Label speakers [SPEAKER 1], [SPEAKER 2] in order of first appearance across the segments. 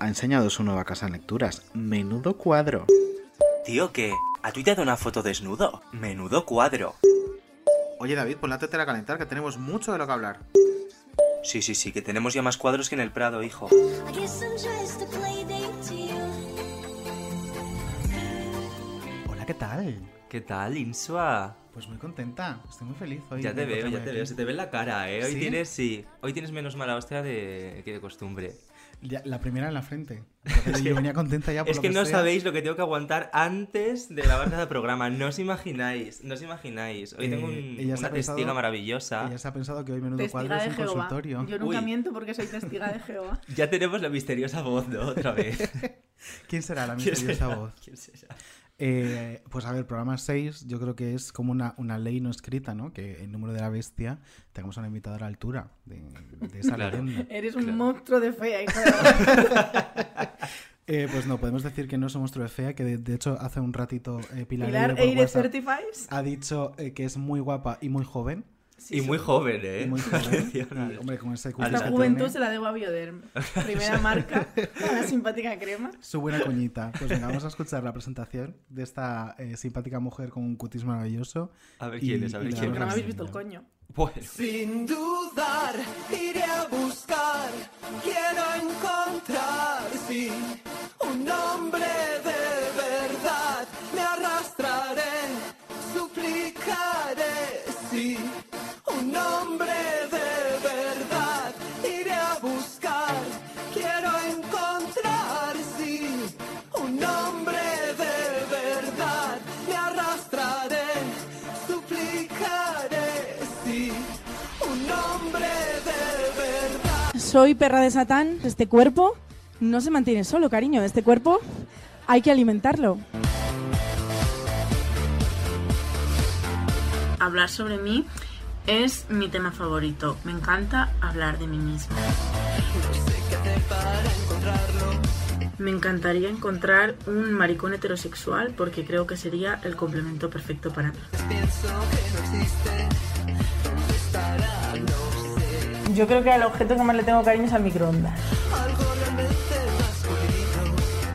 [SPEAKER 1] Ha enseñado su nueva casa en lecturas. Menudo cuadro.
[SPEAKER 2] Tío, que ha tuiteado una foto desnudo. Menudo cuadro.
[SPEAKER 3] Oye David, pon la tetera a calentar que tenemos mucho de lo que hablar.
[SPEAKER 2] Sí, sí, sí, que tenemos ya más cuadros que en el Prado, hijo.
[SPEAKER 4] I guess I'm just a play date to you.
[SPEAKER 3] Hola, ¿qué tal?
[SPEAKER 2] ¿Qué tal, Insua?
[SPEAKER 3] Pues muy contenta, estoy muy feliz hoy.
[SPEAKER 2] Ya
[SPEAKER 3] de
[SPEAKER 2] te veo, ya
[SPEAKER 3] encontrarme
[SPEAKER 2] te
[SPEAKER 3] aquí.
[SPEAKER 2] veo, se te ve en la cara, ¿eh? Hoy
[SPEAKER 3] ¿Sí?
[SPEAKER 2] tienes, sí, hoy tienes menos mala hostia de, que de costumbre.
[SPEAKER 3] Ya, la primera en la frente. Entonces, yo venía contenta ya por
[SPEAKER 2] Es
[SPEAKER 3] lo
[SPEAKER 2] que no
[SPEAKER 3] sea.
[SPEAKER 2] sabéis lo que tengo que aguantar antes de grabar cada programa, no os imagináis, no os imagináis. Hoy
[SPEAKER 3] Eh,
[SPEAKER 2] tengo un-
[SPEAKER 3] ella se
[SPEAKER 2] una
[SPEAKER 3] ha pensado-
[SPEAKER 2] testiga maravillosa.
[SPEAKER 3] Ella se ha pensado que hoy menudo cuadro
[SPEAKER 5] Testiga
[SPEAKER 3] es
[SPEAKER 5] de
[SPEAKER 3] un
[SPEAKER 5] Jehová.
[SPEAKER 3] consultorio.
[SPEAKER 5] Yo nunca
[SPEAKER 2] Uy.
[SPEAKER 5] miento porque soy testiga de Jehová.
[SPEAKER 2] Ya tenemos la misteriosa voz, ¿no? Otra vez.
[SPEAKER 3] ¿Quién será la
[SPEAKER 2] ¿Quién
[SPEAKER 3] misteriosa
[SPEAKER 2] será?
[SPEAKER 3] voz?
[SPEAKER 2] ¿Quién será?
[SPEAKER 3] Eh, pues a ver, programa 6 yo creo que es como una, una ley no escrita, ¿no? Que el número de la bestia tengamos a una invitada a la altura de, de esa
[SPEAKER 2] Claro.
[SPEAKER 3] leyenda.
[SPEAKER 5] Eres un
[SPEAKER 2] Claro.
[SPEAKER 5] monstruo de fea, hijo de
[SPEAKER 3] Eh, pues no, podemos decir que no es un monstruo de fea, que de, de hecho hace un ratito eh, Pilar, Eire
[SPEAKER 5] Pilar
[SPEAKER 3] por
[SPEAKER 5] Eire
[SPEAKER 3] WhatsApp
[SPEAKER 5] Certifies.
[SPEAKER 3] ha dicho eh, que es muy guapa y muy joven.
[SPEAKER 2] y muy joven, ¿eh?
[SPEAKER 3] y muy joven. Y,
[SPEAKER 2] Atención al-
[SPEAKER 3] hombre, con ese culo
[SPEAKER 2] Esta
[SPEAKER 3] que
[SPEAKER 5] Esta
[SPEAKER 2] Al-
[SPEAKER 5] juventud
[SPEAKER 3] tiene,
[SPEAKER 5] se la debo a Bioderm. Primera marca, una simpática crema.
[SPEAKER 3] Su buena coñita. Pues venga, vamos a escuchar la presentación de esta eh, simpática mujer con un cutis maravilloso.
[SPEAKER 2] A ver
[SPEAKER 3] Y-
[SPEAKER 2] quién es, a
[SPEAKER 3] y
[SPEAKER 2] ver
[SPEAKER 3] le
[SPEAKER 2] quién
[SPEAKER 3] damos
[SPEAKER 5] Porque no me
[SPEAKER 3] la
[SPEAKER 2] es.
[SPEAKER 5] habéis visto el coño.
[SPEAKER 2] Bueno,
[SPEAKER 6] Sin dudar, iré a buscar, quiero encontrar, sí, un hombre de verdad. Me arrastraré, suplicaré, sí, un hombre de verdad. Iré a buscar, quiero encontrar, sí, un hombre de verdad. Me arrastraré, suplicaré, sí, un hombre de verdad.
[SPEAKER 7] Soy perra de Satán. Este cuerpo no se mantiene solo, cariño. Este cuerpo hay que alimentarlo.
[SPEAKER 8] Hablar sobre mí es mi tema favorito. Me encanta hablar de mí misma. Me encantaría encontrar un maricón heterosexual porque creo que sería el complemento perfecto para mí. Yo creo que al objeto que más le tengo cariño es al microondas.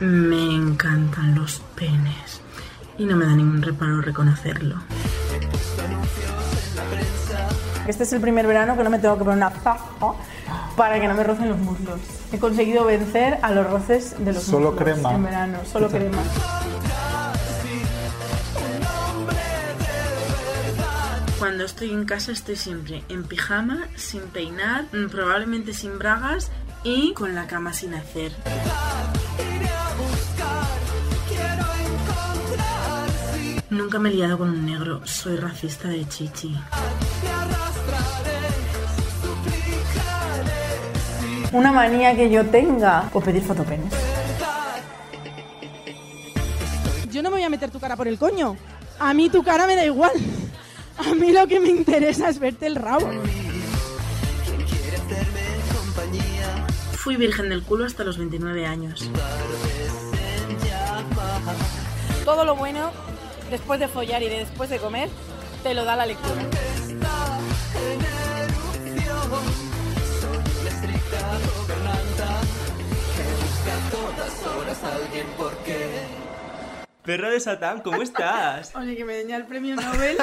[SPEAKER 8] Me encantan los penes y no me da ningún reparo reconocerlo. Este es el primer verano que no me tengo que poner una faja para que no me rocen los muslos. He conseguido vencer a los roces de los
[SPEAKER 9] Solo
[SPEAKER 8] muslos
[SPEAKER 9] crema.
[SPEAKER 8] en verano, solo crema. Cuando estoy en casa estoy siempre en pijama, sin peinar, mm, probablemente sin bragas y con la cama sin hacer. Nunca me he liado con un negro, soy racista de chichi. Una manía que yo tenga o pedir fotopenes.
[SPEAKER 7] Yo no me voy a meter tu cara por el coño. A mí tu cara me da igual. A mí lo que me interesa es verte el rabo.
[SPEAKER 8] Fui virgen del culo hasta los 29 años.
[SPEAKER 10] todo lo bueno después de follar y de después de comer te lo da la lectura.
[SPEAKER 2] perra de Satán, ¿cómo estás?
[SPEAKER 5] Oye, que me deña el premio Nobel.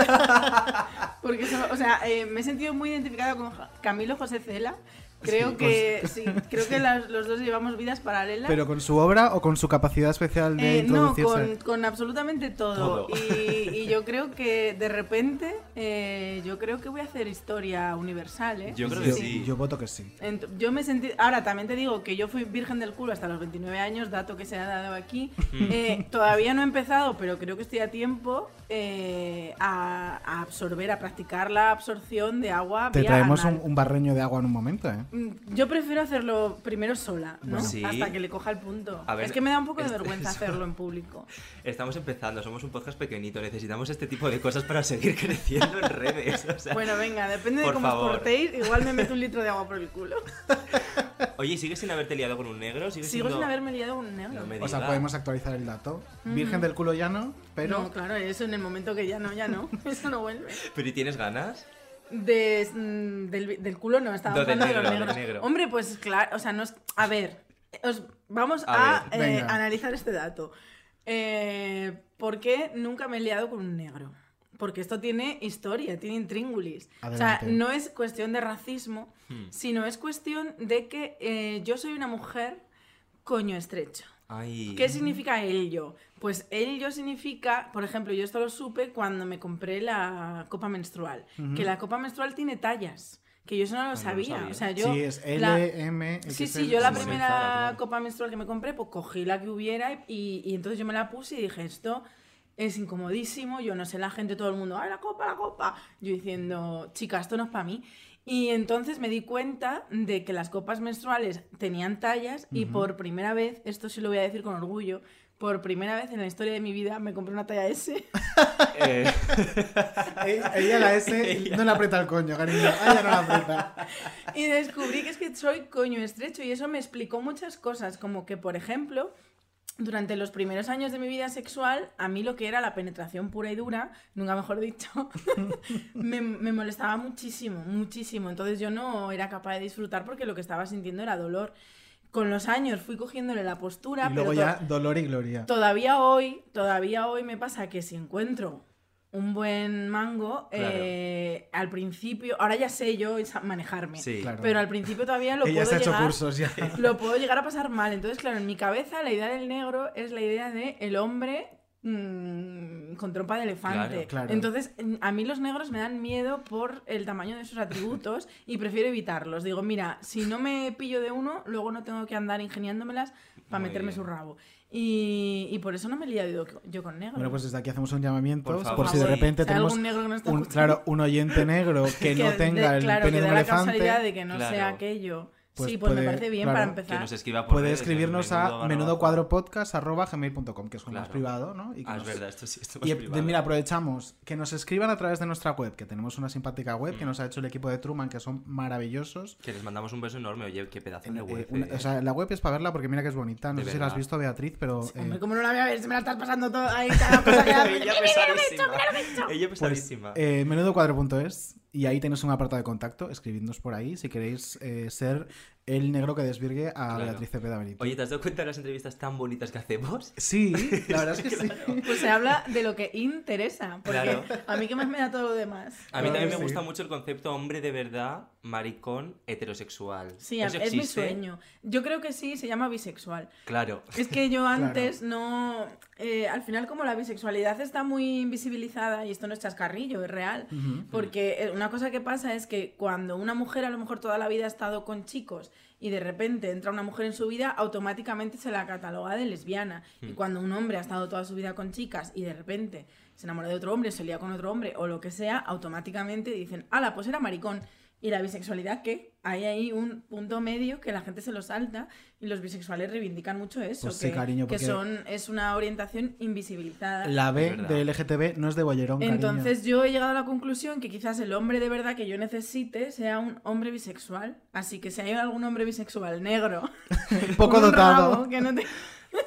[SPEAKER 5] Porque, eso- o sea, eh, me he sentido muy identificada con Ja- Camilo José Cela. Creo
[SPEAKER 3] Sí,
[SPEAKER 5] que, sí, creo que las- los dos llevamos vidas paralelas.
[SPEAKER 3] Pero con su obra o con su capacidad especial de
[SPEAKER 5] Eh, no,
[SPEAKER 3] introducirse.
[SPEAKER 5] con, con absolutamente todo.
[SPEAKER 2] Todo.
[SPEAKER 5] Y, y yo creo que de repente, eh, yo creo que voy a hacer historia universal, ¿eh?
[SPEAKER 2] Yo creo que
[SPEAKER 3] Yo,
[SPEAKER 2] sí.
[SPEAKER 3] yo voto que sí.
[SPEAKER 5] Ent- Yo me sentí. Ahora también te digo que yo fui virgen del culo hasta los 29 años, dato que se ha dado aquí. Eh, todavía no he empezado, pero creo que estoy a tiempo eh, a, a absorber, a practicar la absorción de agua.
[SPEAKER 3] Te
[SPEAKER 5] vía
[SPEAKER 3] traemos un,
[SPEAKER 5] anal.
[SPEAKER 3] un barreño de agua en un momento, ¿eh?
[SPEAKER 5] Mm, Yo prefiero hacerlo primero sola, ¿no?
[SPEAKER 2] Bueno. Sí.
[SPEAKER 5] Hasta que le coja el punto.
[SPEAKER 2] A ver,
[SPEAKER 5] es que me da un poco de
[SPEAKER 2] es-
[SPEAKER 5] vergüenza
[SPEAKER 2] eso.
[SPEAKER 5] hacerlo en público.
[SPEAKER 2] Estamos empezando, somos un podcast pequeñito, necesitamos este tipo de cosas para seguir creciendo en redes. o sea.
[SPEAKER 5] Bueno, venga, depende de
[SPEAKER 2] Por
[SPEAKER 5] cómo
[SPEAKER 2] favor.
[SPEAKER 5] os portéis, igual me meto un litro de agua por el culo.
[SPEAKER 2] Oye, ¿y ¿sigues sin haberte liado con un negro? ¿Sigues
[SPEAKER 5] Sigo
[SPEAKER 2] siendo-
[SPEAKER 5] sin haberme liado con un negro.
[SPEAKER 2] No me
[SPEAKER 3] O sea,
[SPEAKER 2] digas.
[SPEAKER 3] podemos actualizar el dato. Virgen del culo llano, pero.
[SPEAKER 5] No, claro, eso en el momento que ya no, ya no. Eso no vuelve.
[SPEAKER 2] ¿Pero y tienes ganas?
[SPEAKER 5] De, mm, del, del culo no, estaba
[SPEAKER 2] No, del
[SPEAKER 5] hablando de los
[SPEAKER 2] negro,
[SPEAKER 5] negros.
[SPEAKER 2] del negro.
[SPEAKER 5] Hombre, pues claro, o sea, no es. A ver, os- vamos
[SPEAKER 2] A
[SPEAKER 5] a,
[SPEAKER 2] ver,
[SPEAKER 5] eh,
[SPEAKER 3] venga.
[SPEAKER 5] analizar este dato. Eh, ¿Por qué nunca me he liado con un negro? Porque esto tiene historia, tiene intríngulis. O
[SPEAKER 3] Adelante.
[SPEAKER 5] sea, no es cuestión de racismo,
[SPEAKER 2] Hmm.
[SPEAKER 5] sino es cuestión de que eh, yo soy una mujer coño estrecho.
[SPEAKER 2] Ay.
[SPEAKER 5] ¿Qué significa el yo? Pues el yo significa, por ejemplo, yo esto lo supe cuando me compré la copa menstrual, que la copa menstrual tiene tallas, que yo eso no lo,
[SPEAKER 2] no lo
[SPEAKER 5] sabía.
[SPEAKER 2] sabía.
[SPEAKER 5] O sea, yo
[SPEAKER 3] sí, es L,
[SPEAKER 5] la-
[SPEAKER 3] M.
[SPEAKER 5] Sí,
[SPEAKER 3] XL,
[SPEAKER 5] sí, yo la
[SPEAKER 2] como
[SPEAKER 3] sí.
[SPEAKER 2] en
[SPEAKER 5] primera
[SPEAKER 2] Zara, ¿no?
[SPEAKER 5] copa menstrual que me compré, pues cogí la que hubiera y- y, y entonces yo me la puse y dije, esto es incomodísimo, yo no sé, la gente, todo el mundo, ¡ay, la copa, la copa! Yo diciendo, chica, esto no es para mí. Y entonces me di cuenta de que las copas menstruales tenían tallas y por primera vez, esto sí lo voy a decir con orgullo, por primera vez en la historia de mi vida me compré una talla S.
[SPEAKER 2] Eh,
[SPEAKER 3] Ella, ella la S no la aprieta el coño, cariño. Ah, ya no la aprieta.
[SPEAKER 5] Y descubrí que es que soy coño estrecho y eso me explicó muchas cosas, como que, por ejemplo, durante los primeros años de mi vida sexual, a mí lo que era la penetración pura y dura, nunca mejor dicho, me, me molestaba muchísimo, muchísimo. Entonces yo no era capaz de disfrutar porque lo que estaba sintiendo era dolor. Con los años fui cogiéndole la postura,
[SPEAKER 3] Y luego
[SPEAKER 5] pero to-
[SPEAKER 3] ya, dolor y gloria.
[SPEAKER 5] todavía hoy, todavía hoy me pasa que si encuentro un buen mango,
[SPEAKER 2] Claro.
[SPEAKER 5] eh, al principio, ahora ya sé yo esa- manejarme.
[SPEAKER 2] sí.
[SPEAKER 3] Claro.
[SPEAKER 5] Pero al principio todavía lo
[SPEAKER 3] Ella
[SPEAKER 5] puedo
[SPEAKER 3] se ha hecho
[SPEAKER 5] llegar,
[SPEAKER 3] cursos ya.
[SPEAKER 5] lo puedo llegar a pasar mal. Entonces, claro, en mi cabeza la idea del negro es la idea de el hombre mm, con trompa de elefante.
[SPEAKER 2] Claro,
[SPEAKER 3] claro.
[SPEAKER 5] Entonces, mm, a mí los negros me dan miedo por el tamaño de sus atributos y prefiero evitarlos. Digo, mira, si no me pillo de uno, luego no tengo que andar ingeniándomelas para
[SPEAKER 2] Muy
[SPEAKER 5] meterme
[SPEAKER 2] bien.
[SPEAKER 5] su rabo. Y, y por eso no me he liado yo- yo con negro.
[SPEAKER 3] Bueno, pues desde aquí hacemos un llamamiento.
[SPEAKER 2] Por
[SPEAKER 3] Por,
[SPEAKER 2] favor.
[SPEAKER 3] si de
[SPEAKER 2] Sí.
[SPEAKER 3] repente
[SPEAKER 5] Si hay
[SPEAKER 3] tenemos
[SPEAKER 5] algún negro que no está
[SPEAKER 3] un,
[SPEAKER 5] escuchando.
[SPEAKER 3] claro, un oyente negro que no
[SPEAKER 5] de-
[SPEAKER 3] tenga el
[SPEAKER 5] claro,
[SPEAKER 3] pene
[SPEAKER 5] que da
[SPEAKER 3] de un
[SPEAKER 5] la causalidad
[SPEAKER 3] elefante.
[SPEAKER 5] de que no sea
[SPEAKER 2] Claro.
[SPEAKER 5] aquello.
[SPEAKER 3] Pues
[SPEAKER 5] sí, pues me
[SPEAKER 3] puede-
[SPEAKER 5] parece bien
[SPEAKER 3] claro,
[SPEAKER 5] para
[SPEAKER 3] que
[SPEAKER 2] Que
[SPEAKER 5] empezar.
[SPEAKER 2] nos escriba por
[SPEAKER 3] Puede
[SPEAKER 2] redes, en
[SPEAKER 3] escribirnos a
[SPEAKER 2] menudo barra
[SPEAKER 3] menudo
[SPEAKER 2] baja.
[SPEAKER 3] cuadro podcast arroba gmail.com, que es un más
[SPEAKER 2] Claro.
[SPEAKER 3] privado, ¿no? Y que
[SPEAKER 2] Ah, es
[SPEAKER 3] nos-
[SPEAKER 2] verdad, esto sí, esto más
[SPEAKER 3] Y
[SPEAKER 2] privado.
[SPEAKER 3] de- mira, aprovechamos que nos escriban a través de nuestra web, que tenemos una simpática web
[SPEAKER 2] Mm.
[SPEAKER 3] que nos ha hecho el equipo de Truman, que son maravillosos.
[SPEAKER 2] Que les mandamos un beso enorme, oye, qué pedazo de
[SPEAKER 3] Eh,
[SPEAKER 2] web.
[SPEAKER 3] una-
[SPEAKER 2] eh.
[SPEAKER 3] o sea, la web es para verla porque mira que es bonita. No
[SPEAKER 2] De
[SPEAKER 3] sé si la has
[SPEAKER 2] verdad.
[SPEAKER 3] visto, Beatriz, pero. eh,
[SPEAKER 5] Hombre, ¿cómo no la voy a ver? Se me la estás pasando todo ahí, cada cosa que haces.
[SPEAKER 2] Ella pesadísima. Ella pesadísima.
[SPEAKER 3] eh, menudo4.es y ahí tenéis un apartado de contacto. Escribidnos por ahí si queréis eh, ser el negro que desvirgue a
[SPEAKER 2] Claro.
[SPEAKER 3] Beatriz Cepeda Benito.
[SPEAKER 2] Oye, ¿te has dado cuenta de las entrevistas tan bonitas que hacemos?
[SPEAKER 3] Sí, la verdad es que sí.
[SPEAKER 5] Pues se habla de lo que interesa. Porque
[SPEAKER 2] Claro.
[SPEAKER 5] a mí que más me da todo lo demás.
[SPEAKER 2] A mí
[SPEAKER 3] Claro
[SPEAKER 2] también
[SPEAKER 3] que
[SPEAKER 2] me
[SPEAKER 3] sí.
[SPEAKER 2] gusta mucho el concepto hombre de verdad, maricón, heterosexual.
[SPEAKER 5] Sí,
[SPEAKER 2] ¿Eso
[SPEAKER 5] es mi
[SPEAKER 2] existe?
[SPEAKER 5] sueño. Yo creo que sí, se llama bisexual.
[SPEAKER 2] Claro.
[SPEAKER 5] Es que yo antes no... eh, al final, como la bisexualidad está muy invisibilizada, y esto no es chascarrillo, es real, porque eh, una cosa que pasa es que cuando una mujer a lo mejor toda la vida ha estado con chicos y de repente entra una mujer en su vida, automáticamente se la cataloga de lesbiana.
[SPEAKER 3] Hmm.
[SPEAKER 5] Y cuando un hombre ha estado toda su vida con chicas y de repente se enamora de otro hombre, se lía con otro hombre o lo que sea, automáticamente dicen, ala, pues era maricón. ¿Y la bisexualidad qué? Hay ahí un punto medio que la gente se lo salta y los bisexuales reivindican mucho eso,
[SPEAKER 3] Pues sí,
[SPEAKER 5] que,
[SPEAKER 3] cariño,
[SPEAKER 5] que
[SPEAKER 3] porque-
[SPEAKER 5] son, es una orientación invisibilizada.
[SPEAKER 3] La
[SPEAKER 2] Es
[SPEAKER 3] B
[SPEAKER 2] verdad.
[SPEAKER 3] de LGTB no es de Boyerón, cariño.
[SPEAKER 5] Ah, Entonces yo he llegado a la conclusión que quizás el hombre de verdad que yo necesite sea un hombre bisexual. Así que si hay algún hombre bisexual negro,
[SPEAKER 3] poco
[SPEAKER 5] con un
[SPEAKER 3] dotado.
[SPEAKER 5] rabo que no te-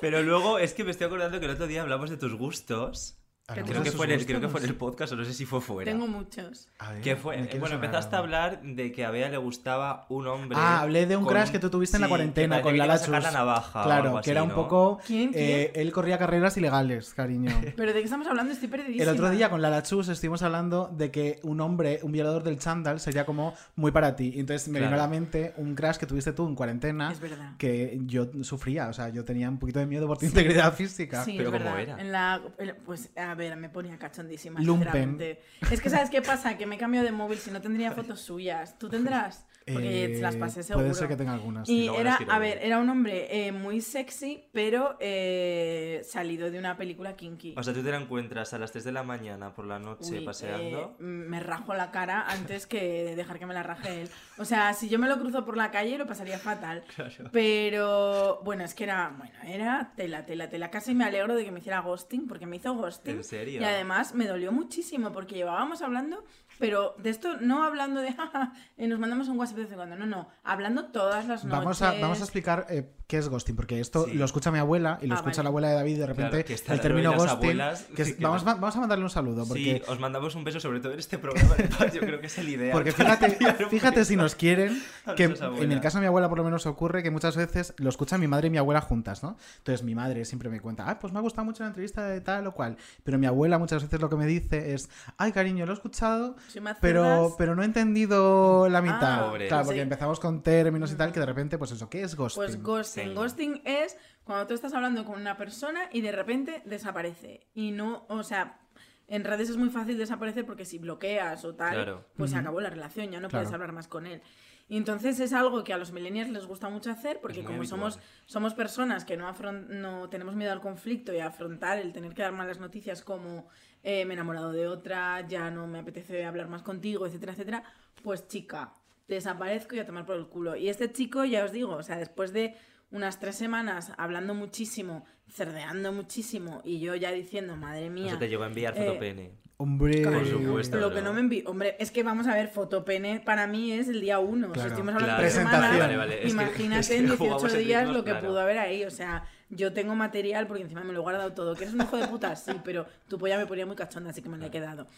[SPEAKER 2] Pero luego es que me estoy acordando que el otro día hablamos de tus gustos.
[SPEAKER 3] Hablamos
[SPEAKER 2] Creo
[SPEAKER 3] de
[SPEAKER 2] que,
[SPEAKER 3] sus
[SPEAKER 2] fue en el, creo que
[SPEAKER 3] gustos.
[SPEAKER 2] fue en el podcast o no sé si fue fuera.
[SPEAKER 5] tengo muchos.
[SPEAKER 3] A ver,
[SPEAKER 2] ¿Qué fue?
[SPEAKER 3] me
[SPEAKER 2] Eh,
[SPEAKER 3] quiero
[SPEAKER 2] Bueno,
[SPEAKER 3] sonar
[SPEAKER 2] empezaste a
[SPEAKER 3] algo.
[SPEAKER 2] hablar de que a Bea le gustaba un hombre.
[SPEAKER 3] Ah, hablé de un
[SPEAKER 2] con
[SPEAKER 3] crash que tú tuviste en la
[SPEAKER 2] Sí, que
[SPEAKER 3] cuarentena
[SPEAKER 2] parece
[SPEAKER 3] con
[SPEAKER 2] que
[SPEAKER 3] la
[SPEAKER 2] iba a sacar
[SPEAKER 3] Lachus.
[SPEAKER 2] la navaja. o
[SPEAKER 3] Claro,
[SPEAKER 2] algo
[SPEAKER 3] que era
[SPEAKER 2] así,
[SPEAKER 3] un
[SPEAKER 2] ¿no?
[SPEAKER 3] poco.
[SPEAKER 5] ¿Quién,
[SPEAKER 3] eh, él corría carreras ilegales, cariño.
[SPEAKER 5] Pero de qué estamos hablando, estoy perdidísima.
[SPEAKER 3] El otro día con la Lachus estuvimos hablando de que un hombre, un violador del chándal, sería como muy para ti. Y entonces me vino
[SPEAKER 2] Claro.
[SPEAKER 3] a la mente un crash que tuviste tú en cuarentena
[SPEAKER 5] Es verdad.
[SPEAKER 3] que yo sufría. O sea, yo tenía un poquito de miedo por tu integridad física.
[SPEAKER 5] Sí,
[SPEAKER 2] Pero
[SPEAKER 5] es
[SPEAKER 2] ¿cómo
[SPEAKER 5] verdad.
[SPEAKER 2] era?
[SPEAKER 5] En la- en la- pues a ver, me ponía cachondísima.
[SPEAKER 3] Lumpen.
[SPEAKER 5] sinceramente. Es que sabes qué pasa, que me he cambiado de móvil, si no tendría fotos suyas. Tú tendrás. Porque
[SPEAKER 3] Eh,
[SPEAKER 5] las pasé seguro.
[SPEAKER 3] Puede ser que tenga algunas.
[SPEAKER 5] Y
[SPEAKER 2] luego
[SPEAKER 5] era,
[SPEAKER 2] las tiró
[SPEAKER 5] a
[SPEAKER 2] bien.
[SPEAKER 5] ver, era un hombre eh, muy sexy, pero eh, salido de una película kinky.
[SPEAKER 2] O sea, tú te la encuentras a las 3 de la mañana por la noche
[SPEAKER 5] Uy,
[SPEAKER 2] paseando.
[SPEAKER 5] eh, me rajo la cara antes que dejar que me la raje él. O sea, si yo me lo cruzo por la calle lo pasaría fatal. Pero bueno, es que era, bueno, era tela, tela, tela. Casi me alegro de que me hiciera ghosting, porque me hizo ghosting.
[SPEAKER 2] ¿En serio?
[SPEAKER 5] Y además me dolió muchísimo, porque llevábamos hablando, pero de esto no hablando de, "Ja, ja, eh, nos mandamos un WhatsApp de vez en cuando, no, no, hablando todas las noches.
[SPEAKER 3] Vamos a, vamos a explicar eh, qué es ghosting, porque esto
[SPEAKER 2] Sí.
[SPEAKER 3] lo escucha mi abuela y lo
[SPEAKER 5] Ah,
[SPEAKER 3] escucha
[SPEAKER 5] vale.
[SPEAKER 3] la abuela de David y de repente
[SPEAKER 2] Claro, que está
[SPEAKER 3] el
[SPEAKER 2] la
[SPEAKER 3] término
[SPEAKER 2] abuela y las
[SPEAKER 3] ghosting.
[SPEAKER 2] abuelas,
[SPEAKER 3] que es-
[SPEAKER 2] sí que
[SPEAKER 3] vamos,
[SPEAKER 2] va.
[SPEAKER 3] va- vamos a mandarle un saludo, porque,
[SPEAKER 2] Sí, os mandamos un beso, sobre todo en este programa de paz. Yo creo que es el ideal.
[SPEAKER 3] porque
[SPEAKER 2] para
[SPEAKER 3] fíjate,
[SPEAKER 2] enviar un
[SPEAKER 3] fíjate si
[SPEAKER 2] beso.
[SPEAKER 3] nos quieren,
[SPEAKER 2] a
[SPEAKER 3] que
[SPEAKER 2] nuestras
[SPEAKER 3] en el
[SPEAKER 2] abuelas.
[SPEAKER 3] caso de mi abuela por lo menos ocurre que muchas veces lo escuchan mi madre y mi abuela juntas, ¿no? Entonces mi madre siempre me cuenta, ah, pues me ha gustado mucho la entrevista de tal o cual, pero mi abuela muchas veces lo que me dice es, ay cariño, lo he escuchado,
[SPEAKER 5] Si me
[SPEAKER 3] pero,
[SPEAKER 5] acercas-
[SPEAKER 3] pero no he entendido la mitad.
[SPEAKER 2] Pobre.
[SPEAKER 3] claro, porque
[SPEAKER 5] Ah, sí. Mm.
[SPEAKER 3] empezamos con términos y tal, que de repente, pues eso, ¿qué es ghosting?
[SPEAKER 5] Pues ghosting.
[SPEAKER 2] Sí.
[SPEAKER 5] Ghosting es cuando tú estás hablando con una persona y de repente desaparece. Y no, o sea, en redes es muy fácil desaparecer porque si bloqueas o tal,
[SPEAKER 2] Claro.
[SPEAKER 5] pues se acabó la relación, ya no
[SPEAKER 3] Claro.
[SPEAKER 5] puedes hablar más con él. Y entonces es algo que a los millennials les gusta mucho hacer porque
[SPEAKER 2] Es muy
[SPEAKER 5] como
[SPEAKER 2] habitual.
[SPEAKER 5] somos, somos personas que no, afron- no tenemos miedo al conflicto y a afrontar el tener que dar malas noticias como eh, me he enamorado de otra, ya no me apetece hablar más contigo, etcétera, etcétera, pues chica, desaparezco y a tomar por el culo. Y este chico, ya os digo, o sea, después de unas tres semanas hablando muchísimo, cerdeando muchísimo y yo ya diciendo, madre
[SPEAKER 2] No
[SPEAKER 5] mía...
[SPEAKER 2] se te llegó a enviar
[SPEAKER 5] Eh,
[SPEAKER 2] fotopene.
[SPEAKER 3] Hombre,
[SPEAKER 2] Por supuesto.
[SPEAKER 5] Lo
[SPEAKER 2] claro.
[SPEAKER 5] que no me envi... Hombre, es que vamos a ver, fotopene para mí es el día 1.
[SPEAKER 3] Claro.
[SPEAKER 5] estuvimos hablando
[SPEAKER 2] Claro.
[SPEAKER 5] tres
[SPEAKER 3] Presentación.
[SPEAKER 5] semanas,
[SPEAKER 2] Vale, vale, es que-
[SPEAKER 5] Imagínate
[SPEAKER 2] es que
[SPEAKER 5] en
[SPEAKER 2] jugamos
[SPEAKER 5] 18
[SPEAKER 2] en
[SPEAKER 5] días
[SPEAKER 2] ritmos,
[SPEAKER 5] lo que
[SPEAKER 2] claro.
[SPEAKER 5] pudo haber ahí. O sea, yo tengo material porque encima me lo he guardado todo. Que eres un hijo de puta, sí, pero tu polla me ponía muy cachonda, así que me la he quedado.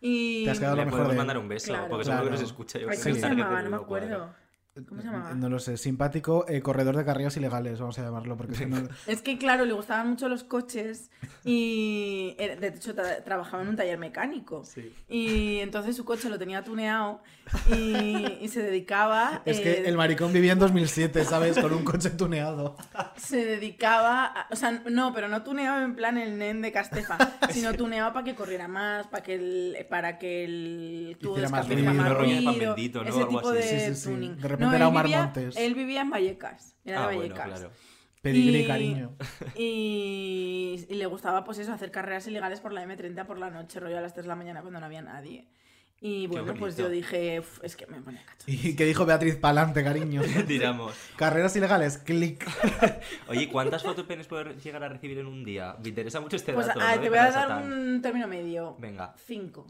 [SPEAKER 5] Y.
[SPEAKER 3] Te has quedado
[SPEAKER 2] Le
[SPEAKER 3] mejor
[SPEAKER 2] podemos
[SPEAKER 3] de-
[SPEAKER 2] mandar un beso,
[SPEAKER 5] Claro.
[SPEAKER 2] porque seguro que
[SPEAKER 3] Claro.
[SPEAKER 2] nos escucha. Yo
[SPEAKER 5] Ay,
[SPEAKER 2] creo que
[SPEAKER 5] ¿Cómo se
[SPEAKER 2] está que
[SPEAKER 5] llamaba?
[SPEAKER 2] te
[SPEAKER 5] No me
[SPEAKER 2] lo cuadra.
[SPEAKER 5] acuerdo. ¿Cómo se llamaba?
[SPEAKER 3] No lo sé, simpático eh, corredor de carreras ilegales, vamos a llamarlo, porque si no-
[SPEAKER 5] Es que, claro, le gustaban mucho los coches y, era- de hecho, tra- trabajaba en un taller mecánico.
[SPEAKER 2] Sí.
[SPEAKER 5] Y entonces su coche lo tenía tuneado y, y se dedicaba...
[SPEAKER 3] Es que
[SPEAKER 5] eh,
[SPEAKER 3] el maricón vivía en 2007, ¿sabes? Con un coche tuneado.
[SPEAKER 5] se dedicaba, a- o sea, no, pero no tuneaba en plan el nen de Castefa, sino tuneaba para que corriera más, para que el, para que el tubo de
[SPEAKER 3] Hiciera más
[SPEAKER 5] escape hiciera
[SPEAKER 3] ruido.
[SPEAKER 5] más
[SPEAKER 2] Rollo de pan
[SPEAKER 5] ruido,
[SPEAKER 2] bendito, ¿no?
[SPEAKER 5] ese
[SPEAKER 2] Algo
[SPEAKER 5] tipo de
[SPEAKER 2] así.
[SPEAKER 3] Sí, sí, sí.
[SPEAKER 5] tuning.
[SPEAKER 3] De repente
[SPEAKER 5] No,
[SPEAKER 3] era
[SPEAKER 5] él
[SPEAKER 3] Omar
[SPEAKER 5] vivía-
[SPEAKER 3] Montes.
[SPEAKER 5] Él vivía en Vallecas, era
[SPEAKER 2] Ah,
[SPEAKER 5] de
[SPEAKER 2] bueno,
[SPEAKER 5] Vallecas.
[SPEAKER 2] claro.
[SPEAKER 3] Pedigrí,
[SPEAKER 5] Y-
[SPEAKER 3] cariño.
[SPEAKER 5] Y, y le gustaba, pues eso, hacer carreras ilegales por la M30 por la noche, rollo a las 3 de la mañana cuando no había nadie. Y bueno, pues
[SPEAKER 2] bonito.
[SPEAKER 5] yo dije, "Uf, es que me ponía cacho.
[SPEAKER 3] ¿Y qué dijo Beatriz? Pa'lante, cariño.
[SPEAKER 2] Tiramos.
[SPEAKER 3] Carreras ilegales, clic.
[SPEAKER 2] Oye, ¿cuántas fotopenes puedes llegar a recibir en un día? Me interesa mucho este
[SPEAKER 5] Pues
[SPEAKER 2] dato.
[SPEAKER 5] ah,
[SPEAKER 2] ¿no?
[SPEAKER 5] te
[SPEAKER 2] De
[SPEAKER 5] voy a
[SPEAKER 2] Plaza
[SPEAKER 5] dar
[SPEAKER 2] Tan.
[SPEAKER 5] un término medio.
[SPEAKER 2] Venga. ¡Ah!
[SPEAKER 5] 5.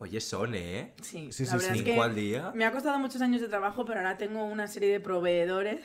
[SPEAKER 2] Oye, son, ¿eh?
[SPEAKER 5] Sí,
[SPEAKER 3] Sí,
[SPEAKER 5] la
[SPEAKER 3] sí,
[SPEAKER 5] verdad
[SPEAKER 3] sí.
[SPEAKER 5] es que
[SPEAKER 2] ¿Cinco al día?
[SPEAKER 5] me ha costado muchos años de trabajo, pero ahora tengo una serie de proveedores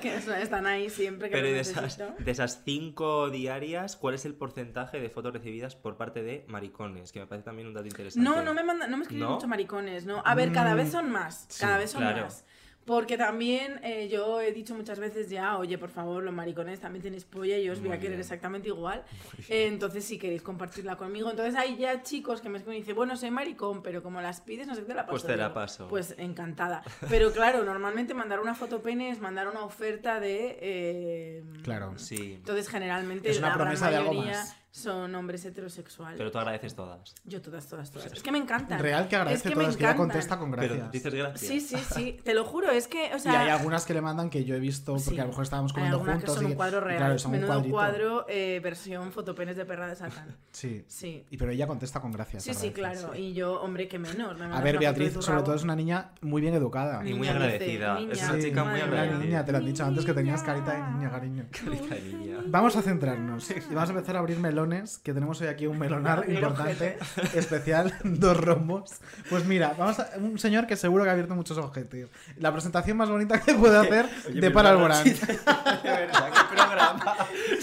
[SPEAKER 5] que son- están ahí siempre que
[SPEAKER 2] Pero y
[SPEAKER 5] los
[SPEAKER 2] de esas,
[SPEAKER 5] necesito.
[SPEAKER 2] de esas cinco diarias, ¿cuál es el porcentaje de fotos recibidas por parte de maricones? Que me parece también un dato interesante.
[SPEAKER 5] No, no me mandan, no me escriben
[SPEAKER 2] ¿No?
[SPEAKER 5] mucho maricones, ¿no? A ver, cada vez son más, cada vez son
[SPEAKER 2] claro.
[SPEAKER 5] más. Porque también eh, yo he dicho muchas veces ya, oye, por favor, los maricones también tenéis polla y yo os voy
[SPEAKER 2] Muy
[SPEAKER 5] a querer
[SPEAKER 2] bien.
[SPEAKER 5] exactamente igual. Eh, entonces, si queréis compartirla conmigo. Entonces, hay ya chicos que me escriben y dicen, bueno, soy maricón, pero como las pides, no sé qué te la paso.
[SPEAKER 2] Pues te la
[SPEAKER 5] Digo,
[SPEAKER 2] paso.
[SPEAKER 5] Pues encantada. Pero claro, normalmente mandar una foto pene es mandar una oferta de. eh,
[SPEAKER 3] Claro.
[SPEAKER 2] Sí,
[SPEAKER 5] Entonces, generalmente,
[SPEAKER 3] Es una
[SPEAKER 5] la gran
[SPEAKER 3] promesa de algo
[SPEAKER 5] mayoría
[SPEAKER 3] más.
[SPEAKER 5] son hombres heterosexuales.
[SPEAKER 2] pero Pues tú agradeces todas.
[SPEAKER 5] Yo todas, todas, todas. Es que me encantan.
[SPEAKER 3] Real que agradece
[SPEAKER 5] es que me
[SPEAKER 3] todas, que ya
[SPEAKER 5] encantan.
[SPEAKER 3] contesta con
[SPEAKER 2] Pero
[SPEAKER 3] gracias.
[SPEAKER 2] dices gracias.
[SPEAKER 5] Sí, sí, sí. Te lo juro, es que, o
[SPEAKER 3] y hay
[SPEAKER 5] sea...
[SPEAKER 3] algunas que le mandan que yo he visto, porque
[SPEAKER 5] sí.
[SPEAKER 3] a lo mejor estábamos
[SPEAKER 5] Hay
[SPEAKER 3] comiendo
[SPEAKER 5] algunas
[SPEAKER 3] juntos.
[SPEAKER 5] que son
[SPEAKER 3] y-
[SPEAKER 5] un cuadro
[SPEAKER 3] y
[SPEAKER 5] real.
[SPEAKER 3] claro, son un
[SPEAKER 5] Menudo
[SPEAKER 3] cuadrito.
[SPEAKER 5] cuadro eh, versión fotopenes de perra de Satán.
[SPEAKER 3] Sí.
[SPEAKER 5] Sí.
[SPEAKER 3] Y, pero ella contesta con gracias.
[SPEAKER 5] Sí, sí,
[SPEAKER 3] agradece,
[SPEAKER 5] claro.
[SPEAKER 3] sí.
[SPEAKER 5] Y yo, hombre, que menos. me
[SPEAKER 3] A
[SPEAKER 5] mandas una
[SPEAKER 3] ver,
[SPEAKER 5] foto de
[SPEAKER 3] Beatriz,
[SPEAKER 5] tu
[SPEAKER 3] sobre
[SPEAKER 5] rabo.
[SPEAKER 3] todo es una niña muy bien educada.
[SPEAKER 2] Y muy
[SPEAKER 5] Niña,
[SPEAKER 2] agradecida.
[SPEAKER 5] dice,
[SPEAKER 2] Es
[SPEAKER 5] niña.
[SPEAKER 2] una
[SPEAKER 3] Sí,
[SPEAKER 2] chica muy
[SPEAKER 5] Madre mía.
[SPEAKER 3] una niña,
[SPEAKER 2] agradecida.
[SPEAKER 3] te lo has dicho antes que tenías carita de niña, cariño.
[SPEAKER 2] Carita de niña.
[SPEAKER 3] Vamos a centrarnos y vamos a empezar a abrir melones, que tenemos hoy aquí un melonar
[SPEAKER 5] El
[SPEAKER 3] importante, especial, dos rombos. Pues mira, vamos a un señor que seguro que ha abierto muchos objetivos. La presentación más bonita que puede hacer
[SPEAKER 2] Oye,
[SPEAKER 3] de
[SPEAKER 2] perdona,
[SPEAKER 3] Para Alborán.
[SPEAKER 2] sí, De verdad, qué programa.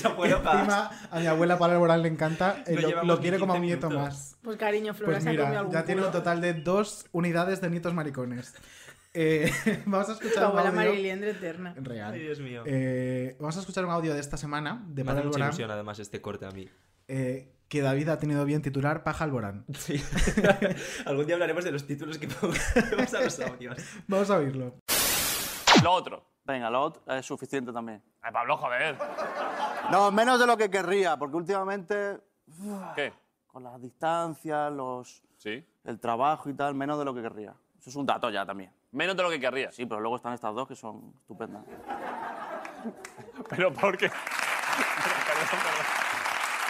[SPEAKER 2] No puedo más.
[SPEAKER 3] Encima, a mi abuela Para Alborán le encanta, eh,
[SPEAKER 2] No
[SPEAKER 3] lo,
[SPEAKER 2] llevamos
[SPEAKER 3] lo quiere
[SPEAKER 2] ni
[SPEAKER 3] como a un
[SPEAKER 2] 15
[SPEAKER 3] nieto
[SPEAKER 2] minutos.
[SPEAKER 3] más.
[SPEAKER 5] Pues cariño, Flora
[SPEAKER 3] Pues
[SPEAKER 5] se ha comido
[SPEAKER 3] mira,
[SPEAKER 5] algún
[SPEAKER 3] ya tiene un
[SPEAKER 5] culo.
[SPEAKER 3] total de dos unidades de nietos maricones. Eh, vamos a
[SPEAKER 5] Tu
[SPEAKER 3] escuchar un
[SPEAKER 5] abuela
[SPEAKER 3] audio
[SPEAKER 5] Mariliendre eterna.
[SPEAKER 3] real.
[SPEAKER 2] Ay, Dios mío.
[SPEAKER 3] Eh, vamos a escuchar un audio de esta semana de
[SPEAKER 2] me
[SPEAKER 3] Para
[SPEAKER 2] hace mucha
[SPEAKER 3] Alborán.
[SPEAKER 2] ilusión además este corte a mí.
[SPEAKER 3] eh, que David ha tenido bien titular Paja Alborán.
[SPEAKER 2] Sí. Algún día hablaremos de los títulos que pongamos a los audios.
[SPEAKER 3] Vamos a oírlo.
[SPEAKER 9] Lo otro. Venga, lo otro es suficiente también. Pablo, joder.
[SPEAKER 6] No, menos de lo que querría, porque
[SPEAKER 9] Este,
[SPEAKER 6] últimamente,
[SPEAKER 9] ¿Qué?
[SPEAKER 6] con las distancias, los,
[SPEAKER 9] ¿Sí?
[SPEAKER 6] el trabajo y tal, menos de lo que querría.
[SPEAKER 9] Eso es un dato ya también. Menos de lo que querría. Sí, pero luego están estas dos que son estupendas. pero porque... perdón, perdón.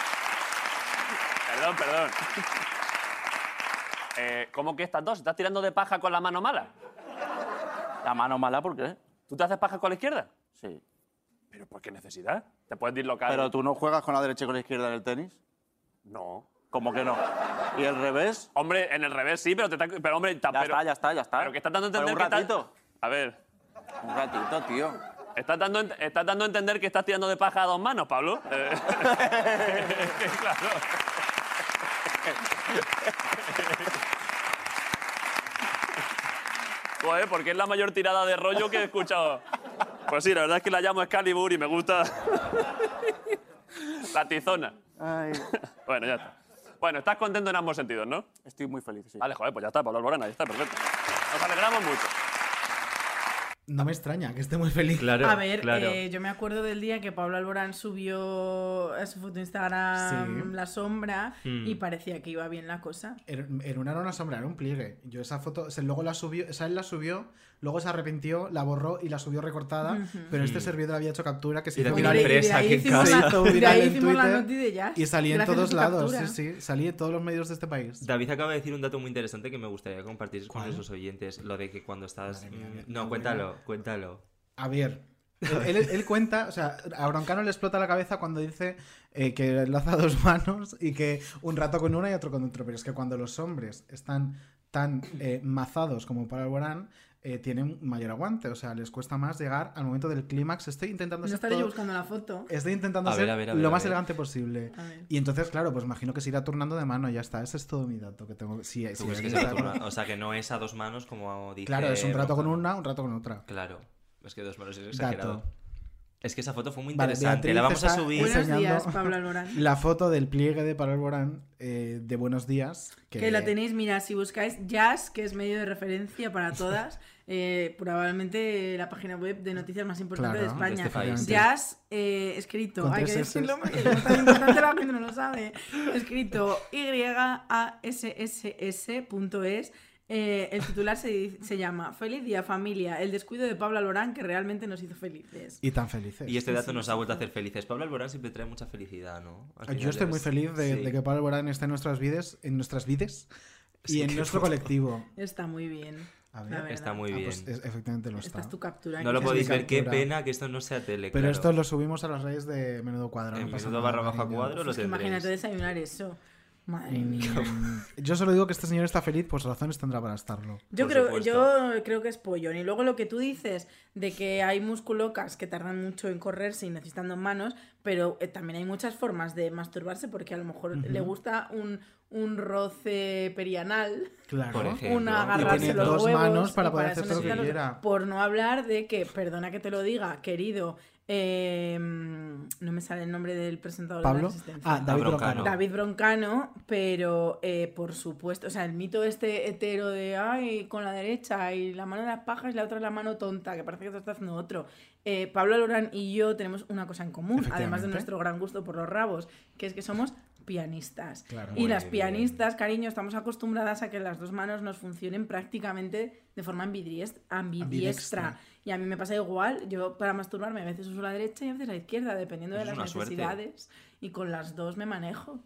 [SPEAKER 9] Perdón, perdón. Eh, ¿Cómo que estas dos? ¿Estás tirando de paja con la mano mala? ¿La mano mala por qué? ¿Tú te haces paja con la izquierda? Sí. ¿Pero por qué necesidad? Te puedes dislocar.
[SPEAKER 11] ¿Pero tú no juegas con la derecha y con la izquierda en el tenis?
[SPEAKER 9] No.
[SPEAKER 11] ¿Cómo que no? ¿Y el revés?
[SPEAKER 9] Hombre, en el revés sí, pero te está... Pero, hombre, está,
[SPEAKER 11] Ya
[SPEAKER 9] pero-
[SPEAKER 11] está, ya está, ya está.
[SPEAKER 9] Pero que estás dando a
[SPEAKER 11] Pero
[SPEAKER 9] entender
[SPEAKER 11] un
[SPEAKER 9] que estás-
[SPEAKER 11] ratito.
[SPEAKER 9] A ver.
[SPEAKER 11] Un ratito, tío.
[SPEAKER 9] Estás dando, ent- estás dando a entender que estás tirando de paja a dos manos, Pablo. Eh, claro. Joder, Pues, eh, porque es la mayor tirada de rollo que he escuchado. Pues sí, la verdad es que la llamo Excalibur y me gusta. La tizona. Bueno, ya está. Bueno, estás contento en ambos sentidos, ¿no?
[SPEAKER 11] Estoy muy feliz, sí.
[SPEAKER 9] Vale, joder, pues ya está, Pablo Alborán, ya está, perfecto. Nos alegramos mucho.
[SPEAKER 3] No me extraña que esté muy feliz.
[SPEAKER 2] Claro,
[SPEAKER 5] a ver,
[SPEAKER 2] claro.
[SPEAKER 5] eh, yo me acuerdo del día que Pablo Alborán subió a su foto de Instagram
[SPEAKER 3] Sí.
[SPEAKER 5] la sombra
[SPEAKER 2] Mm.
[SPEAKER 3] Hmm.
[SPEAKER 5] y parecía que iba bien la cosa.
[SPEAKER 3] Era, era una, era una sombra, era un pliegue. Yo esa foto, o sea, luego la subió, o sea, él la subió, luego se arrepintió, la borró y la subió recortada,
[SPEAKER 5] Ujú.
[SPEAKER 3] pero este
[SPEAKER 2] Mm.
[SPEAKER 3] servidor había hecho captura que se
[SPEAKER 2] Y la
[SPEAKER 3] hizo
[SPEAKER 2] tiene
[SPEAKER 3] viral-
[SPEAKER 2] presa,
[SPEAKER 5] ahí
[SPEAKER 2] qué
[SPEAKER 5] hicimos
[SPEAKER 3] se
[SPEAKER 5] la-
[SPEAKER 3] hizo
[SPEAKER 5] de
[SPEAKER 3] viral
[SPEAKER 5] ahí
[SPEAKER 3] en
[SPEAKER 5] hicimos la
[SPEAKER 3] Twitter
[SPEAKER 5] noti de jazz,
[SPEAKER 3] Y salí en
[SPEAKER 5] gracias a
[SPEAKER 3] todos
[SPEAKER 5] su
[SPEAKER 3] lados,
[SPEAKER 5] captura.
[SPEAKER 3] sí, sí, salí en todos los medios de este país.
[SPEAKER 2] David acaba de decir un dato muy interesante que me gustaría compartir con nuestros oyentes. Lo de que cuando estás... Mm, no, cuéntalo, cuéntalo.
[SPEAKER 3] A ver. Él, él- él cuenta, o sea, a Broncano le explota la cabeza cuando dice eh, que laza dos manos y que un rato con una y otro con otro. Pero es que cuando los hombres están tan eh, mazados como para el Borán, eh, tienen mayor aguante. O sea, les cuesta más llegar al momento del clímax. Estoy intentando
[SPEAKER 5] No
[SPEAKER 3] ser
[SPEAKER 5] estaré yo
[SPEAKER 3] todo-
[SPEAKER 5] buscando la foto.
[SPEAKER 3] Estoy intentando
[SPEAKER 2] A ver,
[SPEAKER 3] ser
[SPEAKER 2] a ver, a ver,
[SPEAKER 3] lo
[SPEAKER 2] a
[SPEAKER 3] más
[SPEAKER 2] ver.
[SPEAKER 3] elegante posible.
[SPEAKER 5] A ver.
[SPEAKER 3] Y entonces, claro, pues imagino que se irá turnando de mano, ya está. Ese es todo mi dato que tengo. Sí,
[SPEAKER 2] Tú
[SPEAKER 3] Eh, sí,
[SPEAKER 2] ves
[SPEAKER 3] hay
[SPEAKER 2] que
[SPEAKER 3] que
[SPEAKER 2] se
[SPEAKER 3] estar-
[SPEAKER 2] toma- o sea, que no es a dos manos como dice...
[SPEAKER 3] Claro, es un rato
[SPEAKER 2] Ronzal.
[SPEAKER 3] con una, un rato con otra.
[SPEAKER 2] Claro, es que dos manos es exagerado.
[SPEAKER 3] Dato.
[SPEAKER 2] Es que esa foto fue muy
[SPEAKER 3] Vale,
[SPEAKER 2] interesante.
[SPEAKER 3] Beatriz
[SPEAKER 2] la vamos a
[SPEAKER 3] está
[SPEAKER 2] subir.
[SPEAKER 5] Buenos
[SPEAKER 3] enseñando
[SPEAKER 5] días, Pablo Alborán.
[SPEAKER 3] La foto del pliegue de Pablo Alborán eh, de Buenos Días. Que,
[SPEAKER 5] Que... la tenéis, mira, si buscáis Jazz, que es medio de referencia para todas, eh, probablemente la página web de noticias más importante
[SPEAKER 3] Claro,
[SPEAKER 5] de España.
[SPEAKER 2] de este país.
[SPEAKER 5] Jazz, eh, escrito,
[SPEAKER 3] Con
[SPEAKER 5] hay que
[SPEAKER 3] tres Ss.
[SPEAKER 5] decirlo porque es tan importante la gente no lo sabe. Escrito YASSS.es. Eh, el titular se, di- se llama Feliz día familia, el descuido de Pablo Alborán que realmente nos hizo felices.
[SPEAKER 3] Y tan felices.
[SPEAKER 2] Y este dato nos ha vuelto a hacer felices. Pablo Alborán siempre trae mucha felicidad, ¿no? Al
[SPEAKER 3] Yo
[SPEAKER 2] final
[SPEAKER 3] estoy muy
[SPEAKER 2] es-
[SPEAKER 3] feliz de,
[SPEAKER 2] sí.
[SPEAKER 3] de que Pablo Alborán esté en nuestras vidas, en nuestras vidas y
[SPEAKER 2] Sí,
[SPEAKER 3] en
[SPEAKER 2] qué
[SPEAKER 3] nuestro
[SPEAKER 2] puto.
[SPEAKER 3] colectivo.
[SPEAKER 5] Está muy bien.
[SPEAKER 3] A ver.
[SPEAKER 5] la verdad.
[SPEAKER 2] Está muy
[SPEAKER 3] Ah,
[SPEAKER 2] bien.
[SPEAKER 3] pues, es- efectivamente lo
[SPEAKER 5] Esta
[SPEAKER 3] está.
[SPEAKER 5] es tu captura.
[SPEAKER 2] no lo
[SPEAKER 5] que es
[SPEAKER 2] podéis
[SPEAKER 5] mi
[SPEAKER 2] ver, qué
[SPEAKER 3] captura.
[SPEAKER 2] pena que esto no sea tele.
[SPEAKER 3] Pero
[SPEAKER 2] claro.
[SPEAKER 3] esto lo subimos a las redes de Menudo Cuadro.
[SPEAKER 2] En
[SPEAKER 3] no pasa
[SPEAKER 2] Menudo
[SPEAKER 3] nada,
[SPEAKER 2] barra baja
[SPEAKER 3] cariño.
[SPEAKER 2] cuadro lo
[SPEAKER 5] Es que imagínate
[SPEAKER 2] tendréis.
[SPEAKER 5] desayunar eso. Madre
[SPEAKER 3] Mm,
[SPEAKER 5] mía.
[SPEAKER 3] Yo solo digo que este señor está feliz, pues razones tendrá para estarlo.
[SPEAKER 5] Yo
[SPEAKER 2] Por
[SPEAKER 5] creo,
[SPEAKER 2] supuesto.
[SPEAKER 5] yo creo que es pollón. Y luego lo que tú dices de que hay musculocas que tardan mucho en correrse y necesitan dos manos, pero eh, también hay muchas formas de masturbarse porque a lo mejor le gusta un, un roce perianal,
[SPEAKER 3] Claro.
[SPEAKER 2] Por ejemplo.
[SPEAKER 5] una
[SPEAKER 3] agarra-
[SPEAKER 5] agarrarse
[SPEAKER 3] tiene
[SPEAKER 5] los
[SPEAKER 3] dos
[SPEAKER 5] huevos
[SPEAKER 3] manos para
[SPEAKER 5] y
[SPEAKER 3] poder
[SPEAKER 5] eso
[SPEAKER 3] hacer todo lo que
[SPEAKER 5] necesita los-
[SPEAKER 3] quiera.
[SPEAKER 5] Por no hablar de que, perdona que te lo diga, querido, eh, no me sale el nombre del presentador de la
[SPEAKER 3] Pablo.
[SPEAKER 5] Resistencia.
[SPEAKER 3] Ah, David
[SPEAKER 2] Broncano.
[SPEAKER 3] Broncano.
[SPEAKER 5] David Broncano, pero eh, por supuesto, o sea, el mito este hetero de ay, con la derecha y la mano de las pajas y la otra es la mano tonta, que parece que te está haciendo otro. Eh, Pablo Alborán y yo tenemos una cosa en común, además de
[SPEAKER 3] Efectivamente.
[SPEAKER 5] nuestro gran gusto por los rabos, que es que somos pianistas.
[SPEAKER 3] Claro.
[SPEAKER 5] y las
[SPEAKER 2] bien.
[SPEAKER 5] pianistas, cariño, estamos acostumbradas a que las dos manos nos funcionen prácticamente de forma ambidiest- ambidiestra.
[SPEAKER 3] Ambidiextra.
[SPEAKER 5] Y a mí me pasa igual, yo para masturbarme a veces uso la derecha y a veces la izquierda, dependiendo
[SPEAKER 2] Es
[SPEAKER 5] de
[SPEAKER 2] una
[SPEAKER 5] las
[SPEAKER 2] suerte.
[SPEAKER 5] necesidades. Y con las dos me manejo.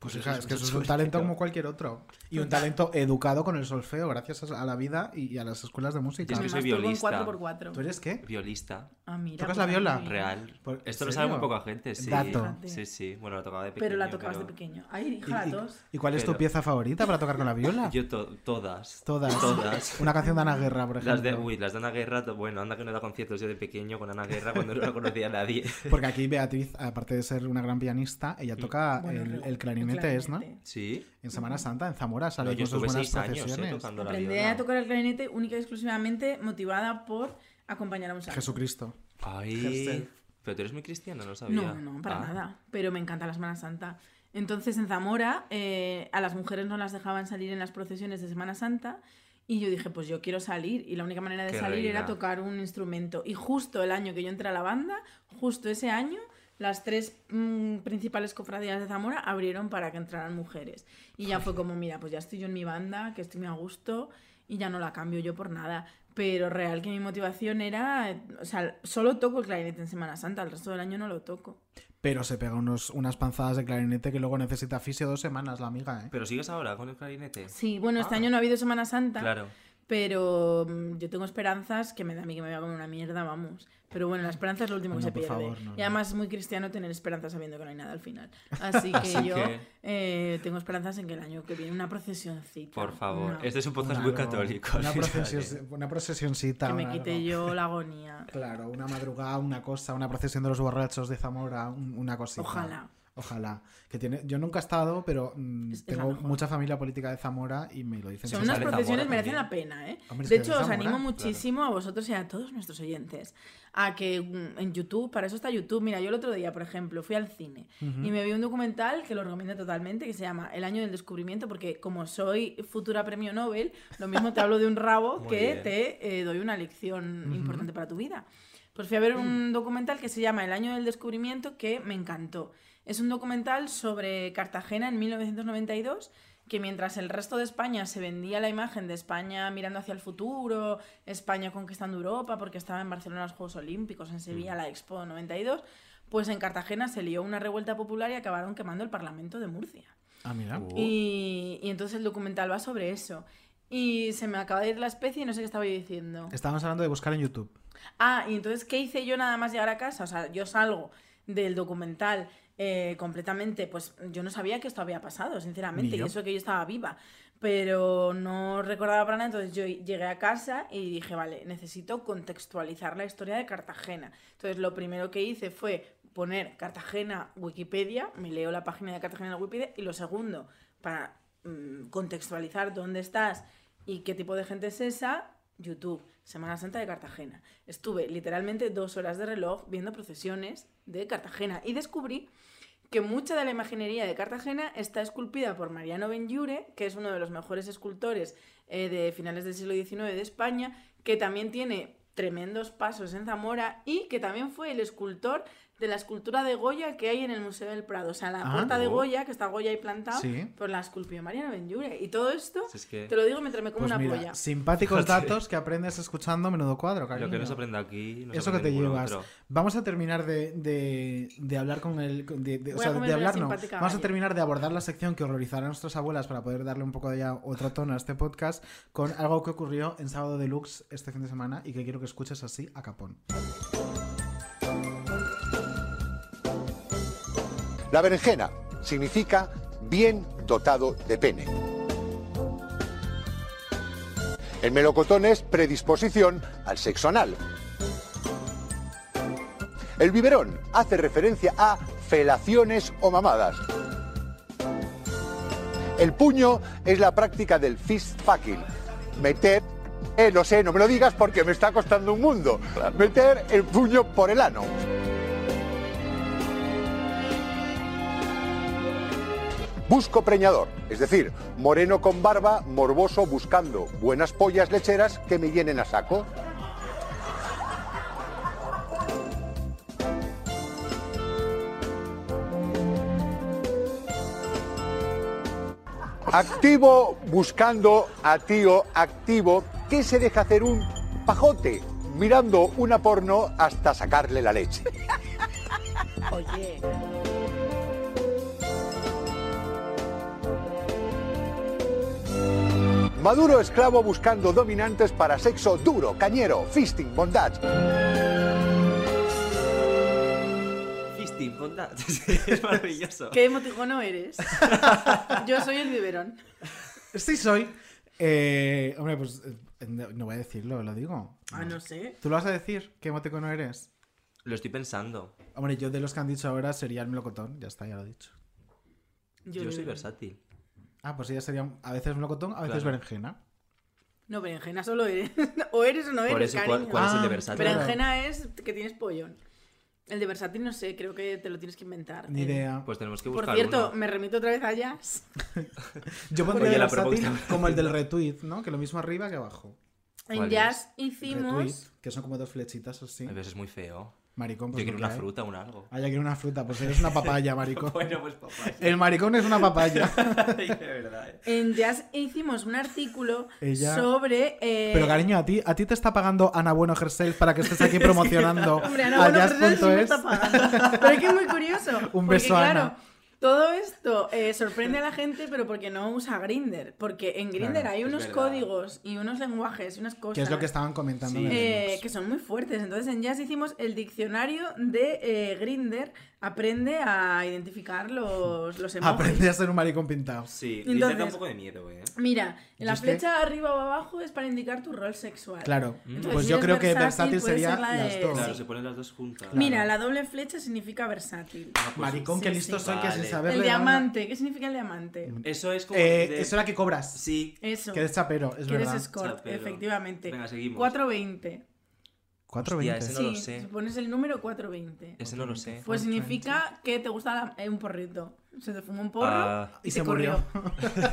[SPEAKER 3] Pues hija, es que eso es
[SPEAKER 2] mucho
[SPEAKER 3] un talento
[SPEAKER 2] suerte,
[SPEAKER 3] como cualquier otro. Y un talento educado con el solfeo, gracias a la vida y a las escuelas de
[SPEAKER 2] Yo
[SPEAKER 3] música.
[SPEAKER 2] es que
[SPEAKER 5] Me
[SPEAKER 2] soy
[SPEAKER 5] masturbo en
[SPEAKER 2] violista.
[SPEAKER 5] 4x4.
[SPEAKER 3] ¿Tú eres qué?
[SPEAKER 2] Violista,
[SPEAKER 5] Ah, mira, pues
[SPEAKER 3] ¿Tocas la
[SPEAKER 5] a mí
[SPEAKER 3] viola?
[SPEAKER 5] me-
[SPEAKER 2] real.
[SPEAKER 3] Por- ¿en
[SPEAKER 2] Esto lo sabe muy
[SPEAKER 3] serio?
[SPEAKER 2] poca gente, sí.
[SPEAKER 3] Dato.
[SPEAKER 2] Sí, sí. Bueno, lo tocaba de pequeño.
[SPEAKER 5] Pero la tocabas
[SPEAKER 2] pero-
[SPEAKER 5] de pequeño. Ay,
[SPEAKER 3] ¿Y,
[SPEAKER 5] hija, la
[SPEAKER 3] y-
[SPEAKER 5] tos.
[SPEAKER 3] y cuál es tu
[SPEAKER 2] Pero-
[SPEAKER 3] pieza favorita para tocar con la viola?
[SPEAKER 2] Yo to- todas.
[SPEAKER 3] Todas.
[SPEAKER 2] Todas.
[SPEAKER 3] Una canción de Ana Guerra, por ejemplo.
[SPEAKER 2] Las de, uy, las de Ana Guerra, to- bueno, anda que no da conciertos yo de pequeño con Ana Guerra cuando no la conocía nadie.
[SPEAKER 3] Porque aquí Beatriz, aparte de ser una gran pianista, ella toca
[SPEAKER 5] Bueno,
[SPEAKER 3] el,
[SPEAKER 5] luego,
[SPEAKER 3] el clarinete, ¿es, ¿no?
[SPEAKER 5] clarinete.
[SPEAKER 2] Sí.
[SPEAKER 3] En Semana Santa, en Zamora,
[SPEAKER 2] No,
[SPEAKER 3] sale
[SPEAKER 2] yo
[SPEAKER 3] con sus
[SPEAKER 2] estuve
[SPEAKER 3] buenas
[SPEAKER 2] seis años eh,
[SPEAKER 3] procesiones.
[SPEAKER 2] tocando la
[SPEAKER 5] Aprendí
[SPEAKER 2] viola.
[SPEAKER 5] a tocar el clarinete única y exclusivamente motivada por acompañar a un santo.
[SPEAKER 3] Jesucristo.
[SPEAKER 2] Ay.
[SPEAKER 3] Herself.
[SPEAKER 2] Pero tú eres muy cristiano, no sabía.
[SPEAKER 5] No, no, para
[SPEAKER 2] Ah.
[SPEAKER 5] nada. Pero me encanta la Semana Santa. Entonces en Zamora eh, a las mujeres no las dejaban salir en las procesiones de Semana Santa y yo dije, pues yo quiero salir. Y la única manera de
[SPEAKER 2] Qué
[SPEAKER 5] salir
[SPEAKER 2] reina.
[SPEAKER 5] era tocar un instrumento. Y justo el año que yo entré a la banda, justo ese año, las tres mm, principales cofradías de Zamora abrieron para que entraran mujeres. Y ya fue como, mira, pues ya estoy yo en mi banda, que estoy muy a gusto y ya no la cambio yo por nada. Pero real que mi motivación era, o sea, solo toco el clarinete en Semana Santa, el resto del año no lo toco.
[SPEAKER 3] Pero se pega unos, unas panzadas de clarinete que luego necesita fisio dos semanas, la amiga, ¿eh?
[SPEAKER 2] Pero sigues ahora con el clarinete.
[SPEAKER 5] Sí, bueno, este año no ha habido Semana Santa.
[SPEAKER 2] Ah. Claro.
[SPEAKER 5] Pero mm, yo tengo esperanzas que me da a mí que me voy a comer una mierda, vamos. Pero
[SPEAKER 2] Ah.
[SPEAKER 5] bueno, la esperanza es lo último
[SPEAKER 3] Bueno,
[SPEAKER 5] que se
[SPEAKER 3] por
[SPEAKER 5] pierde.
[SPEAKER 3] favor, no,
[SPEAKER 5] y
[SPEAKER 3] no.
[SPEAKER 5] además es muy cristiano tener esperanzas sabiendo que no hay nada al final. Así que
[SPEAKER 2] Así
[SPEAKER 5] yo
[SPEAKER 2] que-
[SPEAKER 5] eh, tengo esperanzas en que el año que viene una procesioncita.
[SPEAKER 2] Por favor,
[SPEAKER 5] una-
[SPEAKER 2] este es un podcast muy católico.
[SPEAKER 3] Una,
[SPEAKER 2] literal,
[SPEAKER 3] procesión- una procesioncita.
[SPEAKER 5] Que me
[SPEAKER 3] una-
[SPEAKER 5] quite yo la agonía.
[SPEAKER 3] Claro, una madrugada, una cosa, una procesión de los borrachos de Zamora, un- una cosita.
[SPEAKER 5] Ojalá.
[SPEAKER 3] Ojalá. Que tiene, yo nunca he estado, pero mm,
[SPEAKER 5] la
[SPEAKER 3] tengo
[SPEAKER 5] mejor.
[SPEAKER 3] mucha familia política de Zamora y me lo dicen.
[SPEAKER 5] Son
[SPEAKER 3] siempre.
[SPEAKER 5] unas profesiones merecen la pena, ¿eh?
[SPEAKER 3] Hombre, es
[SPEAKER 5] de
[SPEAKER 3] que
[SPEAKER 5] hecho,
[SPEAKER 3] eres
[SPEAKER 5] os
[SPEAKER 3] Zamora,
[SPEAKER 5] animo
[SPEAKER 3] claro.
[SPEAKER 5] muchísimo a vosotros y a todos nuestros oyentes a que mm, en YouTube, para eso está YouTube. Mira, yo el otro día, por ejemplo, fui al cine
[SPEAKER 10] Ujú.
[SPEAKER 5] y me vi un documental que lo recomiendo totalmente, que se llama El año del descubrimiento, porque como soy futura premio Nobel, lo mismo te hablo de un rabo
[SPEAKER 10] Muy
[SPEAKER 5] que
[SPEAKER 10] bien.
[SPEAKER 5] te eh, doy una lección
[SPEAKER 10] Ujú.
[SPEAKER 5] importante para tu vida. Pues fui a ver un documental que se llama El año del descubrimiento que me encantó. Es un documental sobre Cartagena en 1992 que mientras el resto de España se vendía la imagen de España mirando hacia el futuro, España conquistando Europa, porque estaba en Barcelona los Juegos Olímpicos, en Sevilla la Expo 92, pues en Cartagena se lió una revuelta popular y acabaron quemando el Parlamento de Murcia.
[SPEAKER 3] Ah, mira.
[SPEAKER 2] Uh.
[SPEAKER 5] Y, y entonces el documental va sobre eso. Y se me acaba de ir la especie y no sé qué estaba yo diciendo.
[SPEAKER 3] Estábamos hablando de buscar en YouTube.
[SPEAKER 5] Ah, y entonces, ¿qué hice yo nada más llegar a casa? O sea, yo salgo del documental eh, completamente, pues yo no sabía que esto había pasado, sinceramente,
[SPEAKER 10] Ni
[SPEAKER 5] y
[SPEAKER 10] yo.
[SPEAKER 5] eso que yo estaba viva, pero no recordaba para nada, entonces yo llegué a casa y dije, vale, necesito contextualizar la historia de Cartagena. Entonces, lo primero que hice fue poner Cartagena Wikipedia, me leo la página de Cartagena en la Wikipedia, y lo segundo, para mm, contextualizar dónde estás y qué tipo de gente es esa, YouTube, Semana Santa de Cartagena. Estuve literalmente dos horas de reloj viendo procesiones de Cartagena y descubrí que mucha de la imaginería de Cartagena está esculpida por Mariano Benlliure, que es uno de los mejores escultores eh, de finales del siglo XIX de España, que también tiene tremendos pasos en Zamora y que también fue el escultor de la escultura de Goya que hay en el Museo del Prado. O sea, la
[SPEAKER 10] Ah.
[SPEAKER 5] puerta de
[SPEAKER 10] Oh.
[SPEAKER 5] Goya, que está Goya ahí plantado,
[SPEAKER 3] Sí.
[SPEAKER 5] pues la esculpió Mariano Benlliure. Y todo esto,
[SPEAKER 2] Si es que-
[SPEAKER 5] te lo digo mientras me como
[SPEAKER 3] Pues
[SPEAKER 5] una
[SPEAKER 3] mira,
[SPEAKER 5] polla.
[SPEAKER 3] simpáticos
[SPEAKER 2] Fíjate.
[SPEAKER 3] datos que aprendes escuchando menudo cuadro, cariño.
[SPEAKER 2] Lo que no se aprende aquí, no se
[SPEAKER 3] Eso que
[SPEAKER 2] aprende
[SPEAKER 3] te
[SPEAKER 2] en ningún
[SPEAKER 3] llevas.
[SPEAKER 2] otro.
[SPEAKER 3] Vamos a terminar de, de- de hablar con el. con- De, de-
[SPEAKER 5] Voy
[SPEAKER 3] o
[SPEAKER 5] a
[SPEAKER 3] sea, de
[SPEAKER 5] comerme la
[SPEAKER 3] hablar, no. Vamos
[SPEAKER 5] simpática
[SPEAKER 3] a
[SPEAKER 5] Gaia.
[SPEAKER 3] terminar de abordar la sección que horrorizará a nuestras abuelas para poder darle un poco de ya otro tono a este podcast con algo que ocurrió en Sábado Deluxe este fin de semana y que quiero que escuches así a capón.
[SPEAKER 12] La berenjena significa bien dotado de pene. El melocotón es predisposición al sexo anal. El biberón hace referencia a felaciones o mamadas. El puño es la práctica del fist fucking. Meter, eh, no sé, no me lo digas porque me está costando un mundo. Meter el puño por el ano. Busco preñador, es decir, moreno con barba, morboso buscando buenas pollas lecheras que me llenen a saco. Activo buscando a tío activo que se deja hacer un pajote mirando una porno hasta sacarle la leche.
[SPEAKER 10] Oye.
[SPEAKER 12] Maduro esclavo buscando dominantes para sexo duro, cañero, fisting, bondage.
[SPEAKER 2] Fisting, bondad. es maravilloso.
[SPEAKER 5] ¿Qué emoticono eres? Yo soy el biberón.
[SPEAKER 3] Sí, soy. Este Eh, hombre, pues eh, no no voy a decirlo, lo digo.
[SPEAKER 5] Ah, no sé.
[SPEAKER 3] ¿Tú lo vas a decir? ¿Qué emoticono eres?
[SPEAKER 2] Lo estoy pensando.
[SPEAKER 3] Hombre, yo de los que han dicho ahora sería el melocotón, ya está, ya lo he dicho.
[SPEAKER 2] Yo,
[SPEAKER 5] Yo
[SPEAKER 2] soy
[SPEAKER 5] digo-
[SPEAKER 2] versátil.
[SPEAKER 3] Ah, pues ella sería a veces melocotón, a veces
[SPEAKER 2] Claro.
[SPEAKER 3] berenjena.
[SPEAKER 5] No, berenjena solo eres. o eres o no eres,
[SPEAKER 2] Por eso, ¿cuál-
[SPEAKER 5] cariño.
[SPEAKER 2] cuál es el de Ah, versátil?
[SPEAKER 5] Berenjena es que tienes pollón. El de versátil no sé, creo que te lo tienes que inventar.
[SPEAKER 3] Ni idea.
[SPEAKER 2] Pues tenemos que
[SPEAKER 5] Por
[SPEAKER 2] buscar
[SPEAKER 5] cierto,
[SPEAKER 2] uno.
[SPEAKER 5] me remito otra vez a Jazz.
[SPEAKER 2] Oye,
[SPEAKER 3] Yo pondría el
[SPEAKER 2] la
[SPEAKER 3] versátil
[SPEAKER 2] propuesta-
[SPEAKER 3] como el del retweet, ¿no? Que lo mismo arriba que abajo.
[SPEAKER 5] En ¿Cuál Jazz es? hicimos-
[SPEAKER 3] Retweet, que son como dos flechitas así.
[SPEAKER 2] A veces es muy feo.
[SPEAKER 3] Maricón, pues
[SPEAKER 2] Yo quiero
[SPEAKER 3] lo que
[SPEAKER 2] una
[SPEAKER 3] hay.
[SPEAKER 2] fruta, un algo.
[SPEAKER 3] Ah, ya quiero una fruta, pues eres una papaya, maricón.
[SPEAKER 2] Bueno, pues papaya.
[SPEAKER 3] El maricón es una papaya.
[SPEAKER 2] Ay, de verdad, eh.
[SPEAKER 5] En Jazz hicimos un artículo
[SPEAKER 3] Ella-
[SPEAKER 5] sobre. eh,
[SPEAKER 3] Pero cariño, a ti, a ti te está pagando Ana Bueno Herself para que estés aquí promocionando
[SPEAKER 5] Hombre,
[SPEAKER 3] a
[SPEAKER 5] Ana, bueno,
[SPEAKER 3] jazz.es.
[SPEAKER 5] pero eso sí me está pagando. Pero es que es muy curioso.
[SPEAKER 3] Un
[SPEAKER 5] porque,
[SPEAKER 3] beso,
[SPEAKER 5] claro,
[SPEAKER 3] Ana.
[SPEAKER 5] Todo esto eh, sorprende a la gente, pero porque no usa Grinder. Porque en Grinder
[SPEAKER 3] Claro,
[SPEAKER 5] hay
[SPEAKER 3] es
[SPEAKER 5] unos
[SPEAKER 3] verdad.
[SPEAKER 5] códigos y unos lenguajes y unas cosas.
[SPEAKER 3] Que es lo que estaban comentando en el
[SPEAKER 5] eh,
[SPEAKER 3] Linux.
[SPEAKER 5] que son muy fuertes. Entonces en Jazz hicimos el diccionario de eh, Grinder. Aprende a identificar los, los emojis.
[SPEAKER 3] Aprende a ser un maricón pintado.
[SPEAKER 2] Sí,
[SPEAKER 5] Entonces- Grindr da un poco
[SPEAKER 2] de miedo, eh.
[SPEAKER 5] Mira,
[SPEAKER 3] Yo
[SPEAKER 5] en la
[SPEAKER 3] es que-
[SPEAKER 5] flecha arriba o abajo es para indicar tu rol sexual.
[SPEAKER 3] Claro.
[SPEAKER 5] Entonces,
[SPEAKER 3] Pues
[SPEAKER 5] si
[SPEAKER 3] yo
[SPEAKER 5] eres
[SPEAKER 3] creo que versátil
[SPEAKER 5] puede
[SPEAKER 3] sería
[SPEAKER 5] ser la
[SPEAKER 3] las
[SPEAKER 5] de-
[SPEAKER 3] dos.
[SPEAKER 2] Claro,
[SPEAKER 5] sí.
[SPEAKER 2] se ponen las dos juntas.
[SPEAKER 5] Mira, la doble flecha significa versátil.
[SPEAKER 2] Ah, pues-
[SPEAKER 3] Maricón, qué listo soy que sin
[SPEAKER 2] Vale.
[SPEAKER 3] saber- A ver,
[SPEAKER 5] El
[SPEAKER 3] regala.
[SPEAKER 5] diamante, ¿qué significa el diamante?
[SPEAKER 2] Eso es como.
[SPEAKER 3] Eh,
[SPEAKER 2] de-
[SPEAKER 3] Eso era que cobras.
[SPEAKER 2] Sí.
[SPEAKER 5] Eso.
[SPEAKER 3] Que eres chapero, es
[SPEAKER 5] que
[SPEAKER 3] verdad.
[SPEAKER 5] eres escort,
[SPEAKER 2] Chapero.
[SPEAKER 5] efectivamente.
[SPEAKER 2] Venga, seguimos.
[SPEAKER 5] 420.
[SPEAKER 3] 4.20.
[SPEAKER 2] Hostia, ese no
[SPEAKER 5] sí,
[SPEAKER 2] lo sé.
[SPEAKER 5] si pones el número 420.
[SPEAKER 2] Ese no lo sé.
[SPEAKER 5] Pues significa que te gusta la- eh, un porrito. Se te fumó un porro
[SPEAKER 2] Ah.
[SPEAKER 5] y,
[SPEAKER 2] Y
[SPEAKER 5] te
[SPEAKER 2] se
[SPEAKER 5] corrió.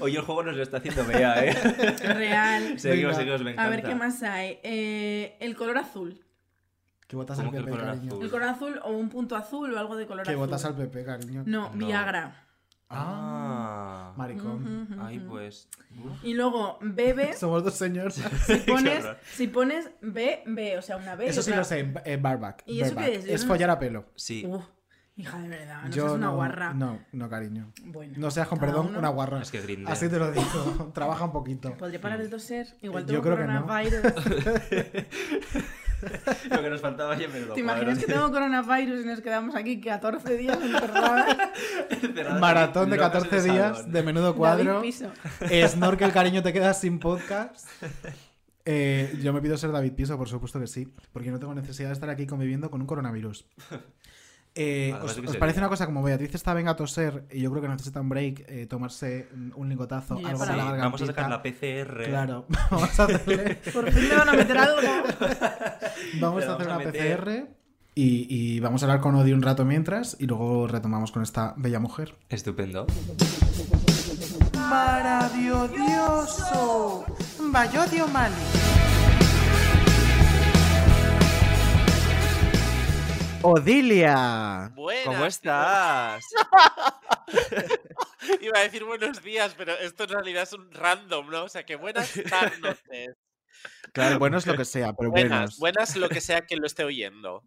[SPEAKER 2] Oye, el juego nos lo está haciendo vea, eh.
[SPEAKER 5] Real.
[SPEAKER 2] Seguimos, seguimos, me encanta.
[SPEAKER 5] A ver qué más hay. Eh, el color azul.
[SPEAKER 3] Que votas al
[SPEAKER 2] ¿Cómo que
[SPEAKER 3] PP,
[SPEAKER 2] el color
[SPEAKER 3] cariño.
[SPEAKER 2] azul?
[SPEAKER 5] El color azul o un punto azul o algo de color
[SPEAKER 3] Que
[SPEAKER 5] azul.
[SPEAKER 3] votas al PP, cariño.
[SPEAKER 5] No,
[SPEAKER 2] No.
[SPEAKER 5] Viagra.
[SPEAKER 2] Ah.
[SPEAKER 3] Maricón.
[SPEAKER 5] Ujú, ujú,
[SPEAKER 2] Ay,
[SPEAKER 5] ujú.
[SPEAKER 2] pues.
[SPEAKER 5] Y luego bebe,
[SPEAKER 3] Somos dos señores.
[SPEAKER 5] si pones,
[SPEAKER 2] horror.
[SPEAKER 5] si pones B, B, o sea, una B. y
[SPEAKER 3] Eso sí
[SPEAKER 5] otra-
[SPEAKER 3] lo sé, en, en barback.
[SPEAKER 5] ¿Y eso
[SPEAKER 3] barback.
[SPEAKER 5] qué es? Yo
[SPEAKER 3] Es
[SPEAKER 5] no-
[SPEAKER 3] follar a pelo.
[SPEAKER 2] Sí.
[SPEAKER 5] Uf, hija de verdad, no
[SPEAKER 3] Yo
[SPEAKER 5] seas una
[SPEAKER 3] no,
[SPEAKER 5] guarra.
[SPEAKER 3] No, no, cariño.
[SPEAKER 5] Bueno,
[SPEAKER 3] No seas con
[SPEAKER 5] cada
[SPEAKER 3] perdón
[SPEAKER 5] uno.
[SPEAKER 3] una guarra.
[SPEAKER 2] Es que Grindr.
[SPEAKER 3] Así te lo digo. Trabaja un poquito.
[SPEAKER 5] ¿Podría parar de toser? Igual
[SPEAKER 3] Eh, Yo
[SPEAKER 5] tengo
[SPEAKER 3] creo que no.
[SPEAKER 5] coronavirus.
[SPEAKER 2] Lo que nos faltaba ya me lo
[SPEAKER 5] ¿Te imaginas que tengo coronavirus y nos quedamos aquí 14 días encerradas?
[SPEAKER 3] Maratón de 14 días de menudo cuadro.
[SPEAKER 5] David Piso.
[SPEAKER 3] Snorkel, cariño, te quedas sin podcast. Eh, yo me pido ser David Piso, por supuesto que sí, porque no tengo necesidad de estar aquí conviviendo con un coronavirus. Eh,
[SPEAKER 2] Además
[SPEAKER 3] ¿Os,
[SPEAKER 2] de que
[SPEAKER 3] os
[SPEAKER 2] sería.
[SPEAKER 3] parece una cosa como Beatriz está venga a toser y yo creo que necesita un break, eh, tomarse un lingotazo,
[SPEAKER 5] Ya
[SPEAKER 3] algo
[SPEAKER 5] para
[SPEAKER 3] para la
[SPEAKER 5] Sí,
[SPEAKER 2] vamos a sacar
[SPEAKER 3] gargantita?
[SPEAKER 2] la PCR.
[SPEAKER 3] Claro, vamos a hacerle,
[SPEAKER 5] Por fin me van a meter algo.
[SPEAKER 3] vamos
[SPEAKER 2] Le
[SPEAKER 3] a hacer
[SPEAKER 2] vamos a
[SPEAKER 3] una
[SPEAKER 2] meter.
[SPEAKER 3] PCR y, y vamos a hablar con Odi un rato mientras y luego retomamos con esta bella mujer.
[SPEAKER 2] Estupendo.
[SPEAKER 6] Maravilloso. Bayodio Mali.
[SPEAKER 1] Odilia.
[SPEAKER 13] Buenas.
[SPEAKER 2] ¿Cómo estás?
[SPEAKER 13] Iba a decir buenos días, pero esto en realidad es un random, ¿no? O sea, que buenas tardes.
[SPEAKER 1] Claro, bueno es lo que sea, pero
[SPEAKER 13] Buenas,
[SPEAKER 1] buenos.
[SPEAKER 13] buenas lo que sea que lo esté oyendo.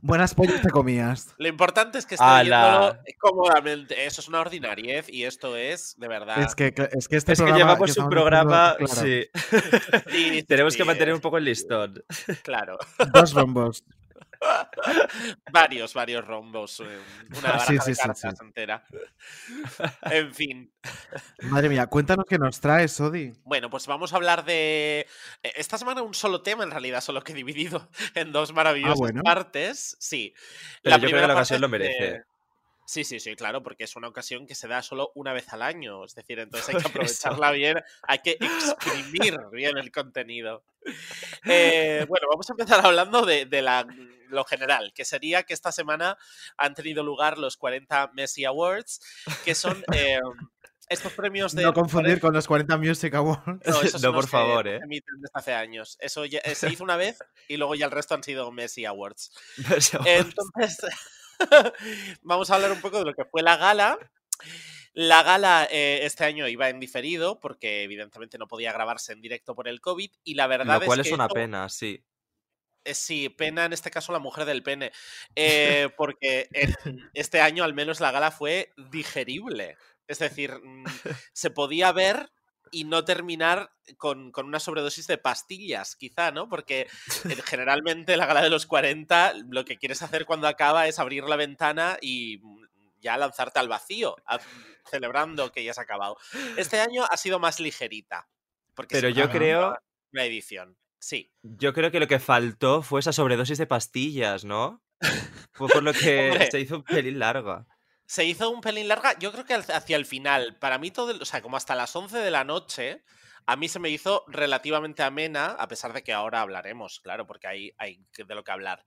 [SPEAKER 1] Buenas pollas te comías.
[SPEAKER 13] Lo importante es que esté
[SPEAKER 1] ¡Hala!
[SPEAKER 13] oyéndolo cómodamente. Eso es una ordinariez y esto es, de verdad.
[SPEAKER 1] Es que, es que este
[SPEAKER 14] Es que
[SPEAKER 1] programa
[SPEAKER 14] llevamos
[SPEAKER 1] que
[SPEAKER 14] un
[SPEAKER 1] estamos
[SPEAKER 14] programa,
[SPEAKER 1] haciendo- claro,
[SPEAKER 14] sí.
[SPEAKER 13] Sí,
[SPEAKER 14] Tenemos
[SPEAKER 13] sí,
[SPEAKER 14] que mantener
[SPEAKER 13] es-
[SPEAKER 14] un poco el listón.
[SPEAKER 13] Claro.
[SPEAKER 1] Dos rombos.
[SPEAKER 13] varios, varios rombos. eh, Una
[SPEAKER 1] Ah,
[SPEAKER 13] baraja
[SPEAKER 1] sí, sí,
[SPEAKER 13] de
[SPEAKER 1] sí,
[SPEAKER 13] cartas
[SPEAKER 1] sí.
[SPEAKER 13] entera. En fin.
[SPEAKER 1] Madre mía, cuéntanos qué nos traes, Odi.
[SPEAKER 13] Bueno, pues vamos a hablar de. eh, Esta semana un solo tema, en realidad, solo que he dividido en dos maravillosas
[SPEAKER 14] Ah, bueno.
[SPEAKER 13] partes. Sí.
[SPEAKER 14] Pero yo creo que la
[SPEAKER 13] parte
[SPEAKER 14] ocasión lo
[SPEAKER 13] es de-
[SPEAKER 14] merece.
[SPEAKER 13] Sí, sí, sí, claro, porque es una ocasión que se da solo una vez al año. Es decir, entonces hay que
[SPEAKER 14] Por eso.
[SPEAKER 13] aprovecharla bien, hay que exprimir bien el contenido. Eh, bueno, vamos a empezar hablando de, de la- lo general, que sería que esta semana han tenido lugar los 40 Messi Awards, que son eh, estos premios de.
[SPEAKER 1] No confundir con los 40 Music Awards.
[SPEAKER 13] No, esos son
[SPEAKER 14] por
[SPEAKER 13] los que
[SPEAKER 14] favor,
[SPEAKER 13] se
[SPEAKER 14] ¿eh?
[SPEAKER 13] emiten desde hace años. Eso ya- eh, se hizo una vez y luego ya el resto han sido Messi Awards.
[SPEAKER 14] Messi Awards.
[SPEAKER 13] Entonces, vamos a hablar un poco de lo que fue la gala. La gala eh, este año iba en diferido porque evidentemente no podía grabarse en directo por el COVID y la verdad
[SPEAKER 14] Lo cual
[SPEAKER 13] es
[SPEAKER 14] es
[SPEAKER 13] que
[SPEAKER 14] una
[SPEAKER 13] esto-
[SPEAKER 14] pena, sí.
[SPEAKER 13] eh, Sí, pena en este caso la mujer del pene, eh, porque en- este año al menos la gala fue digerible. Es decir, mm, se podía ver y no terminar con, con una sobredosis de pastillas, quizá, ¿no? Porque eh, generalmente la gala de los 40 lo que quieres hacer cuando acaba es abrir la ventana y mm, ya lanzarte al vacío, a- celebrando que ya se ha acabado. Este año ha sido más ligerita. Porque se
[SPEAKER 14] Pero yo
[SPEAKER 13] notaba
[SPEAKER 14] creo-
[SPEAKER 13] Una edición, sí.
[SPEAKER 14] Yo creo que lo que faltó fue esa sobredosis de pastillas, ¿no? Fue por lo que
[SPEAKER 13] Hombre.
[SPEAKER 14] se hizo un pelín larga.
[SPEAKER 13] Se hizo un pelín larga, yo creo que al- hacia el final, para mí todo, el- o sea, como hasta las 11 de la noche, a mí se me hizo relativamente amena, a pesar de que ahora hablaremos, claro, porque hay, hay que- de lo que hablar.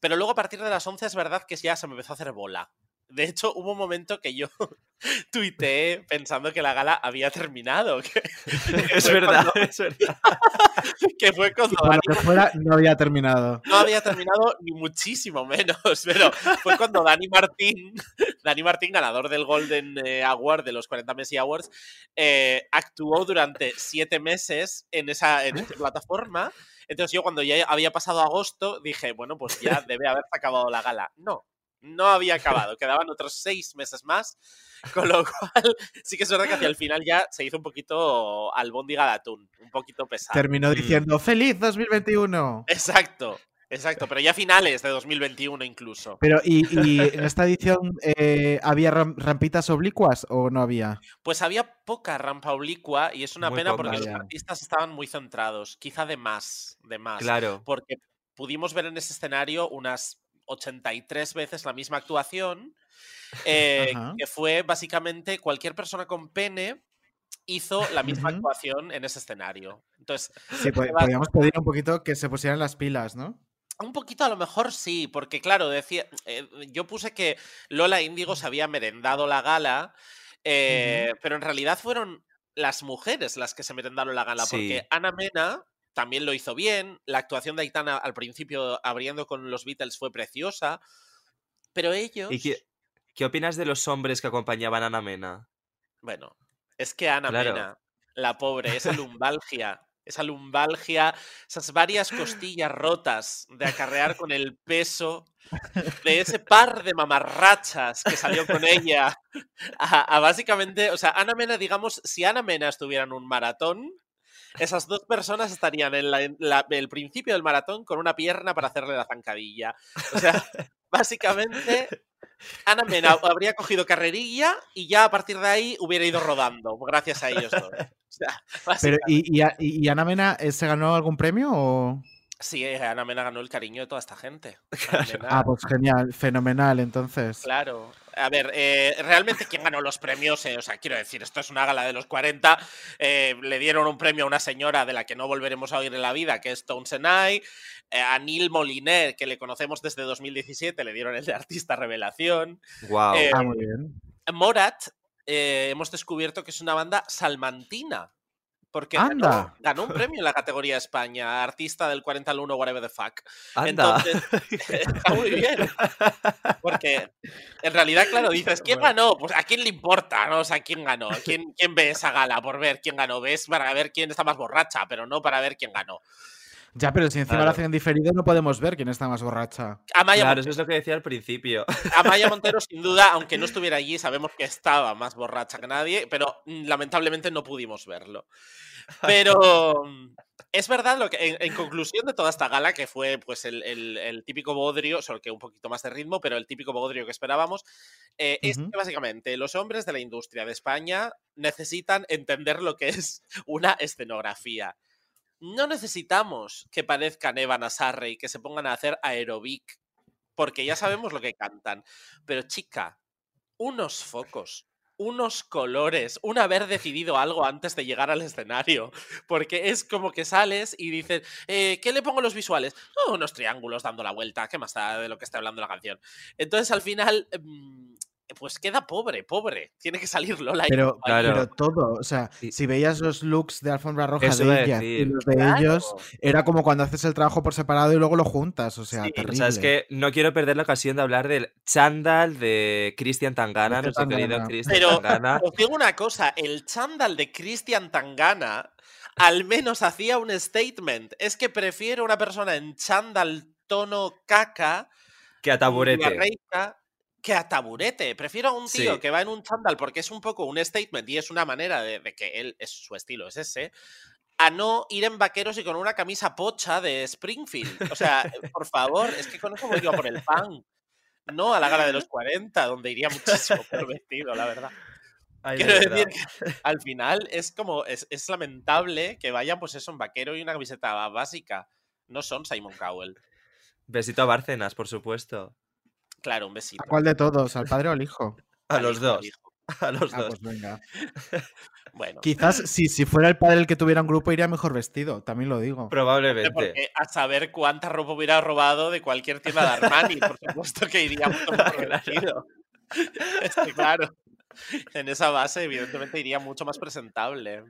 [SPEAKER 13] Pero luego a partir de las 11 es verdad que ya se me empezó a hacer bola. De hecho, hubo un momento que yo tuiteé pensando que la gala había terminado. que- que
[SPEAKER 14] Es
[SPEAKER 13] fue
[SPEAKER 14] verdad,
[SPEAKER 13] cuando-
[SPEAKER 14] es verdad.
[SPEAKER 13] que fue cuando
[SPEAKER 3] Por
[SPEAKER 13] Dani
[SPEAKER 3] lo que fuera, no había terminado.
[SPEAKER 13] no había terminado ni muchísimo menos, pero fue cuando Dani Martín, Dani Martín, ganador del Golden eh, Award de los 40 Messi Awards, eh, actuó durante siete meses en esa,
[SPEAKER 3] ¿Eh?
[SPEAKER 13] en esa plataforma. Entonces yo cuando ya había pasado agosto dije, bueno, pues ya debe haberse acabado la gala. No, no había acabado, quedaban otros seis meses más, con lo cual sí que es verdad que hacia el final ya se hizo un poquito albóndiga de atún, un poquito pesado.
[SPEAKER 14] Mm.
[SPEAKER 3] Terminó diciendo, ¡Feliz 2021!
[SPEAKER 13] Eh. Exacto, exacto, pero ya finales de 2021 incluso.
[SPEAKER 3] Pero, ¿y, y en esta edición eh, había ram- rampitas oblicuas o no había?
[SPEAKER 13] Pues había poca rampa oblicua y es una
[SPEAKER 3] Muy
[SPEAKER 13] pena
[SPEAKER 3] poca,
[SPEAKER 13] porque los
[SPEAKER 3] ya.
[SPEAKER 13] artistas estaban muy centrados, quizá de más, de más.
[SPEAKER 14] Claro.
[SPEAKER 13] Porque pudimos ver en ese escenario unas 83 veces la misma actuación, eh,
[SPEAKER 14] Ajá.
[SPEAKER 13] que fue básicamente cualquier persona con pene hizo la misma
[SPEAKER 3] Ujú.
[SPEAKER 13] actuación en ese escenario. Entonces,
[SPEAKER 3] Sí, po-
[SPEAKER 13] te vas-
[SPEAKER 3] podríamos pedir un poquito que se pusieran las pilas, ¿no?
[SPEAKER 13] Un poquito a lo mejor sí, porque claro, decía, eh, yo puse que Lola Índigo se había merendado la gala, eh, pero en realidad fueron las mujeres las que se merendaron la gala,
[SPEAKER 14] Sí.
[SPEAKER 13] porque Ana Mena también lo hizo bien, la actuación de Aitana al principio abriendo con los Beatles fue preciosa, pero ellos,
[SPEAKER 14] ¿Y qué, qué opinas de los hombres que acompañaban a Ana Mena?
[SPEAKER 13] bueno, es que Ana
[SPEAKER 14] Claro.
[SPEAKER 13] Mena, la pobre, esa lumbalgia. Esa lumbalgia, esas varias costillas rotas de acarrear con el peso de ese par de mamarrachas que salió con ella. A, a básicamente, o sea, Ana Mena, digamos, si Ana Mena estuviera en un maratón, esas dos personas estarían en la- en la- el principio del maratón con una pierna para hacerle la zancadilla. O sea, básicamente, Ana Mena habría cogido carrerilla y ya a partir de ahí hubiera ido rodando, gracias a ellos dos. O sea,
[SPEAKER 3] Pero, ¿y, y a- y- y Ana Mena eh, se ganó algún premio o...?
[SPEAKER 13] Sí, eh, Ana Mena ganó el cariño de toda esta gente. Ana Mena-
[SPEAKER 3] Ah, pues genial, fenomenal, entonces.
[SPEAKER 13] Claro. A ver, eh, realmente quién ganó los premios, Eh, o sea, quiero decir, esto es una gala de los 40, eh, le dieron un premio a una señora de la que no volveremos a oír en la vida, que es Townsend eh, a Neil Moliner, que le conocemos desde 2017, le dieron el de Artista Revelación.
[SPEAKER 14] Wow.
[SPEAKER 13] Eh,
[SPEAKER 3] Ah, muy bien.
[SPEAKER 13] Morat, eh, hemos descubierto que es una banda salmantina. Porque ganó,
[SPEAKER 14] Anda.
[SPEAKER 13] ganó un premio en la categoría España, artista del 40 al 1, whatever the fuck.
[SPEAKER 14] Anda.
[SPEAKER 13] Entonces, está muy bien. Porque en realidad, claro, dices, ¿quién ganó? Pues a quién le importa, ¿no? O sea, ¿quién ganó? ¿Quién, quién ve esa gala por ver quién ganó? Ves para ver quién está más borracha, pero no para ver quién ganó.
[SPEAKER 3] Ya, pero si encima lo hacen en diferido no podemos ver quién está más borracha.
[SPEAKER 13] Amaya,
[SPEAKER 14] Claro,
[SPEAKER 13] Montero,
[SPEAKER 14] eso es lo que decía al principio.
[SPEAKER 13] Amaya Montero, sin duda, aunque no estuviera allí, sabemos que estaba más borracha que nadie, pero mm, lamentablemente no pudimos verlo. Pero mm, es verdad lo que, en, en conclusión de toda esta gala, que fue pues el, el- el típico bodrio, solo que un poquito más de ritmo, pero el típico bodrio que esperábamos, eh, es que básicamente los hombres de la industria de España necesitan entender lo que es una escenografía. No necesitamos que parezcan Evan Asarre y que se pongan a hacer aerobic, porque ya sabemos lo que cantan. Pero chica,
[SPEAKER 3] Pues
[SPEAKER 13] unos focos, unos colores, un haber decidido algo antes de llegar al escenario. Porque es como que sales y dices, eh, ¿qué le pongo los visuales? Oh, unos triángulos dando la vuelta, ¿qué más da de lo que está hablando la canción? Entonces al final, mm, pues queda pobre, pobre. Tiene que salir Lola. y
[SPEAKER 3] Pero,
[SPEAKER 13] compañía.
[SPEAKER 3] pero todo, o sea, si veías los looks de alfombra roja
[SPEAKER 14] Eso iba a
[SPEAKER 3] de ella y
[SPEAKER 14] decir.
[SPEAKER 3] los de
[SPEAKER 14] Claro.
[SPEAKER 3] ellos, era como cuando haces el trabajo por separado y luego lo juntas, o sea, terrible.
[SPEAKER 14] O sea, es que no quiero perder la ocasión de hablar del chándal de Cristian Tangana, nuestro
[SPEAKER 3] Cristian
[SPEAKER 14] querido
[SPEAKER 3] Tangana.
[SPEAKER 14] Cristian
[SPEAKER 13] Pero
[SPEAKER 14] Tangana.
[SPEAKER 13] os digo una cosa, el chándal de Cristian Tangana al menos hacía un statement. Es que prefiero una persona en chándal tono caca
[SPEAKER 14] Que a taburete.
[SPEAKER 13] guarreita, que a taburete. Prefiero a un tío
[SPEAKER 14] Sí.
[SPEAKER 13] que va en un chándal porque es un poco un statement y es una manera de, de que él es su estilo, es ese. A no ir en vaqueros y con una camisa pocha de Springfield. O sea, eh, por favor, es que con eso voy yo a por el pan. No a la gala de los 40, donde iría muchísimo por vestido, la verdad.
[SPEAKER 14] Ay, de
[SPEAKER 13] Quiero
[SPEAKER 14] verdad.
[SPEAKER 13] decir que al final es como, es, es lamentable que vayan pues eso, un vaquero y una camiseta básica. No son Simon Cowell.
[SPEAKER 14] Besito a Bárcenas, por supuesto.
[SPEAKER 13] Claro, un besito.
[SPEAKER 3] ¿Cuál de todos? ¿Al padre o al hijo?
[SPEAKER 14] A los
[SPEAKER 13] hijo, al
[SPEAKER 14] dos.
[SPEAKER 13] hijo.
[SPEAKER 14] A los
[SPEAKER 3] Ah,
[SPEAKER 14] dos.
[SPEAKER 3] pues venga.
[SPEAKER 13] Bueno.
[SPEAKER 3] Quizás si, si fuera el padre el que tuviera un grupo iría mejor vestido, también lo digo.
[SPEAKER 14] Probablemente.
[SPEAKER 13] Porque a saber cuánta ropa hubiera robado de cualquier tienda de Armani, por supuesto que iría mucho mejor vestido. Es que, Este, claro, en esa base evidentemente iría mucho más presentable.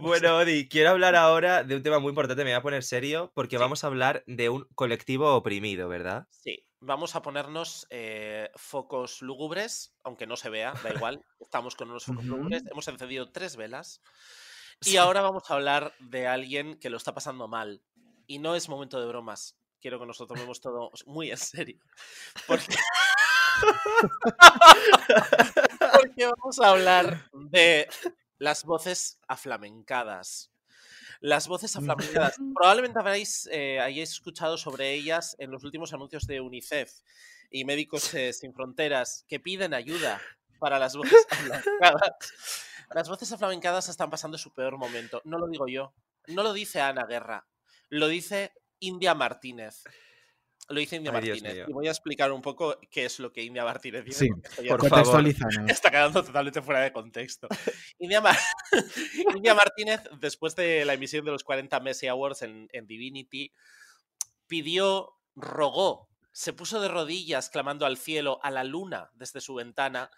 [SPEAKER 14] Bueno, Odi, quiero hablar ahora de un tema muy importante, me voy a poner serio, porque vamos a hablar de un colectivo oprimido, ¿verdad?
[SPEAKER 13] Sí, vamos a ponernos eh, focos lúgubres, aunque no se vea, da igual. Estamos con unos focos
[SPEAKER 14] Ujú.
[SPEAKER 13] lúgubres, hemos encendido tres velas y
[SPEAKER 14] Sí.
[SPEAKER 13] ahora vamos a hablar de alguien que lo está pasando mal. Y no es momento de bromas. Quiero que nos lo tomemos todo muy en serio. Porque... Porque vamos a hablar de las voces aflamencadas. Las voces aflamencadas. Probablemente habréis, eh, hayáis escuchado sobre ellas en los últimos anuncios de UNICEF y Médicos eh, Sin Fronteras que piden ayuda para las voces aflamencadas. Las voces aflamencadas están pasando su peor momento. No lo digo yo. No lo dice Ana Guerra. Lo dice India Martínez. Lo dice India
[SPEAKER 14] Ay, Dios
[SPEAKER 13] Martínez.
[SPEAKER 14] mío.
[SPEAKER 13] Y voy a explicar un poco qué es lo que India Martínez dice.
[SPEAKER 3] Sí,
[SPEAKER 13] porque esto ya
[SPEAKER 3] por
[SPEAKER 13] está-
[SPEAKER 3] contextualízanos.
[SPEAKER 13] Está quedando totalmente fuera de contexto. India, Mar- India Martínez, después de la emisión de los 40 Messi Awards en, en Divinity, pidió, rogó, se puso de rodillas clamando al cielo, a la luna, desde su ventana,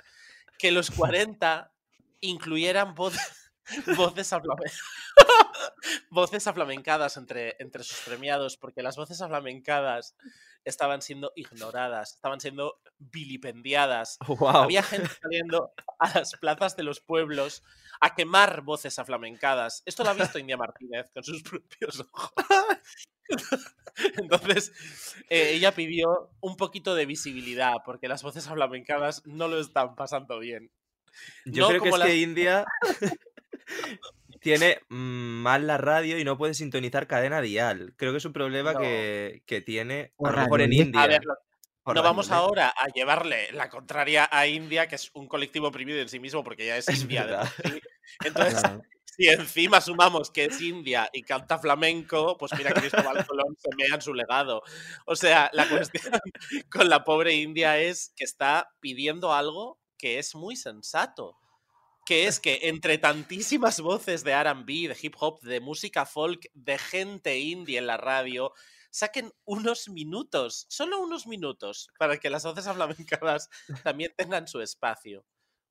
[SPEAKER 13] que los 40 incluyeran voces, voces, aflame- voces aflamencadas entre, entre sus premiados, porque las voces aflamencadas estaban siendo ignoradas, estaban siendo vilipendiadas.
[SPEAKER 14] Guau.
[SPEAKER 13] Había gente saliendo a las plazas de los pueblos a quemar voces aflamencadas. Esto lo ha visto India Martínez con sus propios ojos. Entonces, eh, ella pidió un poquito de visibilidad, porque las voces aflamencadas no lo están pasando bien.
[SPEAKER 14] Yo
[SPEAKER 13] No
[SPEAKER 14] creo que es
[SPEAKER 13] como
[SPEAKER 14] que
[SPEAKER 13] las-
[SPEAKER 14] India tiene mm, mal la radio y no puede sintonizar cadena dial. Creo que es un problema
[SPEAKER 13] No.
[SPEAKER 14] que, que tiene,
[SPEAKER 13] O
[SPEAKER 14] a lo mejor en
[SPEAKER 2] ¿eh?
[SPEAKER 13] radiolet. A
[SPEAKER 14] India. ¿eh?
[SPEAKER 13] ver, lo-
[SPEAKER 14] O
[SPEAKER 13] no vamos
[SPEAKER 14] radiolet.
[SPEAKER 13] ahora a llevarle la contraria a India, que es un colectivo oprimido en sí mismo, porque ya es, India. de
[SPEAKER 14] verdad.
[SPEAKER 13] por sí. Entonces,
[SPEAKER 14] Claro.
[SPEAKER 13] si encima sumamos que es India y canta flamenco, pues mira, Cristóbal Colón se mea en su legado. O sea, la cuestión con la pobre India es que está pidiendo algo que es muy sensato. Que es que entre tantísimas voces de RB, de hip hop, de música folk, de gente indie en la radio, saquen unos minutos, solo unos minutos, para que las voces aflamencadas también tengan su espacio.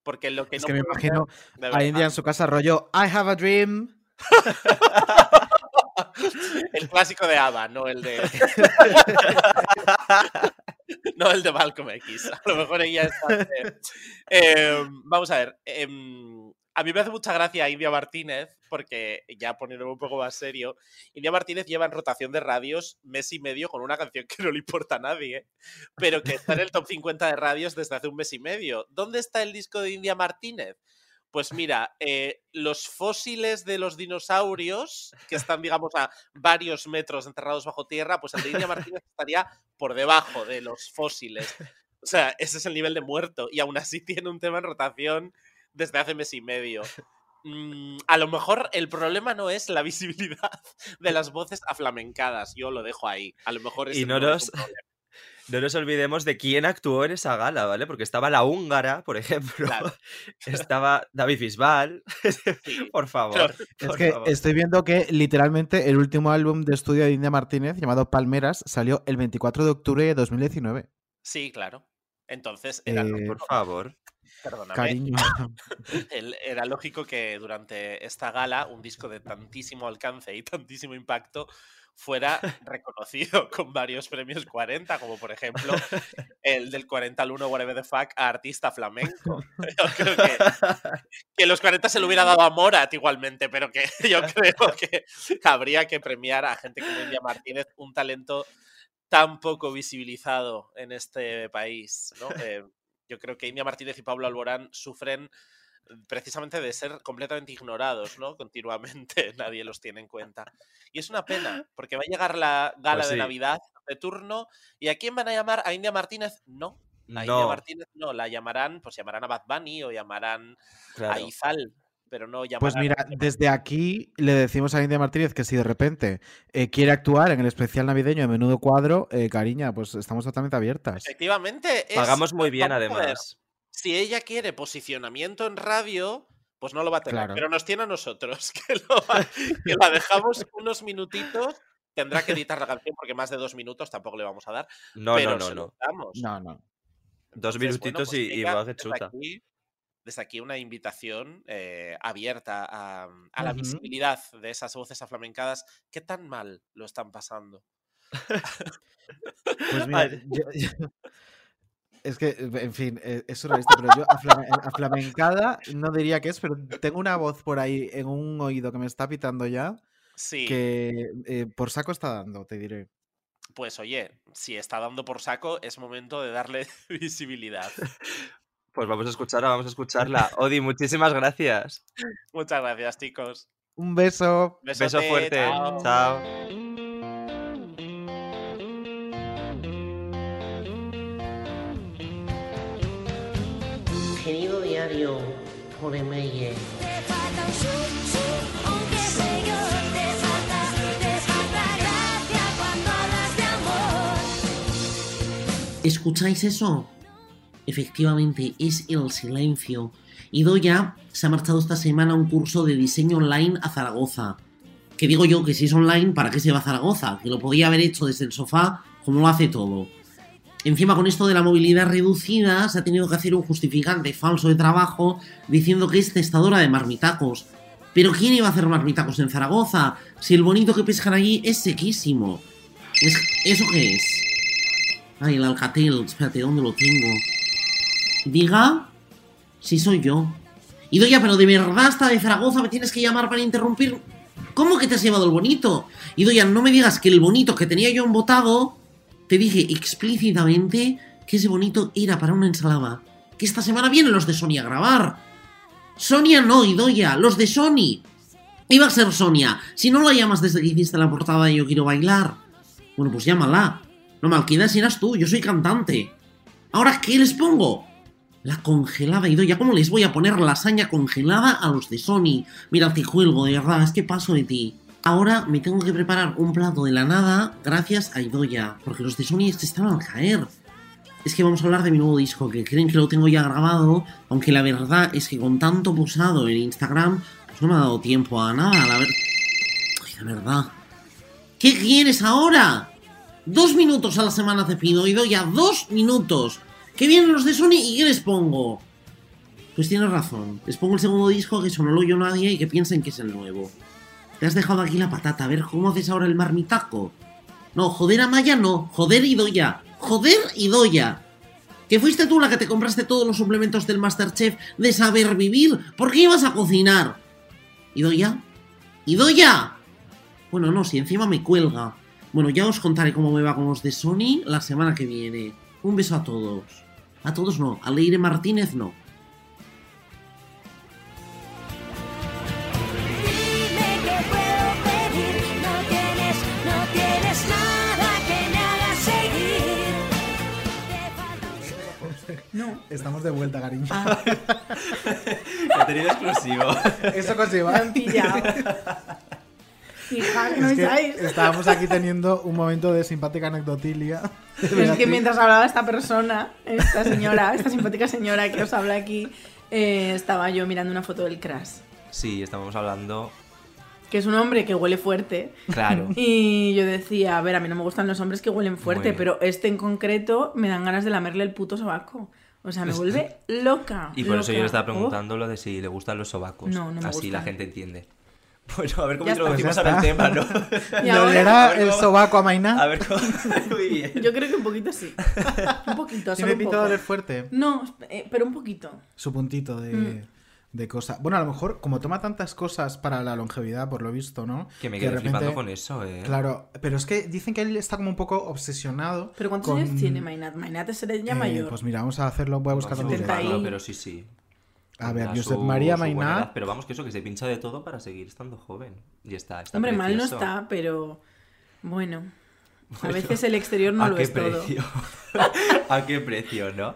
[SPEAKER 13] Porque lo que
[SPEAKER 3] Es
[SPEAKER 13] no
[SPEAKER 3] que me
[SPEAKER 13] puede
[SPEAKER 3] imagino
[SPEAKER 13] ser- de
[SPEAKER 3] a
[SPEAKER 13] verdad.
[SPEAKER 3] India en su casa rollo I have a dream.
[SPEAKER 13] El clásico de ABBA, no el de. no el de Malcolm X. A lo mejor ella está. eh, eh, vamos a ver. em, a mí me hace mucha gracia India Martínez, porque ya poniéndome un poco más serio, India Martínez lleva en rotación de radios mes y medio con una canción que no le importa a nadie, ¿eh? pero que está en el top 50 de radios desde hace un mes y medio. ¿Dónde está el disco de India Martínez? Pues mira, eh, los fósiles de los dinosaurios, que están, digamos, a varios metros enterrados bajo tierra, pues el de India Martínez estaría por debajo de los fósiles. O sea, ese es el nivel de muerto. Y aún así tiene un tema en rotación desde hace mes y medio. Mm, a lo mejor el problema no es la visibilidad de las voces aflamencadas. Yo lo dejo ahí. A lo mejor
[SPEAKER 14] Y
[SPEAKER 13] ese
[SPEAKER 14] no
[SPEAKER 13] es
[SPEAKER 14] nos,
[SPEAKER 13] un problema.
[SPEAKER 14] no nos olvidemos de quién actuó en esa gala, ¿vale? Porque estaba la húngara, por ejemplo. Estaba David Bisbal. por favor.
[SPEAKER 3] Es
[SPEAKER 14] por
[SPEAKER 3] que
[SPEAKER 14] favor.
[SPEAKER 3] estoy viendo que literalmente el último álbum de estudio de India Martínez, llamado Palmeras, salió el 24 de octubre de 2019.
[SPEAKER 13] Sí, claro. Entonces, era
[SPEAKER 3] Eh,
[SPEAKER 13] lógico-
[SPEAKER 3] Por
[SPEAKER 14] favor.
[SPEAKER 13] Perdóname.
[SPEAKER 3] Cariño.
[SPEAKER 13] El- era lógico que durante esta gala un disco de tantísimo alcance y tantísimo impacto fuera reconocido con varios premios 40, como por ejemplo el del 40 al 1 Whatever the Fuck a artista flamenco. Yo creo que, que los 40 se lo hubiera dado a Morat igualmente, pero que yo creo que habría que premiar a gente como India Martínez, un talento tan poco visibilizado en este país. ¿no? Eh, yo creo que India Martínez y Pablo Alborán sufren precisamente de ser completamente ignorados, ¿no? Continuamente nadie los tiene en cuenta. Y es una pena, porque va a llegar la gala
[SPEAKER 14] Pues
[SPEAKER 13] de
[SPEAKER 14] sí.
[SPEAKER 13] Navidad de turno y ¿a quién van a llamar? ¿A India Martínez? No. A India
[SPEAKER 14] No.
[SPEAKER 13] Martínez no, la llamarán, pues llamarán a Bad Bunny o llamarán a
[SPEAKER 14] Claro.
[SPEAKER 13] Izal, pero no llamarán
[SPEAKER 3] Pues mira,
[SPEAKER 13] a India
[SPEAKER 3] desde aquí le decimos a India Martínez que si de repente eh, quiere actuar en el especial navideño de Menudo Cuadro, eh, cariña, pues estamos totalmente abiertas.
[SPEAKER 13] Efectivamente. es-
[SPEAKER 14] Pagamos muy bien,
[SPEAKER 13] vamos a ver,
[SPEAKER 14] además.
[SPEAKER 13] si ella quiere posicionamiento en radio, pues no lo va a tener.
[SPEAKER 14] Claro.
[SPEAKER 13] Pero nos tiene a nosotros, que, lo, que la dejamos unos minutitos. Tendrá que editar la canción porque más de dos minutos tampoco le vamos a dar.
[SPEAKER 14] No,
[SPEAKER 13] pero
[SPEAKER 14] no, no,
[SPEAKER 13] se lo
[SPEAKER 14] no.
[SPEAKER 13] damos.
[SPEAKER 3] No, no.
[SPEAKER 14] Dos
[SPEAKER 13] Entonces, bueno,
[SPEAKER 14] minutitos
[SPEAKER 13] pues,
[SPEAKER 14] y, y
[SPEAKER 13] venga,
[SPEAKER 14] va que
[SPEAKER 13] desde
[SPEAKER 14] chuta.
[SPEAKER 13] aquí- Desde aquí una invitación eh, abierta a, a la
[SPEAKER 14] Ujú.
[SPEAKER 13] visibilidad de esas voces aflamencadas que tan mal lo están pasando.
[SPEAKER 3] Pues mira, yo- yo- es que, en fin, eh, es surrealista, pero yo aflame- aflamencada no diría que es, pero tengo una voz por ahí en un oído que me está pitando ya.
[SPEAKER 13] Sí.
[SPEAKER 3] Que eh, por saco está dando, te diré.
[SPEAKER 13] Pues oye, si está dando por saco, es momento de darle visibilidad.
[SPEAKER 14] Pues vamos a escucharla, vamos a escucharla. Odi, muchísimas gracias.
[SPEAKER 13] Muchas gracias, chicos.
[SPEAKER 3] Un beso.
[SPEAKER 14] Beso
[SPEAKER 13] Besote,
[SPEAKER 14] fuerte.
[SPEAKER 13] chao.
[SPEAKER 14] chao.
[SPEAKER 15] Querido diario por email, ¿escucháis eso? Efectivamente, es el silencio. Y Doya se ha marchado esta semana a un curso de diseño online a Zaragoza. Que digo yo que si es online, ¿para qué se va a Zaragoza? Que lo podía haber hecho desde el sofá, como lo hace todo. Encima con esto de la movilidad reducida se ha tenido que hacer un justificante falso de trabajo diciendo que es testadora de marmitacos. Pero ¿quién iba a hacer marmitacos en Zaragoza si el bonito que pescan allí es sequísimo? Es- ¿Eso qué es? Ay, el alcatel, espérate, ¿dónde lo tengo? Diga si soy yo. Y Doña, pero de verdad está de Zaragoza, me tienes que llamar para interrumpir. ¿Cómo que te has llevado el bonito? Y Doña, no me digas que el bonito que tenía yo embotado te dije explícitamente que ese bonito era para una ensalada. Que esta semana vienen los de Sony a grabar. Sonia no, Idoya, los de Sony. Iba a ser Sonia. Si no la llamas desde que hiciste la portada de Yo Quiero Bailar. Bueno, pues llámala. No malquidas eras tú, yo soy cantante. ¿Ahora qué les pongo? La congelada, Idoya. ¿Cómo les voy a poner lasaña congelada a los de Sony? Mira, te cuelgo, de verdad, es que paso de ti. Ahora me tengo que preparar un plato de la nada gracias a Idoya, porque los de Sony se estaban al caer. Es que vamos a hablar de mi nuevo disco, que creen que lo tengo ya grabado, aunque la verdad es que con tanto posado en Instagram, pues no me ha dado tiempo a nada, la, ver- Ay, la verdad. ¿Qué quieres ahora? Dos minutos a la semana te pido, Idoya, dos minutos. Que vienen los de Sony y ¿qué les pongo? Pues tienes razón, les pongo el segundo disco que eso no lo oyó nadie y que piensen que es el nuevo. Te has dejado aquí la patata, a ver cómo haces ahora el marmitaco. No, joder a Maya no, joder Idoya, joder Idoya. Que fuiste tú la que te compraste todos los suplementos del Masterchef de saber vivir, ¿por qué ibas a cocinar? Idoya, Idoya. Bueno, no, si encima me cuelga. Bueno, ya os contaré cómo me va con los de Sony la semana que viene. Un beso a todos. A todos no, a Leire Martínez no.
[SPEAKER 4] No tienes nada que me haga seguir.
[SPEAKER 3] No. Estamos de vuelta, cariño.
[SPEAKER 14] tenido exclusivo.
[SPEAKER 3] Eso consigo. ¿eh?
[SPEAKER 5] Me han pillado. Hija, que no
[SPEAKER 3] Es que
[SPEAKER 5] echáis.
[SPEAKER 3] estábamos aquí teniendo un momento de simpática anecdotilia.
[SPEAKER 5] Pero es que mientras hablaba esta persona, esta señora, esta simpática señora que os habla aquí, eh, estaba yo mirando una foto del Crash,
[SPEAKER 2] Sí, estábamos hablando.
[SPEAKER 5] que es un hombre que huele fuerte.
[SPEAKER 2] Claro.
[SPEAKER 5] Y yo decía, a ver, a mí no me gustan los hombres que huelen
[SPEAKER 2] Muy
[SPEAKER 5] fuerte,
[SPEAKER 2] bien.
[SPEAKER 5] pero este en concreto me dan ganas de lamerle el puto sobaco. O sea, me vuelve loca.
[SPEAKER 2] Y por eso yo
[SPEAKER 5] loca.
[SPEAKER 2] le estaba
[SPEAKER 5] Oh.
[SPEAKER 2] preguntando lo de si le gustan los sobacos.
[SPEAKER 5] No, no me
[SPEAKER 2] Así la
[SPEAKER 5] gustan.
[SPEAKER 2] gente entiende. Bueno, a ver cómo
[SPEAKER 5] Ya está.
[SPEAKER 2] introducimos
[SPEAKER 5] Pues
[SPEAKER 2] ahora el
[SPEAKER 5] ya
[SPEAKER 2] tema, ¿no?
[SPEAKER 5] está. Y
[SPEAKER 2] No,
[SPEAKER 5] ahora-
[SPEAKER 2] a
[SPEAKER 3] ¿Era
[SPEAKER 2] ver
[SPEAKER 3] el
[SPEAKER 2] cómo-
[SPEAKER 3] sobaco a Mainá?
[SPEAKER 2] A ver cómo. Muy bien.
[SPEAKER 5] Yo creo que un poquito sí. Un poquito, solo
[SPEAKER 3] ¿Tiene
[SPEAKER 5] un
[SPEAKER 3] pinta
[SPEAKER 5] poco.
[SPEAKER 3] de oler fuerte?
[SPEAKER 5] No, eh, pero un poquito.
[SPEAKER 3] Su puntito de,
[SPEAKER 5] Mm.
[SPEAKER 3] de cosa. Bueno, a lo mejor, como toma tantas cosas para la longevidad, por lo visto, ¿no?
[SPEAKER 2] Que me
[SPEAKER 3] de
[SPEAKER 2] quedé flipando con eso, ¿eh?
[SPEAKER 3] Claro, pero es que dicen que él está como un poco obsesionado.
[SPEAKER 5] ¿Pero cuántos
[SPEAKER 3] con-
[SPEAKER 5] años tiene Mainat? Mainat es ya
[SPEAKER 3] Eh,
[SPEAKER 5] mayor.
[SPEAKER 3] Pues mira, vamos a hacerlo, voy a buscar
[SPEAKER 2] Vamos
[SPEAKER 3] dónde
[SPEAKER 2] a buscarlo,
[SPEAKER 3] está.
[SPEAKER 2] pero sí, sí.
[SPEAKER 3] A ver,
[SPEAKER 2] Tendrá
[SPEAKER 3] Josep
[SPEAKER 2] su-
[SPEAKER 3] María
[SPEAKER 2] su buena
[SPEAKER 3] Mainá.
[SPEAKER 2] edad, Pero vamos, que eso, que se pincha de todo para seguir estando joven. Y está, está
[SPEAKER 5] Hombre, mal no
[SPEAKER 2] precioso.
[SPEAKER 5] está, pero bueno. A
[SPEAKER 2] Bueno,
[SPEAKER 5] veces el exterior no
[SPEAKER 2] ¿a
[SPEAKER 5] lo
[SPEAKER 2] qué
[SPEAKER 5] es
[SPEAKER 2] precio? ¿A qué precio, no?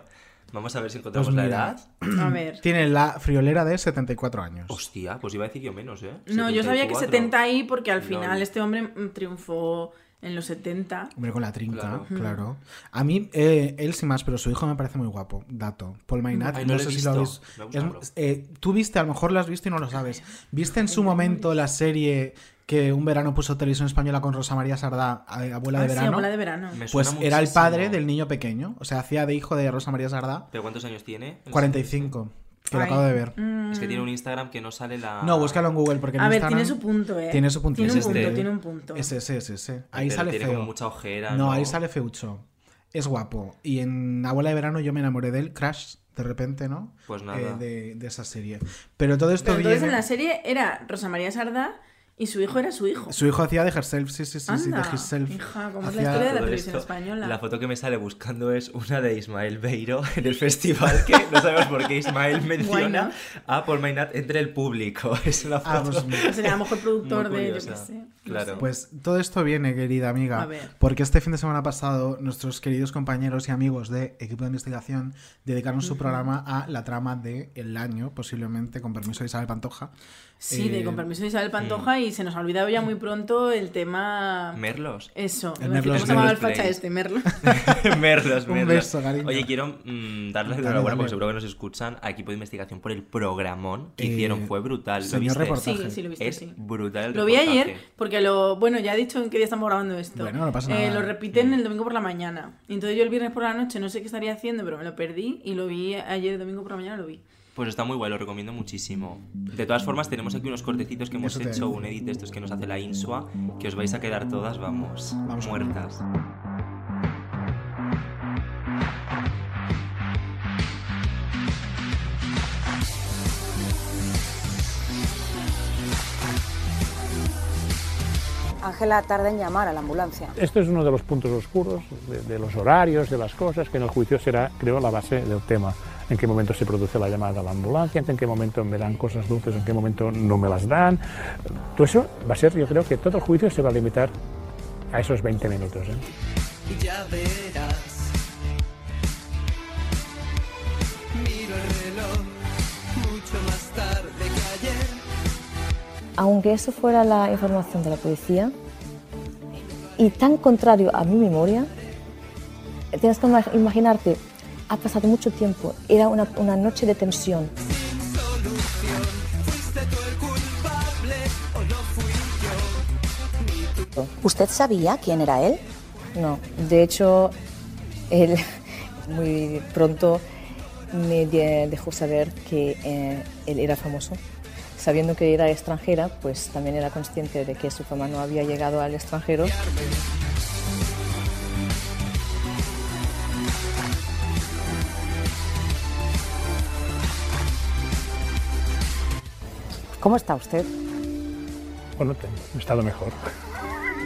[SPEAKER 2] Vamos a ver si encontramos
[SPEAKER 3] Pues
[SPEAKER 2] la
[SPEAKER 3] mira.
[SPEAKER 2] edad.
[SPEAKER 5] todo. A ver.
[SPEAKER 3] Tiene la friolera de 74 años.
[SPEAKER 2] Hostia, pues iba a decir yo menos, ¿eh?
[SPEAKER 5] No, yo sabía que
[SPEAKER 2] 74.
[SPEAKER 5] 70 ahí porque al
[SPEAKER 2] No,
[SPEAKER 5] final
[SPEAKER 2] no.
[SPEAKER 5] este hombre mm, triunfó en los 70.
[SPEAKER 3] Hombre, con la trinca,
[SPEAKER 5] Claro.
[SPEAKER 3] claro. A mí, eh, él sí más, pero su hijo me parece muy guapo. Dato. Paul Maynard,
[SPEAKER 2] Ay,
[SPEAKER 3] no,
[SPEAKER 2] no lo he
[SPEAKER 3] sé si lo habéis.
[SPEAKER 2] visto. Me gusta,
[SPEAKER 3] es-
[SPEAKER 2] bro.
[SPEAKER 3] eh, tú viste, a lo mejor lo has visto y no lo sabes. ¿Viste en su momento la serie que un verano puso televisión española con Rosa María Sardá, a- eh, abuela de
[SPEAKER 5] Ah, sí,
[SPEAKER 3] verano?
[SPEAKER 5] Abuela de Verano. Me
[SPEAKER 3] Pues
[SPEAKER 2] suena
[SPEAKER 3] era el padre
[SPEAKER 2] muchísimo.
[SPEAKER 3] del niño pequeño. O sea, hacía de hijo de Rosa María Sardá.
[SPEAKER 2] ¿Pero cuántos años tiene?
[SPEAKER 3] 45. Que lo
[SPEAKER 5] Ay. mm.
[SPEAKER 3] acabo de ver.
[SPEAKER 2] Es que tiene un Instagram que no sale la.
[SPEAKER 3] No, búscalo en Google porque en
[SPEAKER 5] A ver,
[SPEAKER 3] Instagram
[SPEAKER 5] tiene su punto, ¿eh?
[SPEAKER 3] Tiene su punto.
[SPEAKER 5] Tiene un
[SPEAKER 3] Es
[SPEAKER 5] punto,
[SPEAKER 3] este.
[SPEAKER 5] tiene un punto.
[SPEAKER 3] Es ese, es ese. Ahí
[SPEAKER 2] Pero
[SPEAKER 3] sale
[SPEAKER 2] tiene
[SPEAKER 3] feo.
[SPEAKER 2] como mucha ojera,
[SPEAKER 3] No,
[SPEAKER 2] ¿no?
[SPEAKER 3] ahí sale feucho. Es guapo. Y en Abuela de Verano yo me enamoré de él, Crash, de repente, ¿no?
[SPEAKER 2] Pues
[SPEAKER 3] Eh,
[SPEAKER 2] nada.
[SPEAKER 3] de, de esa serie. Pero todo esto
[SPEAKER 5] Pero entonces en
[SPEAKER 3] viene-
[SPEAKER 5] la serie era Rosa María Sardá y su hijo era su hijo.
[SPEAKER 3] Su hijo hacía de Herself, sí, sí, sí, sí, de
[SPEAKER 5] Anda,
[SPEAKER 3] Herself.
[SPEAKER 5] hija, ¿cómo es la
[SPEAKER 3] Hacía-
[SPEAKER 5] historia de la
[SPEAKER 2] Todo
[SPEAKER 5] televisión
[SPEAKER 2] esto,
[SPEAKER 5] española?
[SPEAKER 2] La foto que me sale buscando es una de Ismael Beiro en el festival que no sabemos por qué Ismael menciona Ah, a Paul Maynard entre el público. Es una foto.
[SPEAKER 3] Ah, pues mira.
[SPEAKER 5] Sería a lo mejor productor
[SPEAKER 2] muy
[SPEAKER 5] de, yo
[SPEAKER 2] curiosa.
[SPEAKER 5] qué sé, no
[SPEAKER 2] Claro.
[SPEAKER 3] Pues todo esto viene, querida amiga,
[SPEAKER 5] A ver.
[SPEAKER 3] porque este fin de semana pasado nuestros queridos compañeros y amigos de Equipo de Investigación dedicaron su
[SPEAKER 5] Ujú.
[SPEAKER 3] programa a la trama de El Año, posiblemente con permiso de Isabel Pantoja.
[SPEAKER 5] Sí, de
[SPEAKER 3] Eh,
[SPEAKER 5] con permiso de Isabel Pantoja y se nos ha olvidado ya muy pronto el tema...
[SPEAKER 2] Merlos.
[SPEAKER 5] Eso. iba
[SPEAKER 3] El
[SPEAKER 5] a decir,
[SPEAKER 3] Merlos
[SPEAKER 5] ¿Cómo se llamaba el
[SPEAKER 2] Play.
[SPEAKER 5] facha este? Merlos.
[SPEAKER 2] merlos, merlos.
[SPEAKER 3] Un beso, cariño.
[SPEAKER 2] Oye, quiero mm, darles
[SPEAKER 3] Dale,
[SPEAKER 2] la enhorabuena
[SPEAKER 3] dale.
[SPEAKER 2] porque seguro que nos escuchan a equipo de investigación por el programón que
[SPEAKER 3] Eh,
[SPEAKER 2] hicieron. Fue brutal. ¿Lo
[SPEAKER 3] señor
[SPEAKER 2] viste?
[SPEAKER 3] reportaje.
[SPEAKER 5] Sí, sí, lo viste,
[SPEAKER 2] es
[SPEAKER 5] sí.
[SPEAKER 2] brutal el
[SPEAKER 5] Lo vi
[SPEAKER 2] reportaje.
[SPEAKER 5] ayer porque lo. Bueno, ya he dicho en qué día estamos grabando esto.
[SPEAKER 3] Bueno, no pasa
[SPEAKER 5] Eh,
[SPEAKER 3] nada. Mm.
[SPEAKER 5] lo repiten el domingo por la mañana. Y Entonces yo el viernes por la noche no sé qué estaría haciendo, pero me lo perdí y lo vi ayer el domingo por la mañana lo vi.
[SPEAKER 2] Pues está muy guay, lo recomiendo muchísimo. De todas formas, tenemos aquí unos cortecitos que hemos
[SPEAKER 3] Eso te
[SPEAKER 2] hecho,
[SPEAKER 3] digo.
[SPEAKER 2] un edit de estos que nos hace la Insua, que os vais a quedar todas, vamos, muertas.
[SPEAKER 16] Ángela tarda en llamar a la ambulancia.
[SPEAKER 17] Esto es uno de los puntos oscuros, de, de los horarios, de las cosas, que en el juicio será, creo, la base del tema. En qué momento se produce la llamada a la ambulancia, en qué momento me dan cosas dulces, en qué momento no me las dan. Todo eso va a ser, yo creo que todo el juicio se va a limitar a esos 20 minutos. ¿eh?
[SPEAKER 6] Y ya verás. Miro el reloj mucho más tarde que ayer.
[SPEAKER 18] Aunque eso fuera la información de la policía y tan contrario a mi memoria, tienes que ima- imaginarte, ha pasado mucho tiempo, era una, una noche de tensión.
[SPEAKER 16] ¿Usted sabía quién era él?
[SPEAKER 18] No, de hecho, él muy pronto me de- dejó saber que eh, él era famoso. Sabiendo que era extranjera, pues también era consciente de que su fama no había llegado al extranjero.
[SPEAKER 16] ¿Cómo está usted?
[SPEAKER 17] Bueno, te- he estado mejor.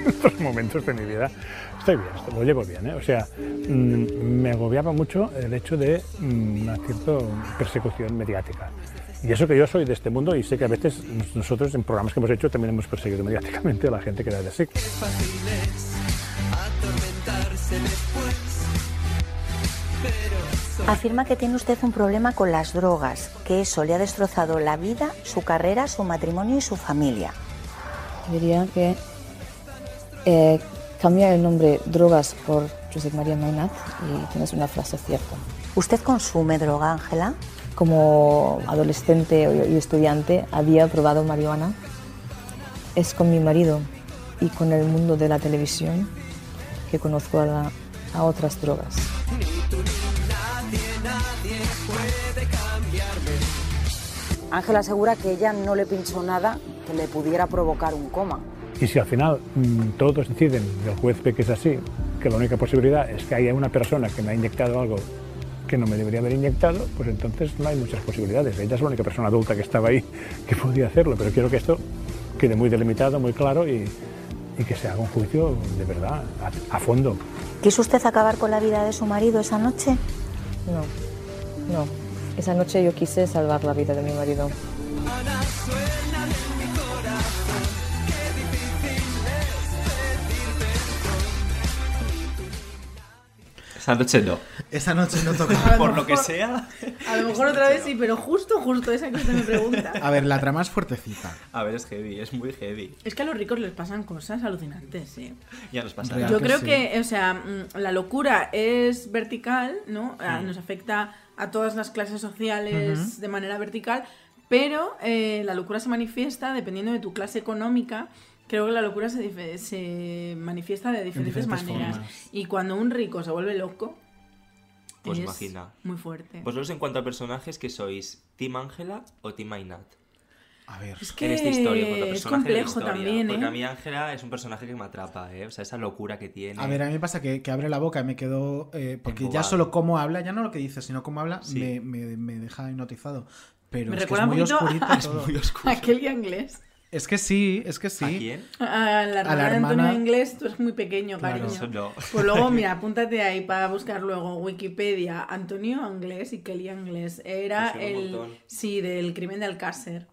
[SPEAKER 17] Estos momentos de mi vida, estoy bien, esto- lo llevo bien. ¿eh? O sea, mm, me agobiaba mucho el hecho de mm, una cierta persecución mediática. Y eso que yo soy de este mundo y sé que a veces nos- nosotros en programas que hemos hecho también hemos perseguido mediáticamente a la gente que da de sí.
[SPEAKER 6] Fácil es atormentarse después.
[SPEAKER 16] Afirma que tiene usted un problema con las drogas, que eso le ha destrozado la vida, su carrera, su matrimonio y su familia.
[SPEAKER 18] Diría que eh, cambia el nombre drogas por José María Mainat y tienes una frase cierta.
[SPEAKER 16] ¿Usted consume droga, Ángela?
[SPEAKER 18] Como adolescente y estudiante había probado marihuana. Es con mi marido y con el mundo de la televisión que conozco a, la- a otras drogas.
[SPEAKER 6] Nadie, nadie
[SPEAKER 11] Eh,
[SPEAKER 6] puede cambiarme.
[SPEAKER 16] Ángela asegura que ella no le pinchó nada que le pudiera provocar un coma.
[SPEAKER 17] Y si al final mm, todos deciden, y el juez ve que es así, que la única posibilidad es que haya una persona que me ha inyectado algo que no me debería haber inyectado, pues entonces no hay muchas posibilidades. Ella es la única persona adulta que estaba ahí que podía hacerlo, pero quiero que esto quede muy delimitado, muy claro y, y que se haga un juicio de verdad, a- a fondo.
[SPEAKER 16] ¿Quiso usted acabar con la vida de su marido esa noche?
[SPEAKER 18] No, no. Esa noche yo quise salvar la vida de mi marido.
[SPEAKER 2] Esa noche no.
[SPEAKER 3] Esa noche no
[SPEAKER 5] A
[SPEAKER 3] tocaba.
[SPEAKER 5] lo
[SPEAKER 2] Por lo que
[SPEAKER 5] mejor-
[SPEAKER 2] sea.
[SPEAKER 5] A lo mejor otra vez sí, pero justo, justo esa que usted me pregunta.
[SPEAKER 3] A ver, la trama es fuertecita.
[SPEAKER 2] A ver, es heavy, es muy heavy.
[SPEAKER 5] Es que a los ricos les pasan cosas alucinantes, ¿eh?
[SPEAKER 2] Ya nos pasa.
[SPEAKER 5] Yo creo que, o sea, mm, la locura es vertical, ¿no? Ah,
[SPEAKER 3] Mm.
[SPEAKER 2] Sí.
[SPEAKER 5] Nos afecta a todas las clases sociales
[SPEAKER 2] Ujú.
[SPEAKER 5] de manera vertical, pero eh, la locura se manifiesta dependiendo de tu clase económica. Creo que la locura se, dife- se manifiesta de diferentes,
[SPEAKER 2] diferentes
[SPEAKER 5] maneras.
[SPEAKER 2] formas.
[SPEAKER 5] Y cuando un rico se vuelve loco,
[SPEAKER 2] Pues
[SPEAKER 5] es
[SPEAKER 2] imagina.
[SPEAKER 5] muy fuerte.
[SPEAKER 2] Vosotros en cuanto a personajes, que sois Team Ángela o Team Ainat?
[SPEAKER 3] A ver,
[SPEAKER 5] Es que
[SPEAKER 2] en esta historia, en cuanto a
[SPEAKER 5] es
[SPEAKER 2] personaje de la
[SPEAKER 5] complejo
[SPEAKER 2] historia,
[SPEAKER 5] también,
[SPEAKER 2] Porque
[SPEAKER 5] ¿eh?
[SPEAKER 2] a mí Ángela es un personaje que me atrapa, ¿eh? O sea, esa locura que tiene.
[SPEAKER 3] A ver, a mí me pasa que, que abre la boca y me quedo. eh, porque ya
[SPEAKER 2] Embobado.
[SPEAKER 3] solo cómo habla, ya no lo que dice, sino cómo habla,
[SPEAKER 2] Sí.
[SPEAKER 3] me, me- me deja hipnotizado. Pero
[SPEAKER 5] Me
[SPEAKER 3] es que
[SPEAKER 5] recuerda
[SPEAKER 3] es
[SPEAKER 5] un
[SPEAKER 3] muy
[SPEAKER 5] poquito
[SPEAKER 3] oscurito.
[SPEAKER 5] a,
[SPEAKER 3] todo.
[SPEAKER 5] a aquel día inglés.
[SPEAKER 3] Es que sí, es que sí. ¿A
[SPEAKER 2] quién?
[SPEAKER 5] A la hermana,
[SPEAKER 3] la
[SPEAKER 5] de Antonio
[SPEAKER 3] hermana-
[SPEAKER 5] Inglés, tú eres muy pequeño,
[SPEAKER 3] Claro.
[SPEAKER 5] cariño.
[SPEAKER 3] Eso no.
[SPEAKER 5] Pues luego, mira, apúntate ahí para buscar luego Wikipedia. Antonio Inglés y Kelly Inglés. Era
[SPEAKER 2] Me suena un
[SPEAKER 5] el.
[SPEAKER 2] montón.
[SPEAKER 5] Sí, del crimen de Alcácer.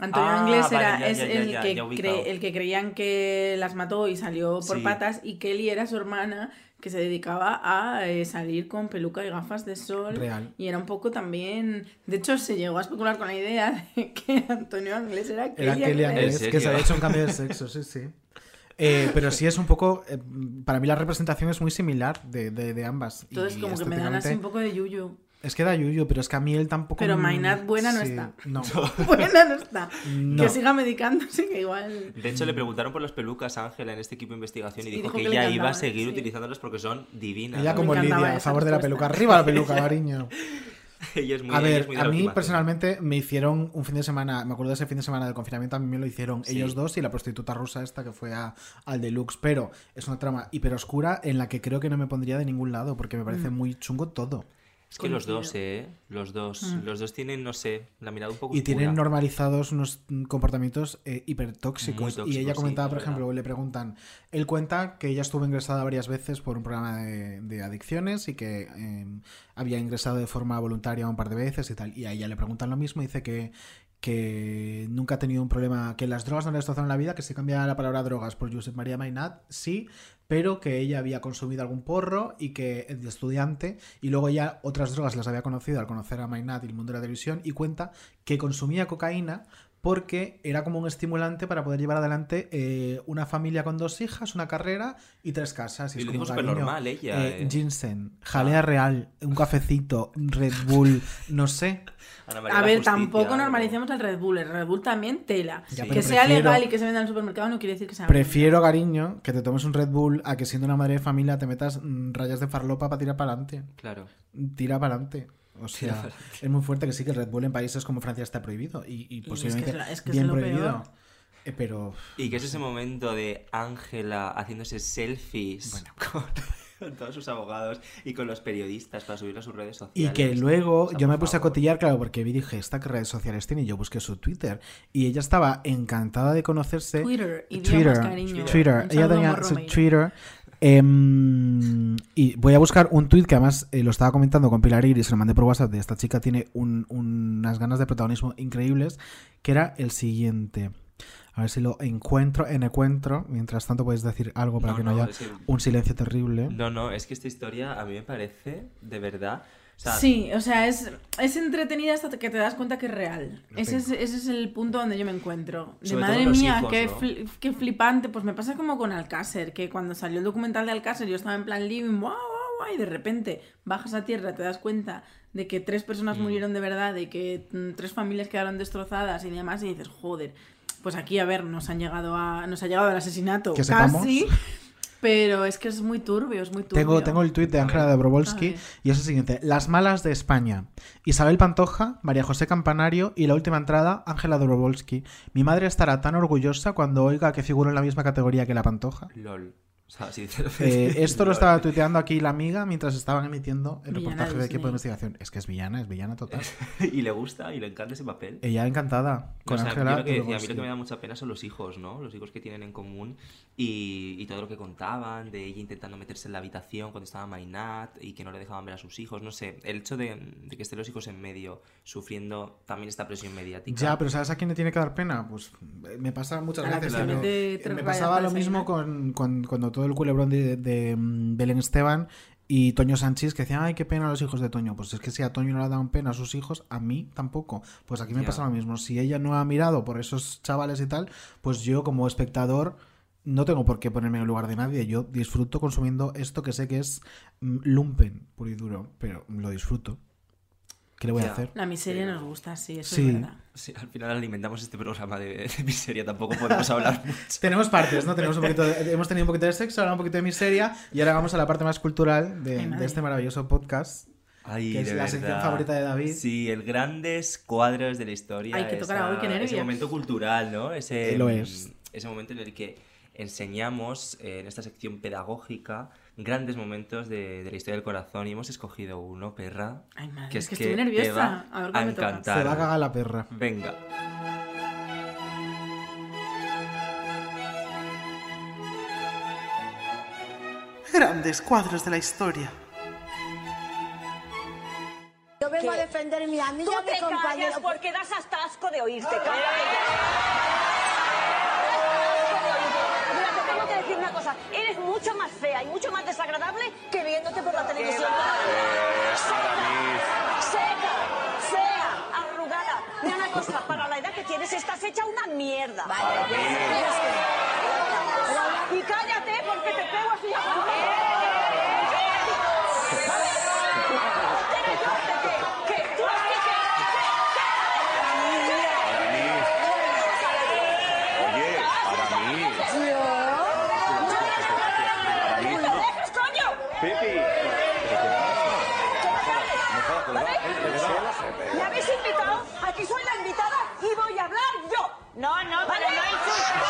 [SPEAKER 5] Antonio
[SPEAKER 2] Ah,
[SPEAKER 5] Inglés
[SPEAKER 2] vale,
[SPEAKER 5] era
[SPEAKER 2] ya,
[SPEAKER 5] es
[SPEAKER 2] ya, ya,
[SPEAKER 5] el,
[SPEAKER 2] ya,
[SPEAKER 5] que
[SPEAKER 2] ya
[SPEAKER 5] cre-
[SPEAKER 2] ubicado.
[SPEAKER 5] el que creían que las mató y salió por
[SPEAKER 2] Sí.
[SPEAKER 5] patas. Y Kelly era su hermana que se dedicaba a eh, salir con peluca y gafas de sol.
[SPEAKER 3] Real.
[SPEAKER 5] Y era un poco también. De hecho, se llegó a especular con la idea de que Antonio Inglés era Kelly
[SPEAKER 3] Era Kelly
[SPEAKER 5] Anglés.
[SPEAKER 3] Anglés,
[SPEAKER 2] ¿En
[SPEAKER 3] que se
[SPEAKER 2] serio?
[SPEAKER 3] había hecho un cambio de sexo, sí, sí. Eh, pero sí es un poco. eh, para mí la representación es muy similar de, de- de ambas. Y
[SPEAKER 5] Entonces, como que me dan así
[SPEAKER 3] estéticamente-
[SPEAKER 5] un poco de yuyu.
[SPEAKER 3] Es que da yuyu, pero es que a mí él tampoco.
[SPEAKER 5] Pero
[SPEAKER 3] mm,
[SPEAKER 5] Maynard buena no
[SPEAKER 3] sí,
[SPEAKER 5] está.
[SPEAKER 3] No.
[SPEAKER 5] Buena no está.
[SPEAKER 3] No.
[SPEAKER 5] Que siga medicándose, que igual.
[SPEAKER 2] De hecho, le preguntaron por las pelucas a Ángela en este equipo de investigación y,
[SPEAKER 5] Sí,
[SPEAKER 2] dijo,
[SPEAKER 5] dijo
[SPEAKER 2] que,
[SPEAKER 5] que le
[SPEAKER 2] ella iba a
[SPEAKER 5] encantaban,
[SPEAKER 2] seguir
[SPEAKER 5] sí.
[SPEAKER 2] utilizándolas porque son divinas.
[SPEAKER 3] Ella
[SPEAKER 2] ¿no?
[SPEAKER 3] como Lidia, a favor de la peluca. Arriba la peluca, cariño.
[SPEAKER 2] Ella es muy,
[SPEAKER 3] a
[SPEAKER 2] ella
[SPEAKER 3] ver,
[SPEAKER 2] es muy de
[SPEAKER 3] a
[SPEAKER 2] la
[SPEAKER 3] mí
[SPEAKER 2] ultimación.
[SPEAKER 3] personalmente me hicieron un fin de semana, me acuerdo de ese fin de semana del confinamiento, a mí me lo hicieron
[SPEAKER 2] Sí.
[SPEAKER 3] ellos dos y la prostituta rusa esta que fue a- al deluxe, pero es una trama hiperoscura en la que creo que no me pondría de ningún lado porque me parece
[SPEAKER 2] Mm.
[SPEAKER 3] muy chungo todo.
[SPEAKER 2] Es que los dos,
[SPEAKER 5] Coincido.
[SPEAKER 2] ¿eh? Los dos.
[SPEAKER 5] Mm.
[SPEAKER 2] Los dos tienen, no sé, la mirada un poco
[SPEAKER 3] Y tienen
[SPEAKER 2] oscura.
[SPEAKER 3] normalizados unos mm, comportamientos eh,
[SPEAKER 2] Muy
[SPEAKER 3] hipertóxicos.
[SPEAKER 2] tóxicos,
[SPEAKER 3] y ella
[SPEAKER 2] sí,
[SPEAKER 3] comentaba, por
[SPEAKER 2] es verdad.
[SPEAKER 3] ejemplo, le preguntan, él cuenta que ella estuvo ingresada varias veces por un programa de, de adicciones y que eh, había ingresado de forma voluntaria un par de veces y tal. Y a ella le preguntan lo mismo, dice que que nunca ha tenido un problema, que las drogas no le destrozaron la vida, que se cambia la palabra drogas por Josep María Mainat, sí, pero que ella había consumido algún porro y que de estudiante, y luego ya otras drogas las había conocido al conocer a Mainat y el mundo de la televisión, y cuenta que consumía cocaína porque era como un estimulante para poder llevar adelante eh, una familia con dos hijas, una carrera y tres casas.
[SPEAKER 2] Y
[SPEAKER 3] es
[SPEAKER 2] lo dijo
[SPEAKER 3] como,
[SPEAKER 2] súper
[SPEAKER 3] "Cariño,
[SPEAKER 2] normal ella,
[SPEAKER 3] eh,
[SPEAKER 2] eh". Ah.
[SPEAKER 3] Ginseng, jalea real, un cafecito, Red Bull, no sé.
[SPEAKER 2] Ana María
[SPEAKER 5] A
[SPEAKER 2] la
[SPEAKER 5] ver,
[SPEAKER 2] Justicia,
[SPEAKER 5] tampoco
[SPEAKER 2] ¿no?
[SPEAKER 5] normalicemos al Red Bull. El Red Bull también tela.
[SPEAKER 3] Ya,
[SPEAKER 5] que
[SPEAKER 3] pero
[SPEAKER 5] sea
[SPEAKER 3] prefiero-
[SPEAKER 5] legal y que se venda en el supermercado no quiere decir que sea.
[SPEAKER 3] Prefiero, cariño, que te tomes un Red Bull a que siendo una madre de familia te metas mm, rayas de farlopa para tirar para adelante.
[SPEAKER 2] Claro.
[SPEAKER 3] Tira para adelante. O
[SPEAKER 2] Tira
[SPEAKER 3] sea,
[SPEAKER 2] pa'lante.
[SPEAKER 3] es muy fuerte que sí que el Red Bull en países como Francia está prohibido. Y, y
[SPEAKER 5] que
[SPEAKER 3] posiblemente
[SPEAKER 5] es la- es que es
[SPEAKER 3] bien
[SPEAKER 5] lo
[SPEAKER 3] prohibido.
[SPEAKER 5] peor.
[SPEAKER 3] Eh, pero.
[SPEAKER 2] Y que es ese momento de Ángela haciéndose selfies con, con todos sus abogados y con los periodistas para subirlo a sus redes
[SPEAKER 3] Y
[SPEAKER 2] sociales.
[SPEAKER 3] que luego
[SPEAKER 2] O sea,
[SPEAKER 3] yo me
[SPEAKER 2] por
[SPEAKER 3] puse a cotillar, claro, porque vi, dije, ¿esta qué redes sociales tiene? Y yo busqué su Twitter. Y ella estaba encantada de conocerse.
[SPEAKER 5] Twitter, idiomas,
[SPEAKER 3] Twitter.
[SPEAKER 5] cariño.
[SPEAKER 3] Twitter.
[SPEAKER 5] Un
[SPEAKER 3] Ella
[SPEAKER 5] saludo,
[SPEAKER 3] tenía
[SPEAKER 5] amor,
[SPEAKER 3] su
[SPEAKER 5] Romeiro.
[SPEAKER 3] Twitter. em, y voy a buscar un tweet que además eh, lo estaba comentando con Pilar Iris, se lo mandé por WhatsApp. De esta chica tiene un- unas ganas de protagonismo increíbles. Que era el siguiente. A ver si lo encuentro en encuentro. Mientras tanto, podéis decir algo para
[SPEAKER 2] No,
[SPEAKER 3] que no,
[SPEAKER 2] no,
[SPEAKER 3] haya
[SPEAKER 2] es que-
[SPEAKER 3] un silencio terrible.
[SPEAKER 2] No, no, es que esta historia a mí me parece, de verdad. o sea,
[SPEAKER 5] Sí, o sea, es, es entretenida hasta que te das cuenta que es real.
[SPEAKER 2] Lo
[SPEAKER 5] Ese es, ese es el punto donde yo me encuentro. De
[SPEAKER 2] Sobre todo
[SPEAKER 5] madre
[SPEAKER 2] los
[SPEAKER 5] mía,
[SPEAKER 2] hijos,
[SPEAKER 5] qué,
[SPEAKER 2] ¿no?
[SPEAKER 5] fli- qué flipante. Pues me pasa como con Alcácer, que cuando salió el documental de Alcácer yo estaba en plan living, guau, guau, guau, y de repente bajas a tierra, te das cuenta de que tres personas
[SPEAKER 2] Mm.
[SPEAKER 5] murieron de verdad, de que mm, tres familias quedaron destrozadas y demás, y dices, joder, pues aquí, a ver, nos han llegado a, nos ha llegado el asesinato
[SPEAKER 3] Que sepamos.
[SPEAKER 5] casi, pero es que es muy turbio, es muy turbio.
[SPEAKER 3] Tengo, tengo el tuit de Ángela
[SPEAKER 5] A
[SPEAKER 3] Dobrovolsky
[SPEAKER 5] ver.
[SPEAKER 3] y es el siguiente. Las malas de España. Isabel Pantoja, María José Campanario y la última entrada, Ángela Dobrovolsky. Mi madre estará tan orgullosa cuando oiga que figuro en la misma categoría que la Pantoja.
[SPEAKER 2] LOL. O sea, sinceramente,
[SPEAKER 3] Eh, esto lo
[SPEAKER 2] lol.
[SPEAKER 3] estaba tuiteando aquí la amiga mientras estaban emitiendo el
[SPEAKER 2] Villana
[SPEAKER 3] reportaje de equipo de
[SPEAKER 2] Disney.
[SPEAKER 3] investigación. Es que es villana, es villana total.
[SPEAKER 2] y le gusta y le encanta ese papel.
[SPEAKER 3] Ella encantada
[SPEAKER 2] No, o
[SPEAKER 3] con
[SPEAKER 2] sea, yo
[SPEAKER 3] Ángela
[SPEAKER 2] lo que decía, a mí
[SPEAKER 3] Dobrovolsky.
[SPEAKER 2] lo que me da mucha pena son los hijos, ¿no? Los hijos que tienen en común y, y todo lo que contaban de ella intentando meterse en la habitación cuando estaba Mainat y que no le dejaban ver a sus hijos, no sé. El hecho de, de que estén los hijos en medio sufriendo también esta presión mediática.
[SPEAKER 3] Ya, pero ¿sabes a quién le tiene que dar pena? Pues eh, me pasa muchas
[SPEAKER 5] A la
[SPEAKER 3] veces.
[SPEAKER 5] que se
[SPEAKER 3] pero eh,
[SPEAKER 5] mete tres
[SPEAKER 3] me
[SPEAKER 5] rayas
[SPEAKER 3] pasaba
[SPEAKER 5] para
[SPEAKER 3] lo mismo con, con- cuando todo el culebrón de, de, mm, Belén Esteban y Toño Sánchez que decía, ay, qué pena los hijos de Toño. Pues es que si a Toño no le dan pena a sus hijos, a mí tampoco. Pues aquí me
[SPEAKER 14] Ya.
[SPEAKER 3] pasa lo mismo. Si ella no ha mirado por esos chavales y tal, pues yo como espectador no tengo por qué ponerme en el lugar de nadie. Yo disfruto consumiendo esto que sé que es mm, lumpen, puro y duro, pero lo disfruto. ¿Qué le voy
[SPEAKER 2] Ya.
[SPEAKER 3] a hacer?
[SPEAKER 5] La miseria nos gusta, sí, eso
[SPEAKER 3] Sí.
[SPEAKER 5] es verdad.
[SPEAKER 2] Sí, al final alimentamos este programa de, de miseria, tampoco podemos hablar mucho.
[SPEAKER 3] Tenemos partes, ¿no? Tenemos un poquito de- hemos tenido un poquito de sexo, ahora un poquito de miseria y ahora vamos a la parte más cultural de,
[SPEAKER 2] Ay, madre.
[SPEAKER 3] de este maravilloso podcast.
[SPEAKER 2] Ay,
[SPEAKER 3] que es
[SPEAKER 2] de
[SPEAKER 3] la sección
[SPEAKER 2] verdad.
[SPEAKER 3] favorita de David.
[SPEAKER 2] Sí, el grandes cuadros de la historia.
[SPEAKER 5] Ay, qué tocará hoy, qué nervios.
[SPEAKER 2] Ese momento cultural, ¿no? Ese, mm,
[SPEAKER 3] Eh, lo es.
[SPEAKER 2] Ese momento en el que enseñamos eh, en esta sección pedagógica grandes momentos de, de la historia del corazón y hemos escogido uno, perra.
[SPEAKER 5] Ay, madre,
[SPEAKER 2] que
[SPEAKER 5] es
[SPEAKER 2] es,
[SPEAKER 5] que
[SPEAKER 2] que
[SPEAKER 5] estoy
[SPEAKER 2] te
[SPEAKER 5] nerviosa.
[SPEAKER 2] va
[SPEAKER 5] A ver
[SPEAKER 2] a
[SPEAKER 5] cuál me toca.
[SPEAKER 2] encantar.
[SPEAKER 3] Se va a cagar la perra.
[SPEAKER 2] Venga.
[SPEAKER 6] Grandes cuadros de la historia.
[SPEAKER 19] Yo vengo a defender mi amiga
[SPEAKER 4] Tú te
[SPEAKER 19] mi compañero.
[SPEAKER 4] callas porque das hasta asco de oírte. Mira, te tengo que decir una cosa. Eres mucho más fea y mucho más desagradable que viéndote por la televisión. Seca, fea, arrugada. Mira una cosa, para la edad que tienes estás hecha una mierda. Y cállate porque te pego así.
[SPEAKER 11] Oye, para mí. Para mí, no. Pipi.
[SPEAKER 4] ¿Me habéis invitado? Aquí soy la invitada y voy a hablar yo. No, no, pero no insulta.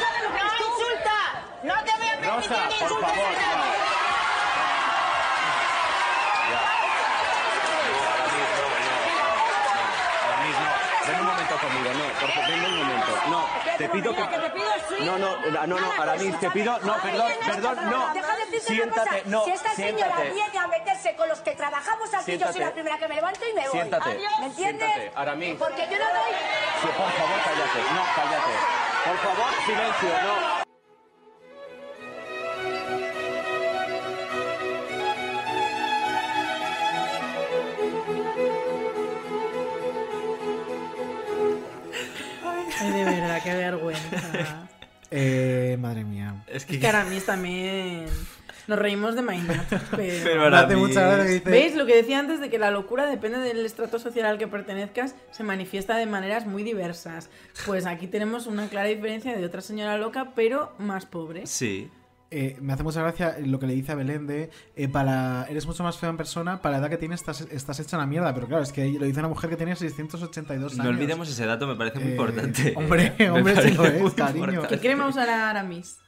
[SPEAKER 4] No, no insulta. No te voy a
[SPEAKER 6] permitir Rosa, que por insultes favor, a nadie.
[SPEAKER 11] Ahora mismo. Ven un momento conmigo, no, por favor, ven un momento. No, te pido que.
[SPEAKER 4] te pido sí.
[SPEAKER 11] No, no, no, no,
[SPEAKER 4] Ana,
[SPEAKER 11] Aramis, te
[SPEAKER 4] escúchame.
[SPEAKER 11] pido. No,
[SPEAKER 4] Ahora
[SPEAKER 11] perdón,
[SPEAKER 4] vienes
[SPEAKER 11] perdón,
[SPEAKER 4] con-
[SPEAKER 11] no.
[SPEAKER 4] Deja de decirte una
[SPEAKER 11] Siéntate,
[SPEAKER 4] cosa.
[SPEAKER 11] no,
[SPEAKER 4] Si esta señora
[SPEAKER 11] siéntate.
[SPEAKER 4] viene a meterse con los que trabajamos aquí, yo soy
[SPEAKER 11] Siéntate.
[SPEAKER 4] la primera que me levanto y me voy.
[SPEAKER 11] Siéntate,
[SPEAKER 4] ¿Me entiendes?
[SPEAKER 11] siéntate, Aramis.
[SPEAKER 4] Porque yo no doy...
[SPEAKER 11] Sí, por favor, cállate, no, cállate. Por favor, silencio, no.
[SPEAKER 5] Ay, de verdad, qué vergüenza.
[SPEAKER 3] Eh, madre mía.
[SPEAKER 2] Es
[SPEAKER 5] Es que ahora mis también. Nos reímos de Maynard, pero.
[SPEAKER 3] Pero ahora Me hace mis- mucha gracia que dice-
[SPEAKER 5] ¿Veis lo que decía antes de que la locura depende del estrato social al que pertenezcas? Se manifiesta de maneras muy diversas. Pues aquí tenemos una clara diferencia de otra señora loca, pero más pobre.
[SPEAKER 2] Sí.
[SPEAKER 3] Eh, me hace mucha gracia lo que le dice a Belén de eh, para eres mucho más fea en persona, para la edad que tienes estás, estás hecha una mierda, pero claro, es que lo dice una mujer que tiene 682 años.
[SPEAKER 2] No olvidemos ese dato, me parece muy
[SPEAKER 3] Eh,
[SPEAKER 2] importante.
[SPEAKER 3] hombre,
[SPEAKER 2] Me
[SPEAKER 3] hombre, sí lo
[SPEAKER 2] parece
[SPEAKER 3] es,
[SPEAKER 2] muy
[SPEAKER 3] cariño.
[SPEAKER 2] importante.
[SPEAKER 5] ¿Qué crema usará Aramis?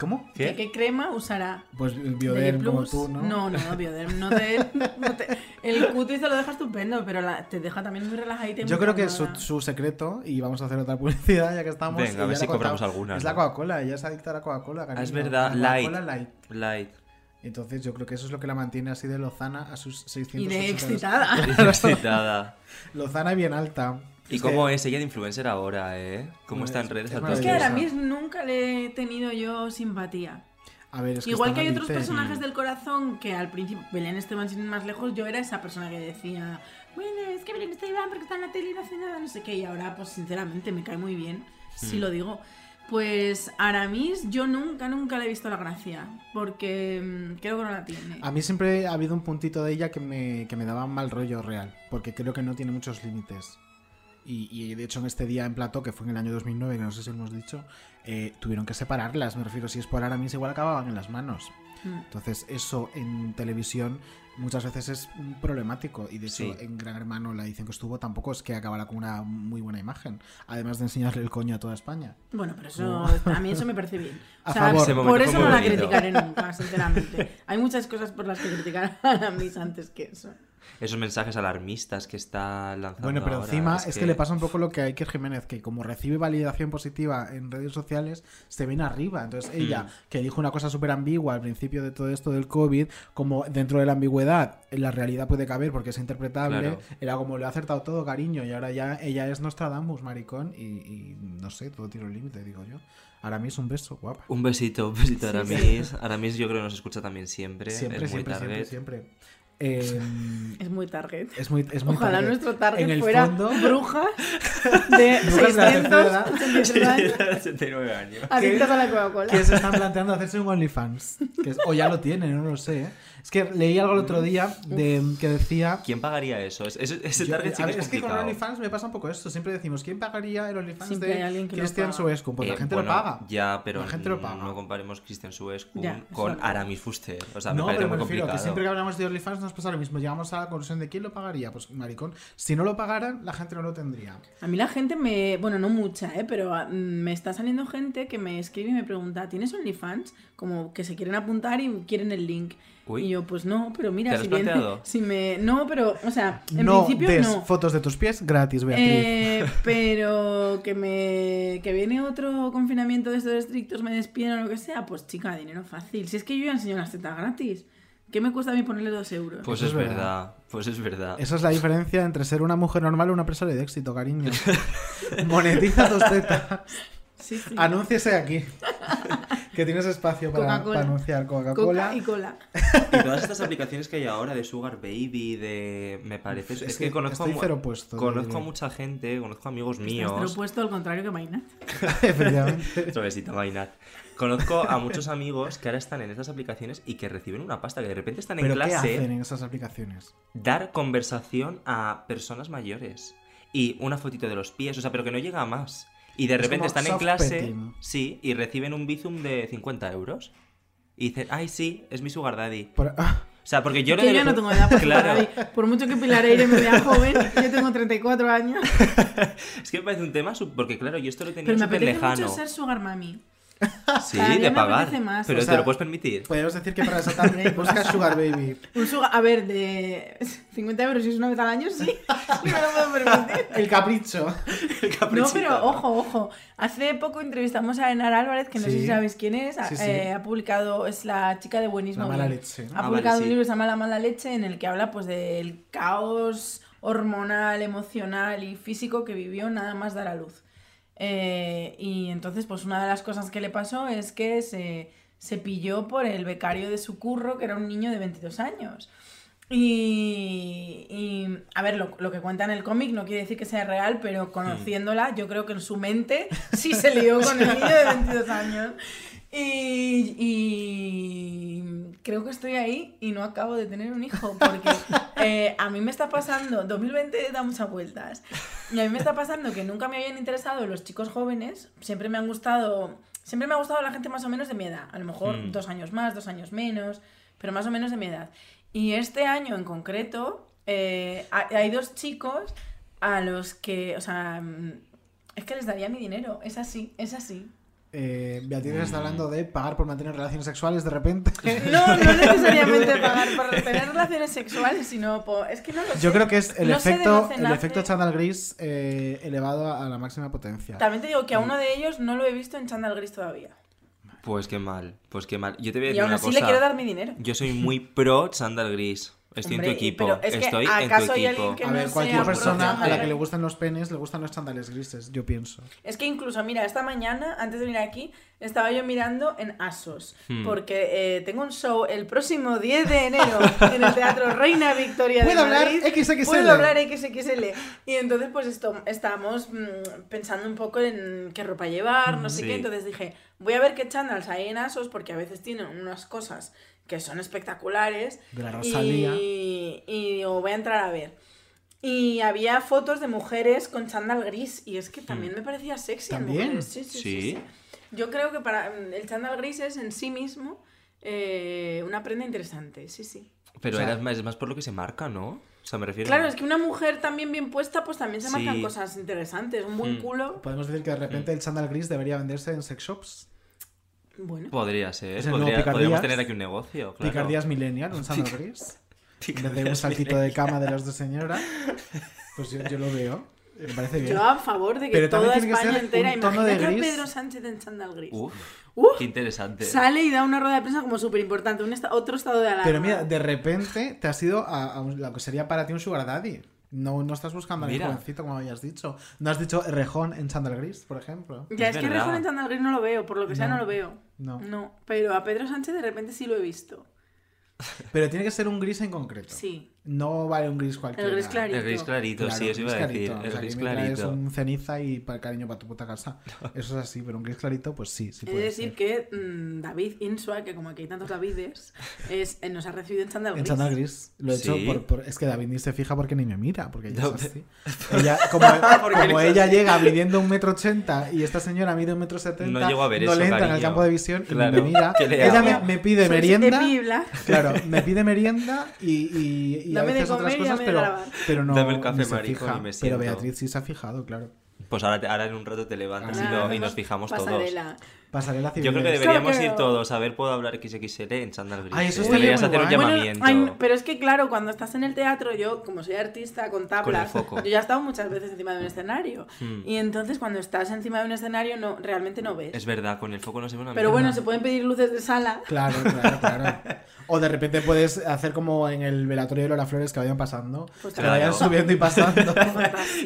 [SPEAKER 3] ¿Cómo?
[SPEAKER 5] ¿Qué, ¿Qué crema usará?
[SPEAKER 3] Pues el Bioderm
[SPEAKER 5] Daily
[SPEAKER 3] como
[SPEAKER 5] Plus.
[SPEAKER 3] tú, ¿no?
[SPEAKER 5] No, no, Bioderm. No te, no te- el cutis te lo deja estupendo, pero la- te deja también muy relajadita. y
[SPEAKER 3] Yo
[SPEAKER 5] muy
[SPEAKER 3] creo que su,
[SPEAKER 5] calmada.
[SPEAKER 3] su secreto, y vamos a hacer otra publicidad ya que estamos.
[SPEAKER 2] Venga, a
[SPEAKER 3] y
[SPEAKER 2] ver
[SPEAKER 3] ya
[SPEAKER 2] si
[SPEAKER 3] la he contado,
[SPEAKER 2] cobramos alguna,
[SPEAKER 3] Es la
[SPEAKER 2] ¿no?
[SPEAKER 3] Coca-Cola, ella es adicta a la Coca-Cola,
[SPEAKER 2] Ah,
[SPEAKER 3] cariño.
[SPEAKER 2] es verdad,
[SPEAKER 3] La
[SPEAKER 2] light.
[SPEAKER 3] Coca-Cola light.
[SPEAKER 2] Light.
[SPEAKER 3] Entonces yo creo que eso es lo que la mantiene así de lozana a sus 600
[SPEAKER 5] excitada.
[SPEAKER 2] Y de excitada.
[SPEAKER 3] lozana y bien alta.
[SPEAKER 2] ¿Y
[SPEAKER 3] Es que-
[SPEAKER 2] cómo es ella de influencer ahora, eh? ¿Cómo está en
[SPEAKER 3] Es-
[SPEAKER 2] redes
[SPEAKER 3] es
[SPEAKER 2] actualmente?
[SPEAKER 5] Es que a Aramis nunca le he tenido yo simpatía.
[SPEAKER 3] A ver, es que
[SPEAKER 5] Igual
[SPEAKER 3] está
[SPEAKER 5] que hay
[SPEAKER 3] mal
[SPEAKER 5] otros
[SPEAKER 3] dicho.
[SPEAKER 5] personajes del corazón que al principio, Belén Esteban sin ir más lejos, yo era esa persona que decía, bueno, es que Belén Esteban porque está en la tele y no hace nada, no sé qué, y ahora pues sinceramente me cae muy bien, si
[SPEAKER 3] Hmm.
[SPEAKER 10] Mm.
[SPEAKER 5] lo digo. Pues Aramis yo nunca, nunca le he visto la gracia, porque mm, creo que no la tiene.
[SPEAKER 3] A mí siempre ha habido un puntito de ella que me, que me daba mal rollo real, porque creo que no tiene muchos límites. Y, y, de hecho en este día en plató, que fue en el año 2009, que no sé si lo hemos dicho, eh, tuvieron que separarlas, me refiero, si es por Aramis igual acababan en las manos.
[SPEAKER 5] Mm.
[SPEAKER 3] Entonces eso en televisión muchas veces es mm, problemático y de hecho
[SPEAKER 2] Sí.
[SPEAKER 3] en Gran Hermano la edición que estuvo tampoco es que acabara con una muy buena imagen, además de enseñarle el coño a toda España.
[SPEAKER 5] Bueno, pero eso,
[SPEAKER 3] Como-
[SPEAKER 5] a mí eso me parece bien.
[SPEAKER 3] Uh. A
[SPEAKER 5] O sea,
[SPEAKER 3] favor. Ese
[SPEAKER 5] por
[SPEAKER 3] momento
[SPEAKER 5] eso
[SPEAKER 3] fue muy
[SPEAKER 5] no la
[SPEAKER 3] bonito.
[SPEAKER 5] criticaré nunca, sinceramente. Hay muchas cosas por las que criticar a Aramis antes que eso.
[SPEAKER 2] esos mensajes alarmistas que está lanzando.
[SPEAKER 3] Bueno, pero
[SPEAKER 2] ahora,
[SPEAKER 3] encima es, que... le pasa un poco lo que a Iker Jiménez, que como recibe validación positiva en redes sociales, se viene arriba. Entonces ella,
[SPEAKER 2] Mm.
[SPEAKER 3] que dijo una cosa súper ambigua al principio de todo esto del COVID, como dentro de la ambigüedad la realidad puede caber porque es interpretable,
[SPEAKER 2] Claro.
[SPEAKER 3] era como le ha acertado todo, cariño, y ahora ya ella es Nostradamus, maricón, y, y no sé, todo tiene un límite, digo yo. Aramis, un beso, guapa.
[SPEAKER 2] Un besito, un besito a
[SPEAKER 3] Sí, sí.
[SPEAKER 2] Aramis. Aramis yo creo que nos escucha también siempre.
[SPEAKER 3] Siempre,
[SPEAKER 2] es muy
[SPEAKER 3] siempre,
[SPEAKER 2] target.
[SPEAKER 3] siempre, siempre. Eh,
[SPEAKER 5] Es muy target.
[SPEAKER 3] Es muy- es muy
[SPEAKER 5] Ojalá
[SPEAKER 3] target.
[SPEAKER 5] nuestro target
[SPEAKER 3] En el
[SPEAKER 5] fuera
[SPEAKER 3] fondo-
[SPEAKER 5] brujas de
[SPEAKER 3] Brujas de la tercera edad.
[SPEAKER 5] 683 años.
[SPEAKER 2] 89 años.
[SPEAKER 5] Adictas a la Coca-Cola.
[SPEAKER 3] Que se están planteando hacerse un OnlyFans. Que es- o ya lo tienen, no lo sé. ¿eh? Es que leí algo el otro día de, Eh, que decía.
[SPEAKER 2] ¿Quién pagaría eso? Es- es- ese
[SPEAKER 3] Yo-
[SPEAKER 2] target sí
[SPEAKER 3] a
[SPEAKER 2] que
[SPEAKER 3] ver,
[SPEAKER 2] es
[SPEAKER 3] es que con
[SPEAKER 2] complicado.
[SPEAKER 3] OnlyFans me pasa un poco esto. Siempre decimos, ¿quién pagaría el OnlyFans
[SPEAKER 5] Siempre hay alguien
[SPEAKER 3] de
[SPEAKER 5] que lo
[SPEAKER 3] Christian
[SPEAKER 5] paga.
[SPEAKER 3] Suescu? Pues la
[SPEAKER 2] Eh,
[SPEAKER 3] gente
[SPEAKER 2] bueno,
[SPEAKER 3] lo paga.
[SPEAKER 2] Ya, pero
[SPEAKER 3] La gente lo paga.
[SPEAKER 2] no comparemos Christian Suescu
[SPEAKER 3] Ya,
[SPEAKER 2] con
[SPEAKER 3] exacto.
[SPEAKER 2] Aramis Fuster. O sea, me
[SPEAKER 3] no,
[SPEAKER 2] parece
[SPEAKER 3] pero
[SPEAKER 2] muy
[SPEAKER 3] me refiero
[SPEAKER 2] complicado.
[SPEAKER 3] que siempre que hablamos de OnlyFans nos pasa lo mismo. Llegamos a la conclusión de quién lo pagaría. Pues maricón, si no lo pagaran, la gente no lo tendría.
[SPEAKER 5] A mí la gente me. Bueno, no mucha, ¿eh? Pero ah, mm, me está saliendo gente que me escribe y me pregunta: ¿Tienes OnlyFans? Como que se quieren apuntar y quieren el link.
[SPEAKER 2] Uy.
[SPEAKER 5] Y yo, pues no, pero
[SPEAKER 2] ¿Te
[SPEAKER 5] mira,
[SPEAKER 2] lo
[SPEAKER 5] si
[SPEAKER 2] has
[SPEAKER 5] viene-
[SPEAKER 2] planteado?
[SPEAKER 5] Si me. No, pero, o sea, en
[SPEAKER 3] no
[SPEAKER 5] principio
[SPEAKER 3] des
[SPEAKER 5] no.
[SPEAKER 3] fotos de tus pies gratis, Beatriz.
[SPEAKER 5] Eh, pero que me que viene otro confinamiento de estos estrictos, me despiden o lo que sea, pues chica, dinero fácil. Si es que yo ya enseño las tetas gratis, ¿qué me cuesta a mí ponerle dos euros?
[SPEAKER 2] Pues
[SPEAKER 3] Eso
[SPEAKER 2] es
[SPEAKER 3] es
[SPEAKER 2] verdad.
[SPEAKER 3] verdad.
[SPEAKER 2] Pues es verdad.
[SPEAKER 3] Esa es la diferencia entre ser una mujer normal o una empresaria de éxito, cariño. Monetiza tus tetas.
[SPEAKER 5] Sí, sí.
[SPEAKER 3] Anúnciese aquí. que tienes espacio Ah, para,
[SPEAKER 5] Coca-Cola.
[SPEAKER 3] para anunciar Coca-Cola.
[SPEAKER 5] Coca y cola.
[SPEAKER 2] Y todas estas aplicaciones que hay ahora de Sugar Baby, de. Me parece. Es,
[SPEAKER 3] Es
[SPEAKER 2] que,
[SPEAKER 3] que
[SPEAKER 2] conozco,
[SPEAKER 3] estoy
[SPEAKER 2] mu-
[SPEAKER 3] cero puesto,
[SPEAKER 2] conozco a
[SPEAKER 3] David.
[SPEAKER 2] mucha gente, conozco amigos
[SPEAKER 5] Estás
[SPEAKER 2] míos.
[SPEAKER 5] pero puesto al contrario que Maynard.
[SPEAKER 3] Efectivamente.
[SPEAKER 2] Suavecito, Maynard. Conozco a muchos amigos que ahora están en estas aplicaciones y que reciben una pasta, que de repente están en
[SPEAKER 3] ¿Pero
[SPEAKER 2] clase.
[SPEAKER 3] qué hacen en esas aplicaciones?
[SPEAKER 2] dar conversación a personas mayores y una fotito de los pies, o sea, pero que no llega a más. Y de
[SPEAKER 3] Es
[SPEAKER 2] repente
[SPEAKER 3] como
[SPEAKER 2] están en
[SPEAKER 3] soft
[SPEAKER 2] clase,
[SPEAKER 3] petting.
[SPEAKER 2] sí, y reciben un bizum de 50 euros. Y dicen, ay, sí, es mi sugar daddy. O sea, porque yo
[SPEAKER 5] Es que
[SPEAKER 2] le
[SPEAKER 5] yo no tengo edad para
[SPEAKER 2] Claro,
[SPEAKER 5] Sugar Daddy. Por mucho que Pilar Eire me vea joven, yo tengo 34 años.
[SPEAKER 2] es que me parece un tema, sub- porque claro, yo esto lo tenía
[SPEAKER 5] Pero me
[SPEAKER 2] súper
[SPEAKER 5] apetece
[SPEAKER 2] lejano.
[SPEAKER 5] mucho ser Sugar Mami.
[SPEAKER 2] Sí,
[SPEAKER 5] Cada día
[SPEAKER 2] de
[SPEAKER 5] me
[SPEAKER 2] pagar.
[SPEAKER 5] apetece más,
[SPEAKER 2] pero
[SPEAKER 5] o
[SPEAKER 2] te
[SPEAKER 5] sea,
[SPEAKER 2] lo puedes permitir.
[SPEAKER 3] Podríamos decir que para esa thumbnail buscas Sugar Baby.
[SPEAKER 5] Un sugar, a ver, de 50 euros si es una vez al año, sí. Yo no me lo puedo permitir.
[SPEAKER 3] El capricho.
[SPEAKER 5] No, pero ojo, ojo. Hace poco entrevistamos a Enar Álvarez, que no sé
[SPEAKER 3] Sí.
[SPEAKER 5] si sabéis quién es. ha-
[SPEAKER 3] Sí, sí.
[SPEAKER 5] eh, ha publicado, es la chica de Buenismo.
[SPEAKER 3] La mala
[SPEAKER 5] Bien.
[SPEAKER 3] leche, ¿no?
[SPEAKER 5] Ha
[SPEAKER 3] Ah, vale,
[SPEAKER 5] publicado
[SPEAKER 3] sí.
[SPEAKER 5] un libro que se llama La mala leche, en el que habla pues del caos hormonal, emocional y físico que vivió nada más dar a luz. Eh, y entonces, pues una de las cosas que le pasó es que se, se pilló por el becario de su curro, que era un niño de 22 años. Y, y, a ver, lo, lo que cuenta en el cómic no quiere decir que sea real, pero conociéndola, yo creo que en su mente sí se lió con el niño de 22 años. Y, y creo que estoy ahí y no acabo de tener un hijo, porque eh, a mí me está pasando, 2020 da muchas vueltas, y a mí me está pasando que nunca me habían interesado los chicos jóvenes, siempre me han gustado, siempre me ha gustado la gente más o menos de mi edad, a lo mejor
[SPEAKER 3] Hmm.
[SPEAKER 10] Mm.
[SPEAKER 5] dos años más, dos años menos, pero más o menos de mi edad. Y este año en concreto, eh, ha- hay dos chicos a los que, o sea, mm, es que les daría mi dinero, es así, es así.
[SPEAKER 3] Eh, Beatriz está hablando de pagar por mantener relaciones sexuales de repente.
[SPEAKER 5] No, no necesariamente pagar por tener relaciones sexuales, sino por... Es que no lo sé.
[SPEAKER 3] Yo creo que es el
[SPEAKER 5] No sé de
[SPEAKER 3] efecto,
[SPEAKER 5] dónde
[SPEAKER 3] el
[SPEAKER 5] nace.
[SPEAKER 3] efecto chandal gris eh, elevado a, a la máxima potencia.
[SPEAKER 5] También te digo
[SPEAKER 3] Mm.
[SPEAKER 5] que a uno de ellos no lo he visto en chándal gris todavía.
[SPEAKER 2] Pues qué mal, pues qué mal. Yo te voy a
[SPEAKER 5] Y
[SPEAKER 2] decir
[SPEAKER 5] aún
[SPEAKER 2] una
[SPEAKER 5] así le
[SPEAKER 2] cosa.
[SPEAKER 5] quiero dar mi dinero.
[SPEAKER 2] Yo soy muy pro chándal gris. Estoy
[SPEAKER 5] Hombre,
[SPEAKER 2] en tu equipo.
[SPEAKER 5] pero es que
[SPEAKER 2] Estoy en
[SPEAKER 5] ¿acaso
[SPEAKER 2] tu
[SPEAKER 5] hay
[SPEAKER 2] equipo.
[SPEAKER 5] alguien que
[SPEAKER 3] a
[SPEAKER 5] no
[SPEAKER 3] ver,
[SPEAKER 5] sea
[SPEAKER 3] cualquier
[SPEAKER 5] pro
[SPEAKER 3] persona a la
[SPEAKER 5] chándal
[SPEAKER 3] que le
[SPEAKER 5] gris?
[SPEAKER 3] gustan los penes le gustan los chándales grises, yo pienso.
[SPEAKER 5] Es que incluso, mira, esta mañana, antes de venir aquí, estaba yo mirando en ASOS,
[SPEAKER 3] Hmm.
[SPEAKER 5] porque eh, tengo un show el próximo 10 de enero en el Teatro Reina Victoria de
[SPEAKER 3] ¿Puedo hablar
[SPEAKER 5] Madrid.
[SPEAKER 3] XXL?
[SPEAKER 5] Puedo hablar XXL. Y entonces, pues esto, estábamos mm, pensando un poco en qué ropa llevar,
[SPEAKER 3] Hmm,
[SPEAKER 5] no sé
[SPEAKER 10] Sí.
[SPEAKER 5] qué. Entonces dije, voy a ver qué chándals hay en ASOS, porque a veces tienen unas cosas que son espectaculares.
[SPEAKER 3] De la Rosalía.
[SPEAKER 5] Y, y digo, voy a entrar a ver. Y había fotos de mujeres con chándal gris y
[SPEAKER 3] Hmm.
[SPEAKER 5] es que también me parecía sexy. en
[SPEAKER 2] ¿También?
[SPEAKER 5] mujeres. Sí, sí, sí, sí. Yo creo que para mm, el chándal gris es en sí mismo eh, una prenda interesante, sí, sí.
[SPEAKER 2] Pero
[SPEAKER 5] O sea,
[SPEAKER 2] era más, es más por lo que se marca, ¿no? O sea, me refiero.
[SPEAKER 5] Claro, es que una mujer también bien puesta, pues también se marcan
[SPEAKER 2] Sí.
[SPEAKER 5] cosas interesantes. Un buen
[SPEAKER 3] Hmm.
[SPEAKER 2] Mm.
[SPEAKER 5] culo,
[SPEAKER 3] Podemos decir que de repente el chándal gris debería venderse en sex shops.
[SPEAKER 5] bueno.
[SPEAKER 2] Podría ser.
[SPEAKER 3] Es el nuevo
[SPEAKER 2] podría-
[SPEAKER 3] Picardías.
[SPEAKER 2] podríamos tener aquí un negocio. Claro.
[SPEAKER 3] Picardías Millennial, un chándal gris. en vez de un saltito de cama de las dos señoras, pues yo, yo lo veo. Me parece bien.
[SPEAKER 5] Yo a favor de que
[SPEAKER 3] Pero también
[SPEAKER 5] toda
[SPEAKER 3] tiene que
[SPEAKER 5] España
[SPEAKER 3] ser
[SPEAKER 5] entera
[SPEAKER 3] un tono de
[SPEAKER 5] imagínate a
[SPEAKER 3] gris. Uh,
[SPEAKER 5] Pedro Sánchez en chándal gris.
[SPEAKER 2] Uf, qué interesante.
[SPEAKER 5] Sale y da una rueda de prensa como súper importante, otro estado de alarma.
[SPEAKER 3] Pero mira, de repente te has ido a, a un- lo que sería para ti un sugar daddy. No, no estás buscando a un
[SPEAKER 2] Mira.
[SPEAKER 3] jovencito, como habías dicho. No has dicho Rejón en chándal gris, por ejemplo.
[SPEAKER 5] ya es, que Rejón en chándal gris no lo veo, por lo que sea
[SPEAKER 3] No,
[SPEAKER 5] no lo veo.
[SPEAKER 3] no.
[SPEAKER 5] pero a Pedro Sánchez de repente sí lo he visto.
[SPEAKER 3] Pero tiene que ser un gris en concreto.
[SPEAKER 5] Sí.
[SPEAKER 3] No vale un gris cualquiera.
[SPEAKER 5] gris clarito. El gris
[SPEAKER 2] clarito, sí, eso
[SPEAKER 3] un
[SPEAKER 2] iba a
[SPEAKER 3] gris
[SPEAKER 2] decir,
[SPEAKER 3] clarito.
[SPEAKER 2] el
[SPEAKER 3] O sea,
[SPEAKER 2] gris
[SPEAKER 3] que me traes
[SPEAKER 2] clarito.
[SPEAKER 3] un ceniza y para cariño para tu puta casa. Eso es así, pero un gris clarito, pues sí,
[SPEAKER 5] He
[SPEAKER 3] sí puede
[SPEAKER 5] de decir que mm, David Insua, que como aquí hay tantos Davides, es, eh, nos ha recibido en chándal
[SPEAKER 3] En
[SPEAKER 5] gris.
[SPEAKER 3] chándal gris. Lo he hecho
[SPEAKER 2] Sí.
[SPEAKER 3] por, por- Es que David ni se fija porque ni me mira, porque ella
[SPEAKER 2] No,
[SPEAKER 3] es
[SPEAKER 2] pe-
[SPEAKER 3] así. Ella- como
[SPEAKER 2] Porque
[SPEAKER 3] como
[SPEAKER 2] eres
[SPEAKER 3] ella
[SPEAKER 2] así.
[SPEAKER 3] llega midiendo un metro ochenta y esta señora mide un metro setenta,
[SPEAKER 2] No llego a ver
[SPEAKER 3] no
[SPEAKER 2] eso,
[SPEAKER 3] le entra en el
[SPEAKER 2] cariño.
[SPEAKER 3] campo de visión y
[SPEAKER 2] Claro,
[SPEAKER 3] ni me mira.
[SPEAKER 2] ¿qué le
[SPEAKER 3] Ella me,
[SPEAKER 2] hago?
[SPEAKER 3] me pide
[SPEAKER 5] Sois
[SPEAKER 3] merienda.
[SPEAKER 5] tepibla.
[SPEAKER 3] Claro, me pide merienda y, y, y a
[SPEAKER 5] Dame de
[SPEAKER 3] veces otras
[SPEAKER 5] comer y
[SPEAKER 3] cosas,
[SPEAKER 5] dame de
[SPEAKER 3] pero,
[SPEAKER 5] grabar.
[SPEAKER 3] pero no.
[SPEAKER 2] Dame el café,
[SPEAKER 3] ni se
[SPEAKER 2] marico,
[SPEAKER 3] fija.
[SPEAKER 2] ni me
[SPEAKER 3] Pero
[SPEAKER 2] siento.
[SPEAKER 3] Beatriz sí se ha fijado, claro.
[SPEAKER 2] Pues ahora, te- ahora en un rato te levantas
[SPEAKER 5] Ah.
[SPEAKER 2] y, lo- y nos fijamos
[SPEAKER 5] Pasarela.
[SPEAKER 2] todos.
[SPEAKER 3] Pasarela
[SPEAKER 2] Yo creo que
[SPEAKER 3] civiles.
[SPEAKER 2] deberíamos
[SPEAKER 5] Claro.
[SPEAKER 2] ir todos a ver Puedo hablar XXL en chándal gris.
[SPEAKER 3] Ay, eso
[SPEAKER 2] eh.
[SPEAKER 3] estaría
[SPEAKER 2] Deberías
[SPEAKER 3] muy
[SPEAKER 2] hacer un
[SPEAKER 3] guay. Bueno,
[SPEAKER 2] llamamiento.
[SPEAKER 5] Ay, no, pero es que claro, cuando estás en el teatro, yo como soy artista con tablas,
[SPEAKER 2] Con el foco.
[SPEAKER 5] yo ya he estado muchas veces encima de un escenario.
[SPEAKER 2] Hmm.
[SPEAKER 5] Y entonces cuando estás encima de un escenario no realmente no ves.
[SPEAKER 2] Es verdad, con el foco no se ve una
[SPEAKER 5] Pero
[SPEAKER 2] mierda.
[SPEAKER 5] bueno, se pueden pedir luces de sala.
[SPEAKER 3] Claro, claro, claro. O de repente puedes hacer como en el velatorio de Lola Flores que vayan pasando,
[SPEAKER 2] Pues
[SPEAKER 3] que
[SPEAKER 2] claro.
[SPEAKER 3] vayan subiendo y pasando.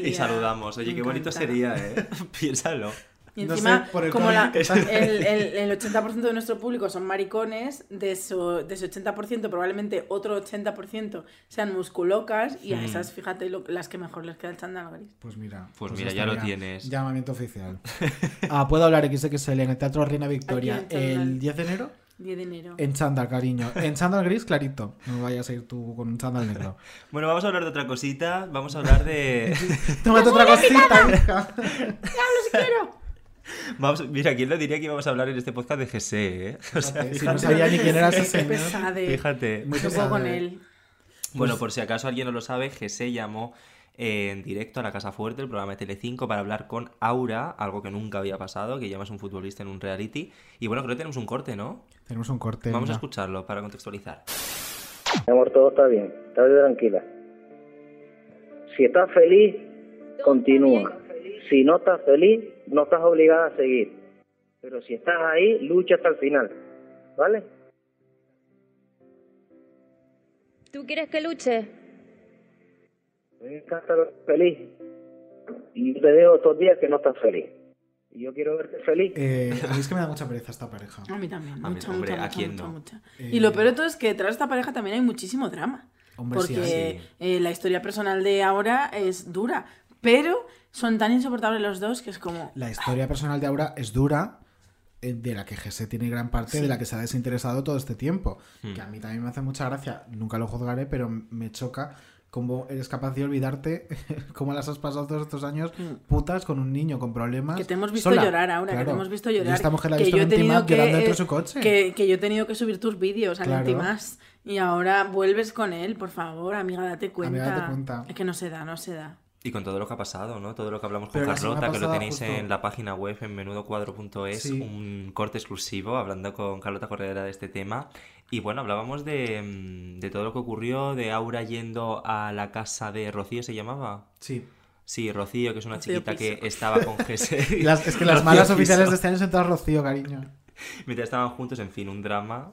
[SPEAKER 2] Y saludamos. Oye, qué bonito sería, ¿eh? Piénsalo.
[SPEAKER 5] Y
[SPEAKER 3] No
[SPEAKER 5] encima,
[SPEAKER 3] sé, por el
[SPEAKER 5] como la-
[SPEAKER 3] código que está-
[SPEAKER 5] el, el- el 80% de nuestro público son maricones, de, eso, de ese 80% probablemente otro 80% sean musculocas y a
[SPEAKER 2] Hmm.
[SPEAKER 5] esas, fíjate, lo- las que mejor les queda el chándal gris.
[SPEAKER 3] Pues mira.
[SPEAKER 2] Pues mira, ya lo tienes.
[SPEAKER 3] Llamamiento oficial. Ah, puedo hablar XXL en el Teatro Reina Victoria
[SPEAKER 5] Aquí en Chándal.
[SPEAKER 3] el 10 de enero.
[SPEAKER 5] 10 de enero.
[SPEAKER 3] En chándal, cariño. En chándal gris, clarito. No vayas a ir tú con un chándal negro.
[SPEAKER 2] Bueno, vamos a hablar de otra cosita. Vamos a hablar de.
[SPEAKER 3] Tómate otra cosita, hija.
[SPEAKER 2] Vamos- mira, ¿quién lo diría que íbamos a hablar en este podcast de GC, eh? O sea,
[SPEAKER 3] si
[SPEAKER 2] fíjate.
[SPEAKER 3] no sabía ni quién era ese señor.
[SPEAKER 5] Qué pesade.
[SPEAKER 2] Fíjate.
[SPEAKER 5] No puedo con él.
[SPEAKER 3] Pues-
[SPEAKER 2] Bueno, por si acaso alguien no lo sabe, GC llamó eh, en directo a la Casa Fuerte, el programa de Telecinco, para hablar con Aura, algo que nunca había pasado, que llamas un futbolista en un reality. Y bueno, creo que tenemos un corte, ¿no?
[SPEAKER 3] Tenemos un corte.
[SPEAKER 2] Vamos a
[SPEAKER 3] venga.
[SPEAKER 2] escucharlo para contextualizar.
[SPEAKER 20] Mi amor, todo está bien. Estás tranquila. Si estás feliz, continúa. Si no estás feliz, no estás obligada a seguir. Pero si estás ahí, lucha hasta el final. ¿Vale?
[SPEAKER 21] ¿Tú quieres que luche?
[SPEAKER 20] Me encanta lo feliz. Y yo te dejo estos días que no estás feliz. Y yo quiero verte feliz.
[SPEAKER 3] Eh, a mí es que me da mucha pereza esta pareja.
[SPEAKER 5] A mí también,
[SPEAKER 2] A mí,
[SPEAKER 5] mucha,
[SPEAKER 2] hombre,
[SPEAKER 5] mucha,
[SPEAKER 2] ¿a
[SPEAKER 5] mucha,
[SPEAKER 2] quién
[SPEAKER 5] mucha,
[SPEAKER 2] no?
[SPEAKER 5] mucha.
[SPEAKER 2] Eh,
[SPEAKER 5] Y lo peor de todo es que detrás de esta pareja también hay muchísimo drama.
[SPEAKER 3] Hombre, sí,
[SPEAKER 5] porque eh, la historia personal de ahora es dura, pero son tan insoportables los dos que es como...
[SPEAKER 3] La historia personal de Aura es dura, eh, de la que GC tiene gran parte,
[SPEAKER 5] Sí.
[SPEAKER 3] de la que se ha desinteresado todo este tiempo.
[SPEAKER 2] Hmm.
[SPEAKER 3] Que a mí también me hace mucha gracia, nunca lo juzgaré, pero me choca cómo eres capaz de olvidarte, cómo las has pasado todos estos años putas con un niño con problemas.
[SPEAKER 5] Hmm. Que te hemos visto
[SPEAKER 3] Ah, sola.
[SPEAKER 5] llorar ahora, que
[SPEAKER 3] Claro.
[SPEAKER 5] te hemos visto
[SPEAKER 3] Y
[SPEAKER 5] llorar.
[SPEAKER 3] esta mujer la ha
[SPEAKER 5] que
[SPEAKER 3] visto
[SPEAKER 5] yo
[SPEAKER 3] en
[SPEAKER 5] he tenido
[SPEAKER 3] Ultimate
[SPEAKER 5] que,
[SPEAKER 3] llorando dentro de
[SPEAKER 5] eh,
[SPEAKER 3] su coche.
[SPEAKER 5] Que, que yo he tenido que subir tus vídeos al
[SPEAKER 3] Claro.
[SPEAKER 5] Ultimas. Y ahora vuelves con él, por favor, amiga, date cuenta.
[SPEAKER 3] date cuenta.
[SPEAKER 5] Es que no se da, no se da.
[SPEAKER 2] Y con todo lo que ha pasado, ¿no? Todo lo que hablamos
[SPEAKER 3] Pero
[SPEAKER 2] con
[SPEAKER 3] la semana
[SPEAKER 2] Carlota, que lo
[SPEAKER 3] pasada
[SPEAKER 2] tenéis
[SPEAKER 3] justo-
[SPEAKER 2] en la página web en menudocuadro.es,
[SPEAKER 3] Sí.
[SPEAKER 2] un corte exclusivo hablando con Carlota Corredera de este tema. Y bueno, hablábamos de, mm, de todo lo que ocurrió, de Aura yendo a la casa de Rocío, ¿se llamaba?
[SPEAKER 3] Sí.
[SPEAKER 2] Sí, Rocío, que es una
[SPEAKER 3] Rocío
[SPEAKER 2] chiquita que
[SPEAKER 3] Piso.
[SPEAKER 2] estaba con Jesse.
[SPEAKER 3] Las- es que las
[SPEAKER 2] Rocío
[SPEAKER 3] malas
[SPEAKER 2] Piso.
[SPEAKER 3] oficiales de este año son todas Rocío, cariño.
[SPEAKER 2] Mientras estaban juntos, en fin, un drama.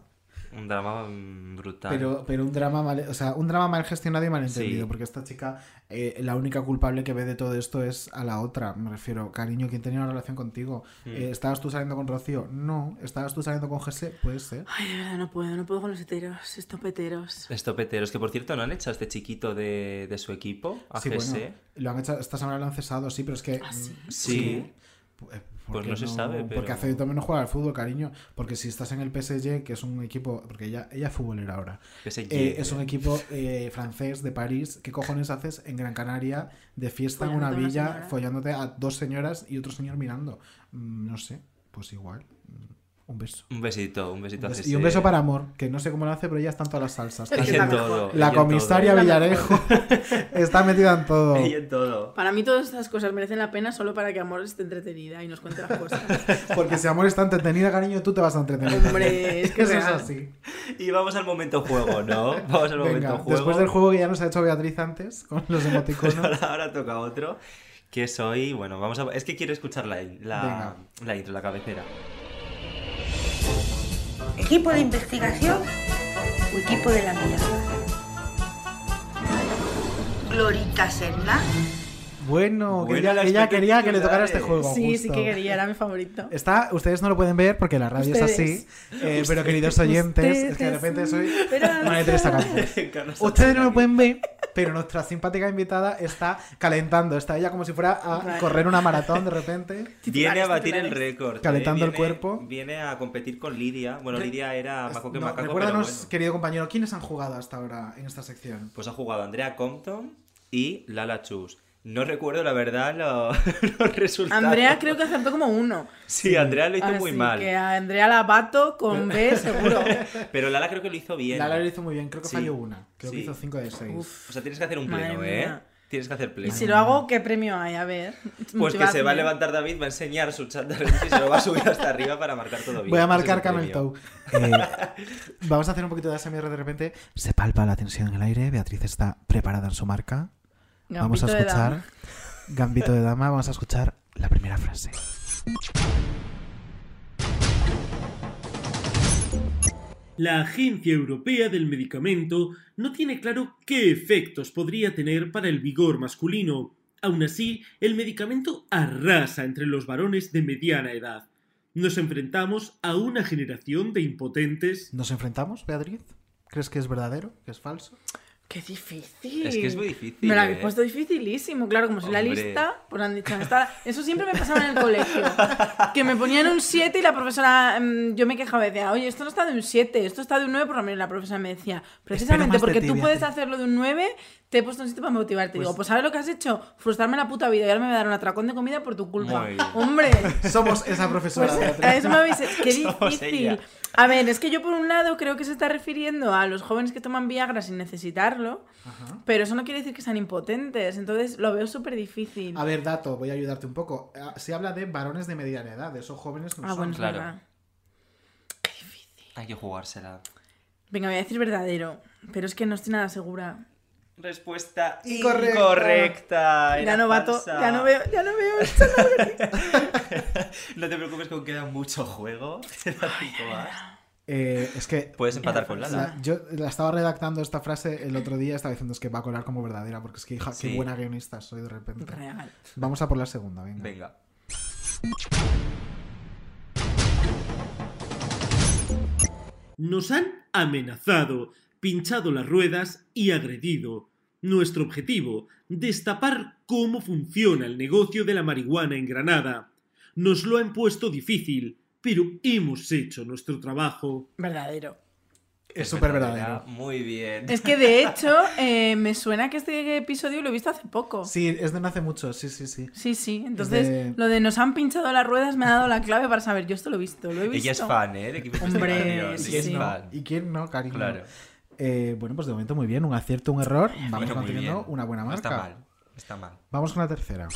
[SPEAKER 2] Un drama mm, brutal.
[SPEAKER 3] Pero, pero un drama mal, o sea, un drama mal gestionado y mal entendido,
[SPEAKER 2] Sí.
[SPEAKER 3] porque esta chica, eh, la única culpable que ve de todo esto es a la otra. Me refiero, cariño, ¿quién tenía una relación contigo?
[SPEAKER 5] Mm.
[SPEAKER 3] Eh, ¿Estabas tú saliendo con Rocío? No. ¿Estabas tú saliendo con Jesse? Puede ser.
[SPEAKER 5] Ay, de verdad, no puedo, no puedo con los heteros, estopeteros.
[SPEAKER 2] Estopeteros, que por cierto no han hecho a este chiquito de, de su equipo, a
[SPEAKER 3] Sí,
[SPEAKER 2] Jesse.
[SPEAKER 3] bueno, lo han hecho, esta semana lo han cesado, sí, pero es que.
[SPEAKER 2] sí?
[SPEAKER 3] mm,
[SPEAKER 2] Sí.
[SPEAKER 3] P- eh,
[SPEAKER 2] Pues
[SPEAKER 3] porque
[SPEAKER 2] no se sabe,
[SPEAKER 3] Porque
[SPEAKER 2] pero-
[SPEAKER 3] hace también no juega al fútbol, cariño. Porque si estás en el PSG, que es un equipo. Porque ella, ella es futbolera ahora.
[SPEAKER 2] PSG.
[SPEAKER 3] Eh, es un equipo eh, francés de París. ¿Qué cojones haces en Gran Canaria de fiesta en una
[SPEAKER 5] Follándote a una
[SPEAKER 3] villa,
[SPEAKER 5] señora.
[SPEAKER 3] follándote a dos señoras y otro señor mirando? Mm, No sé, pues igual. Mm, Un beso.
[SPEAKER 2] Un besito, un besito.
[SPEAKER 3] Y un beso para amor, que no sé cómo lo hace, pero ella está en todas las salsas.
[SPEAKER 2] Ella en todo, ella
[SPEAKER 3] La
[SPEAKER 2] en
[SPEAKER 3] comisaria
[SPEAKER 2] todo.
[SPEAKER 3] Villarejo está metida en todo.
[SPEAKER 2] Y en todo.
[SPEAKER 5] Para mí todas estas cosas merecen la pena solo para que Amor esté entretenida y nos cuente las cosas.
[SPEAKER 3] Porque si amor está entretenida, cariño, tú te vas a entretener.
[SPEAKER 5] Hombre, es que
[SPEAKER 3] Eso
[SPEAKER 5] real.
[SPEAKER 3] así.
[SPEAKER 2] Y vamos al momento juego, ¿no? Vamos al momento
[SPEAKER 3] Venga,
[SPEAKER 2] juego.
[SPEAKER 3] después del juego que ya nos ha hecho Beatriz antes, con los
[SPEAKER 2] Pues
[SPEAKER 3] emoticonos.
[SPEAKER 2] ahora, ahora toca otro. Que soy. Bueno, vamos a. Es que quiero escuchar la, in- la, la intro, la cabecera.
[SPEAKER 7] Equipo de investigación o equipo de la mierda. Glorita Serna.
[SPEAKER 3] Bueno, que
[SPEAKER 2] Bueno,
[SPEAKER 3] ella,
[SPEAKER 2] las
[SPEAKER 3] ella quería que le tocara este
[SPEAKER 5] Sí,
[SPEAKER 3] juego.
[SPEAKER 5] sí
[SPEAKER 3] justo.
[SPEAKER 5] que quería, era mi favorito.
[SPEAKER 3] Está, ustedes no lo pueden ver porque la radio es así,
[SPEAKER 5] Ustedes.
[SPEAKER 3] eh, pero
[SPEAKER 5] Ustedes,
[SPEAKER 3] queridos oyentes, es que de
[SPEAKER 5] ustedes,
[SPEAKER 3] repente soy
[SPEAKER 5] pero-
[SPEAKER 3] María Teresa Campos. Ustedes no lo pueden ver, pero nuestra simpática invitada está calentando, está ella como si fuera a
[SPEAKER 2] Vale.
[SPEAKER 3] correr una maratón de repente.
[SPEAKER 2] Viene a batir el récord. ¿eh?
[SPEAKER 3] Calentando el
[SPEAKER 2] Viene-
[SPEAKER 3] cuerpo.
[SPEAKER 2] Viene a competir con Lidia. Bueno,
[SPEAKER 3] Re-
[SPEAKER 2] Lidia era Maco que
[SPEAKER 3] No,
[SPEAKER 2] Macaco,
[SPEAKER 3] recuérdanos,
[SPEAKER 2] pero bueno.
[SPEAKER 3] querido compañero, ¿quiénes han jugado hasta ahora en esta sección?
[SPEAKER 2] Pues ha jugado Andrea Compton y Lala Chus. No recuerdo, la verdad, lo- los resultados.
[SPEAKER 5] Andrea creo que acertó como uno.
[SPEAKER 2] Sí, Andrea lo hizo muy
[SPEAKER 5] Así
[SPEAKER 2] mal.
[SPEAKER 5] que a Andrea la bato con B seguro.
[SPEAKER 2] Pero Lala creo que lo hizo bien.
[SPEAKER 3] Lala lo hizo muy bien, creo que
[SPEAKER 2] Sí,
[SPEAKER 3] falló una. Creo
[SPEAKER 2] sí.
[SPEAKER 3] que hizo 5 de 6.
[SPEAKER 2] O sea, tienes que hacer un
[SPEAKER 5] Madre
[SPEAKER 2] pleno, ¿eh?
[SPEAKER 5] mía.
[SPEAKER 2] Tienes que hacer pleno.
[SPEAKER 5] Y si lo hago, ¿qué premio hay? A ver.
[SPEAKER 2] Pues que se va a
[SPEAKER 5] motivación.
[SPEAKER 2] levantar David, va a enseñar su chat de Reddit y se lo va a subir hasta arriba para marcar todo bien.
[SPEAKER 3] Voy
[SPEAKER 2] Ese
[SPEAKER 3] a
[SPEAKER 2] es
[SPEAKER 3] marcar
[SPEAKER 2] el
[SPEAKER 3] Camel
[SPEAKER 2] premio.
[SPEAKER 3] Toe. Eh, vamos a hacer un poquito de ASMR de repente. Se palpa la tensión en el aire. Beatriz está preparada en su marca. vamos
[SPEAKER 5] Gambito
[SPEAKER 3] a
[SPEAKER 5] de
[SPEAKER 3] escuchar.
[SPEAKER 5] dama.
[SPEAKER 3] Gambito de dama, vamos a escuchar la primera frase.
[SPEAKER 22] La Agencia Europea del Medicamento no tiene claro qué efectos podría tener para el vigor masculino. Aún así, el medicamento arrasa entre los varones de mediana edad. Nos enfrentamos a una generación de impotentes.
[SPEAKER 3] ¿Nos enfrentamos, Beatriz? ¿Crees que es verdadero? ¿Que es falso?
[SPEAKER 5] Qué difícil.
[SPEAKER 3] Es que es muy difícil,
[SPEAKER 5] Me la
[SPEAKER 3] ¿eh?
[SPEAKER 5] habéis puesto dificilísimo. Claro, como soy la
[SPEAKER 3] Hombre.
[SPEAKER 5] lista, pues han dicho. "Está-". Eso siempre me pasaba en el colegio. Que me ponían un 7 y la profesora. mm, yo me quejaba y decía, oye, esto no está de un 7, esto está de un 9. Por lo menos la profesora me decía, precisamente
[SPEAKER 22] más de
[SPEAKER 5] porque
[SPEAKER 22] ti,
[SPEAKER 5] tú
[SPEAKER 22] Beatriz".
[SPEAKER 5] puedes hacerlo de un 9, te he puesto un 7 para motivarte.
[SPEAKER 22] Pues-
[SPEAKER 5] Digo, pues ¿sabes lo que has hecho? Frustrarme la puta vida y ahora me voy a dar un atracón de comida por tu culpa.
[SPEAKER 3] Muy bien.
[SPEAKER 5] Hombre.
[SPEAKER 3] Somos esa profesora,
[SPEAKER 5] Pues,
[SPEAKER 3] Beatriz.
[SPEAKER 5] a eso me habéis. Qué
[SPEAKER 3] Somos ella.
[SPEAKER 5] difícil. A ver, es que yo por un lado creo que se está refiriendo a los jóvenes que toman Viagra sin necesitarlo, pero eso no quiere decir que sean impotentes, entonces lo veo súper difícil.
[SPEAKER 3] A ver, dato, voy a ayudarte un poco. Ah, Se habla de varones de mediana edad, de esos jóvenes no
[SPEAKER 5] Ah,
[SPEAKER 3] son.
[SPEAKER 5] bueno, es
[SPEAKER 2] Claro.
[SPEAKER 5] verdad.
[SPEAKER 2] Hay que jugársela.
[SPEAKER 5] Venga, voy a decir verdadero, pero es que no estoy nada segura.
[SPEAKER 2] Respuesta
[SPEAKER 5] Incorrecta.
[SPEAKER 2] incorrecta. Era
[SPEAKER 5] Ya no vato,
[SPEAKER 2] falsa.
[SPEAKER 5] ya no veo, ya no veo.
[SPEAKER 2] No te preocupes, que aún queda mucho juego. Te da cinco más.
[SPEAKER 3] Eh, es que.
[SPEAKER 2] Puedes empatar con Lala.
[SPEAKER 3] La- yo la estaba redactando esta frase el otro día, estaba diciendo es que va a colar como verdadera, porque es que, hija,
[SPEAKER 2] Sí.
[SPEAKER 3] qué buena guionista soy de repente.
[SPEAKER 5] Real.
[SPEAKER 3] Vamos a por la segunda, venga.
[SPEAKER 2] Venga.
[SPEAKER 22] Nos han amenazado, pinchado las ruedas y agredido. Nuestro objetivo, destapar cómo funciona el negocio de la marihuana en Granada. Nos lo han puesto difícil, pero hemos hecho nuestro trabajo.
[SPEAKER 5] Verdadero.
[SPEAKER 3] Es súper verdadero.
[SPEAKER 2] Muy bien.
[SPEAKER 5] Es que de hecho eh, me suena que este episodio lo he visto hace poco.
[SPEAKER 3] Sí, es de no hace mucho, sí, sí, sí.
[SPEAKER 5] Sí, sí, entonces
[SPEAKER 3] de-
[SPEAKER 5] lo de nos han pinchado las ruedas me ha dado la clave para saber, yo esto lo he visto, lo he visto.
[SPEAKER 2] Ella es fan, ¿eh? De equipo
[SPEAKER 5] Hombre,
[SPEAKER 2] Investigación. Ella
[SPEAKER 3] ¿Y
[SPEAKER 2] es
[SPEAKER 3] quién no?
[SPEAKER 2] fan.
[SPEAKER 3] ¿Y quién no, cariño?
[SPEAKER 2] Claro.
[SPEAKER 3] Eh, bueno, pues de momento muy bien, un acierto, un error. Vamos
[SPEAKER 2] Bueno, muy
[SPEAKER 3] manteniendo
[SPEAKER 2] bien.
[SPEAKER 3] una buena
[SPEAKER 2] No
[SPEAKER 3] marca.
[SPEAKER 2] está mal. no Está mal.
[SPEAKER 3] Vamos con la tercera.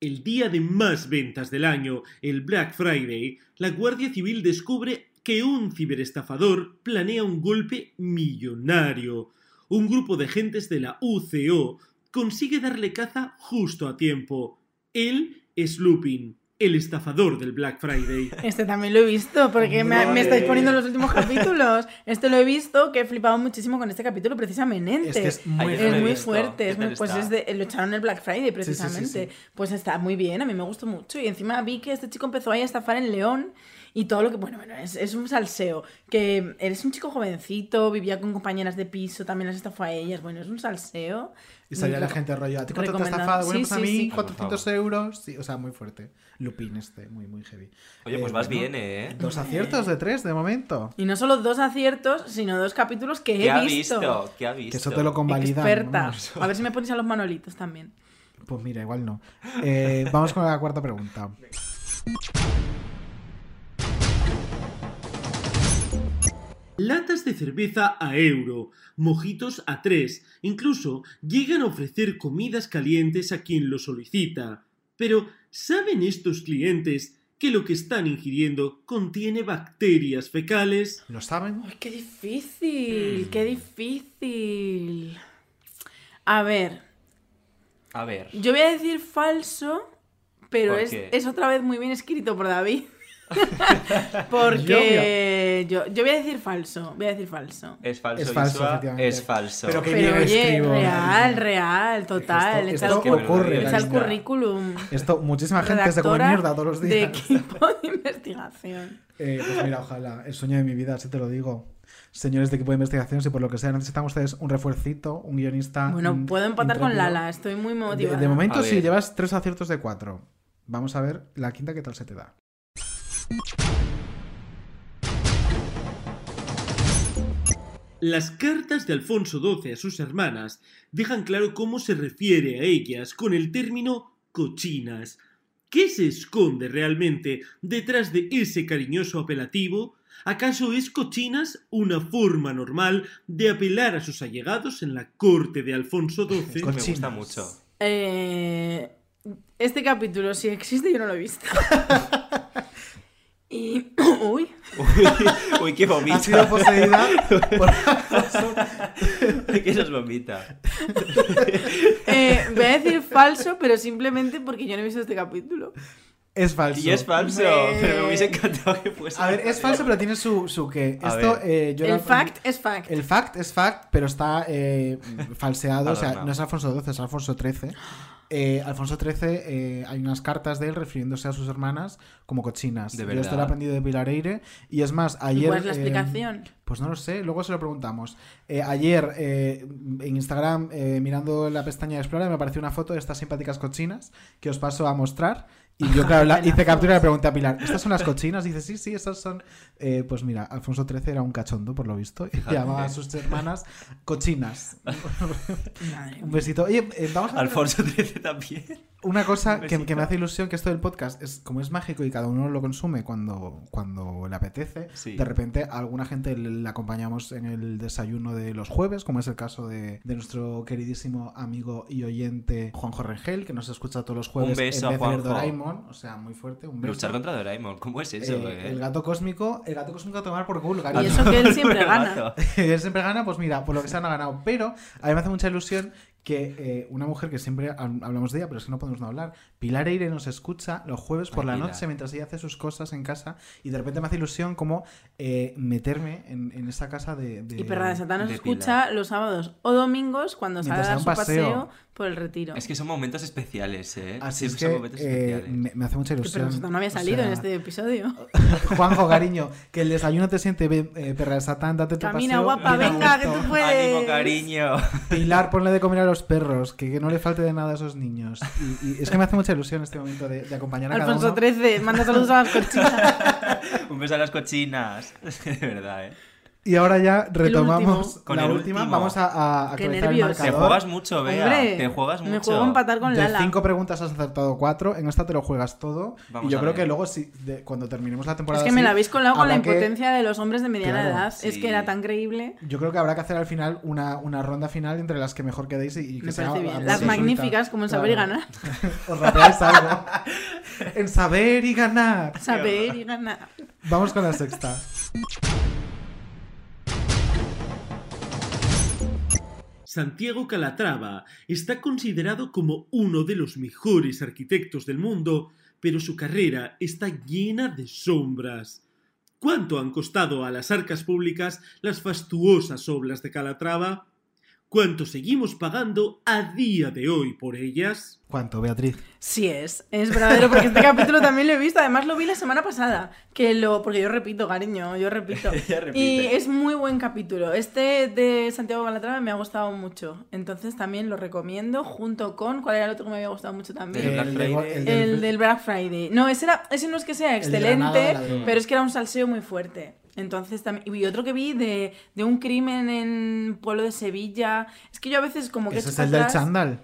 [SPEAKER 22] El día de más ventas del año, el Black Friday, la Guardia Civil descubre que un ciberestafador planea un golpe millonario. Un grupo de agentes de la UCO consigue darle caza justo a tiempo. Él es Lupin, el estafador del Black Friday.
[SPEAKER 5] Este también lo he visto, porque me, me estáis poniendo los últimos capítulos. Este lo he visto, que he flipado muchísimo con este capítulo precisamente.
[SPEAKER 22] Es que es muy
[SPEAKER 5] Es
[SPEAKER 22] fuerte.
[SPEAKER 5] muy
[SPEAKER 22] ¿Qué tal
[SPEAKER 5] fuerte. es muy-
[SPEAKER 22] está?
[SPEAKER 5] pues es de- lo echaron el Black Friday
[SPEAKER 22] sí, sí,
[SPEAKER 5] precisamente. Pues está muy bien, a mí me gustó mucho. Y encima vi que este chico empezó ahí a estafar en León y todo lo que... Bueno, bueno, es, es un salseo. Que eres un chico jovencito, vivía con compañeras de piso, también las estafó a ellas. Bueno, es un salseo.
[SPEAKER 3] Y salía
[SPEAKER 5] Muy
[SPEAKER 3] la gente rollo. ¿A ti cuánto te has
[SPEAKER 5] recomendado.
[SPEAKER 3] estafado? Bueno,
[SPEAKER 5] Sí,
[SPEAKER 3] pues a
[SPEAKER 5] sí,
[SPEAKER 3] mí
[SPEAKER 5] sí.
[SPEAKER 3] 400 euros. Sí, o sea, muy fuerte. Lupin este, muy, muy heavy.
[SPEAKER 2] Oye, pues vas bien, ¿eh?
[SPEAKER 3] Dos aciertos de tres de momento.
[SPEAKER 5] Y no solo dos aciertos, sino dos capítulos que he
[SPEAKER 2] ¿Qué ha
[SPEAKER 5] visto.
[SPEAKER 2] visto? ¿Qué ha visto?
[SPEAKER 3] Que eso te lo convalidan.
[SPEAKER 5] Experta.
[SPEAKER 3] vamos.
[SPEAKER 5] A ver si me ponéis a los manolitos también.
[SPEAKER 3] Pues mira, igual no. Eh, vamos con la cuarta pregunta.
[SPEAKER 22] Latas de cerveza a euro, mojitos a tres, incluso llegan a ofrecer comidas calientes a quien lo solicita. Pero, ¿saben estos clientes que lo que están ingiriendo contiene bacterias fecales?
[SPEAKER 3] ¿Lo saben?
[SPEAKER 5] ¡Ay, qué
[SPEAKER 2] Mm.
[SPEAKER 5] difícil! ¡Qué difícil! A ver,
[SPEAKER 2] A ver.
[SPEAKER 5] yo voy a decir falso, pero
[SPEAKER 2] ¿Por
[SPEAKER 5] es,
[SPEAKER 2] qué?
[SPEAKER 5] es otra vez muy bien escrito por David. Porque yo, yo voy a decir falso, voy a decir falso.
[SPEAKER 2] Es falso,
[SPEAKER 3] Es falso,
[SPEAKER 2] Isua,
[SPEAKER 3] efectivamente.
[SPEAKER 2] es falso.
[SPEAKER 3] Pero que-
[SPEAKER 5] Pero
[SPEAKER 3] bien
[SPEAKER 5] oye,
[SPEAKER 3] escribo,
[SPEAKER 5] real,
[SPEAKER 3] Marina.
[SPEAKER 5] real, total.
[SPEAKER 3] Esto-
[SPEAKER 5] echa
[SPEAKER 3] esto
[SPEAKER 5] el curr-
[SPEAKER 3] ocurre,
[SPEAKER 5] echa el
[SPEAKER 3] Marina.
[SPEAKER 5] currículum.
[SPEAKER 3] Esto, muchísima gente se come
[SPEAKER 5] Redactora
[SPEAKER 3] mierda todos los días.
[SPEAKER 5] De equipo de investigación.
[SPEAKER 3] Eh, pues mira, ojalá. El sueño de mi vida, así te lo digo. Señores de equipo de investigación, si por lo que sea necesitan ustedes un refuercito, un guionista.
[SPEAKER 5] Bueno,
[SPEAKER 3] mm,
[SPEAKER 5] puedo empatar con
[SPEAKER 3] intrépido.
[SPEAKER 5] Lala, estoy muy
[SPEAKER 3] De,
[SPEAKER 5] motivada.
[SPEAKER 3] de momento
[SPEAKER 2] A
[SPEAKER 3] sí,
[SPEAKER 2] ver.
[SPEAKER 3] llevas tres aciertos de cuatro. Vamos a ver la quinta qué tal se te da.
[SPEAKER 22] Las cartas de Alfonso XII a sus hermanas dejan claro cómo se refiere a ellas con el término cochinas. ¿Qué se esconde realmente detrás de ese cariñoso apelativo? ¿Acaso es cochinas una forma normal de apelar a sus allegados en la corte de Alfonso XII?
[SPEAKER 2] Me gusta mucho.
[SPEAKER 5] Eh, este capítulo, si existe, yo no lo he visto. y. Uy.
[SPEAKER 2] Uy, qué vomita.
[SPEAKER 3] Ha sido poseída por
[SPEAKER 2] Uy, que nos vomita.
[SPEAKER 5] Eh, voy a decir falso, pero simplemente porque yo no he visto este capítulo.
[SPEAKER 3] Es falso.
[SPEAKER 2] Y es falso.
[SPEAKER 5] Hombre.
[SPEAKER 2] Pero me hubiese encantado que fuese.
[SPEAKER 3] A ver, es falso, pero tiene su, su qué.
[SPEAKER 2] pues, A
[SPEAKER 3] Esto,
[SPEAKER 2] ver.
[SPEAKER 3] eh, yo
[SPEAKER 5] el
[SPEAKER 3] la-
[SPEAKER 5] fact es fact.
[SPEAKER 3] El fact es fact, pero está eh, falseado. o sea,
[SPEAKER 2] Adornado.
[SPEAKER 3] no es Alfonso XII, es Alfonso XIII. Eh, Alfonso XIII, eh, hay unas cartas de él refiriéndose a sus hermanas como cochinas.
[SPEAKER 2] De
[SPEAKER 3] Yo esto lo he
[SPEAKER 2] verdad.
[SPEAKER 3] aprendido de Pilar Eire. Y es más, ayer.
[SPEAKER 5] ¿Cuál es la
[SPEAKER 3] eh,
[SPEAKER 5] explicación?
[SPEAKER 3] pues no lo sé, luego se lo preguntamos. Eh, ayer eh, en Instagram, eh, mirando la pestaña de Explora, me apareció una foto de estas simpáticas cochinas que os paso a mostrar. Y yo, claro, la- hice captura y le pregunté a Pilar, ¿estas son las cochinas? Y dice, sí, sí, estas son... Eh, pues mira, Alfonso XIII era un cachondo, por lo visto, y llamaba a sus hermanas cochinas.
[SPEAKER 5] Madre
[SPEAKER 3] un
[SPEAKER 5] mía.
[SPEAKER 3] besito. Oye, eh, vamos a hacer
[SPEAKER 2] Alfonso XIII también.
[SPEAKER 3] una cosa que,
[SPEAKER 2] besito.
[SPEAKER 3] que me hace ilusión, que esto del podcast, es como es mágico y cada uno lo consume cuando, cuando le apetece,
[SPEAKER 2] Sí.
[SPEAKER 3] de repente a alguna gente le- la acompañamos en el desayuno de los jueves, como es el caso de, de nuestro queridísimo amigo y oyente Juanjo Rengel, que nos escucha todos los jueves
[SPEAKER 2] beso,
[SPEAKER 3] en vez de ver
[SPEAKER 2] Juanjo.
[SPEAKER 3] Doraemon, o sea, muy fuerte, un beso.
[SPEAKER 2] Luchar contra Doraemon. ¿Cómo es eso,
[SPEAKER 3] Eh,
[SPEAKER 2] eh?
[SPEAKER 3] El gato cósmico, el gato cósmico a tomar por culo,
[SPEAKER 5] Y
[SPEAKER 3] cariño.
[SPEAKER 5] eso que él siempre
[SPEAKER 2] El
[SPEAKER 5] gana.
[SPEAKER 2] gato.
[SPEAKER 3] él siempre gana, pues mira, por lo que se han ganado. Pero a mí me hace mucha ilusión que eh, una mujer que siempre hab- hablamos de ella, pero es que no podemos no hablar, Pilar Eire nos escucha los jueves por
[SPEAKER 2] Ay,
[SPEAKER 3] la
[SPEAKER 2] Pilar.
[SPEAKER 3] noche mientras ella hace sus cosas en casa y de repente me hace ilusión como eh, meterme en, en esa casa de... de-
[SPEAKER 5] Y Perra de Satán nos
[SPEAKER 2] de
[SPEAKER 5] escucha los sábados o domingos cuando sale a
[SPEAKER 3] Mientras
[SPEAKER 5] dar
[SPEAKER 3] da
[SPEAKER 5] su
[SPEAKER 3] un
[SPEAKER 5] paseo
[SPEAKER 3] paseo. Mm,
[SPEAKER 5] por el retiro.
[SPEAKER 2] Es que son momentos especiales, eh.
[SPEAKER 3] Así es
[SPEAKER 2] Siempre son
[SPEAKER 3] que
[SPEAKER 2] momentos
[SPEAKER 3] eh,
[SPEAKER 2] especiales.
[SPEAKER 3] me, me hace mucha
[SPEAKER 5] Que Perra
[SPEAKER 3] ilusión.
[SPEAKER 5] de Satán Pues no había
[SPEAKER 3] O
[SPEAKER 5] salido en
[SPEAKER 3] sea,
[SPEAKER 5] este episodio.
[SPEAKER 3] Juanjo, cariño, que el desayuno te siente bien, eh, perra de satán, date tu
[SPEAKER 5] Camina,
[SPEAKER 3] paseo,
[SPEAKER 5] guapa,
[SPEAKER 3] bien a
[SPEAKER 5] venga, que
[SPEAKER 3] gusto.
[SPEAKER 5] tú puedes.
[SPEAKER 2] Ánimo, cariño.
[SPEAKER 3] Pilar, ponle de comer a los perros, que, que no le falte de nada a esos niños. Y, y es que me hace mucha ilusión este momento de, de acompañar a
[SPEAKER 5] Alfonso
[SPEAKER 3] cada uno.
[SPEAKER 5] XIII, manda saludos a las cochinas.
[SPEAKER 2] Un beso a las cochinas. De verdad, eh.
[SPEAKER 3] Y ahora ya retomamos
[SPEAKER 5] último.
[SPEAKER 2] Con
[SPEAKER 3] la
[SPEAKER 2] el
[SPEAKER 3] última.
[SPEAKER 2] último.
[SPEAKER 3] Vamos a, a, a
[SPEAKER 5] Qué
[SPEAKER 3] actualizar el
[SPEAKER 5] nervios.
[SPEAKER 2] Te
[SPEAKER 5] Calor.
[SPEAKER 3] marcador.
[SPEAKER 2] juegas mucho, Bea.
[SPEAKER 5] Hombre,
[SPEAKER 2] te juegas mucho.
[SPEAKER 5] Me juego a empatar con
[SPEAKER 3] de
[SPEAKER 5] Lala.
[SPEAKER 3] cinco preguntas has acertado cuatro. En esta te lo juegas todo.
[SPEAKER 2] Vamos
[SPEAKER 3] y yo
[SPEAKER 2] a
[SPEAKER 3] creo
[SPEAKER 2] ver.
[SPEAKER 3] que luego, si, de- cuando terminemos la
[SPEAKER 5] Es
[SPEAKER 3] temporada.
[SPEAKER 5] que me
[SPEAKER 3] así,
[SPEAKER 5] la habéis colado con la
[SPEAKER 3] habrá que-
[SPEAKER 5] impotencia de los hombres de mediana
[SPEAKER 3] Claro,
[SPEAKER 5] edad. Es
[SPEAKER 2] sí.
[SPEAKER 5] que era tan creíble.
[SPEAKER 3] Yo creo que habrá que hacer al final una, una ronda final entre las que mejor quedéis y, y que
[SPEAKER 5] Me
[SPEAKER 3] sea
[SPEAKER 5] parece
[SPEAKER 3] a- a
[SPEAKER 5] bien.
[SPEAKER 3] muerte
[SPEAKER 5] Las
[SPEAKER 3] súbita.
[SPEAKER 5] magníficas, como en saber y
[SPEAKER 3] Claro.
[SPEAKER 5] ganar.
[SPEAKER 3] Os rapeáis algo. en saber y ganar.
[SPEAKER 5] Saber y ganar.
[SPEAKER 3] Vamos con la sexta.
[SPEAKER 22] Santiago Calatrava está considerado como uno de los mejores arquitectos del mundo, pero su carrera está llena de sombras. ¿Cuánto han costado a las arcas públicas las fastuosas obras de Calatrava? ¿Cuánto seguimos pagando a día de hoy por ellas?
[SPEAKER 3] ¿Cuánto, Beatriz?
[SPEAKER 5] Sí es, es verdadero, porque este capítulo también lo he visto, además lo vi la semana pasada, que lo, porque yo repito, cariño, yo repito.
[SPEAKER 2] Ella repite.
[SPEAKER 5] y es muy buen capítulo. Este de Santiago Calatrava me ha gustado mucho, entonces también lo recomiendo, junto con, ¿cuál era el otro que me había gustado mucho también?
[SPEAKER 2] El Black
[SPEAKER 3] de-
[SPEAKER 2] Friday.
[SPEAKER 5] El, del Black Friday. No, ese, era, ese no es que sea
[SPEAKER 3] El de Granada,
[SPEAKER 5] excelente,
[SPEAKER 3] la de-
[SPEAKER 5] pero es que era un salseo muy fuerte. Entonces también... Y otro que vi de, de un crimen en pueblo de Sevilla. Es que yo a veces como que...
[SPEAKER 3] Ese
[SPEAKER 5] echo
[SPEAKER 3] es
[SPEAKER 5] para
[SPEAKER 3] el del
[SPEAKER 5] atrás-
[SPEAKER 3] chándal.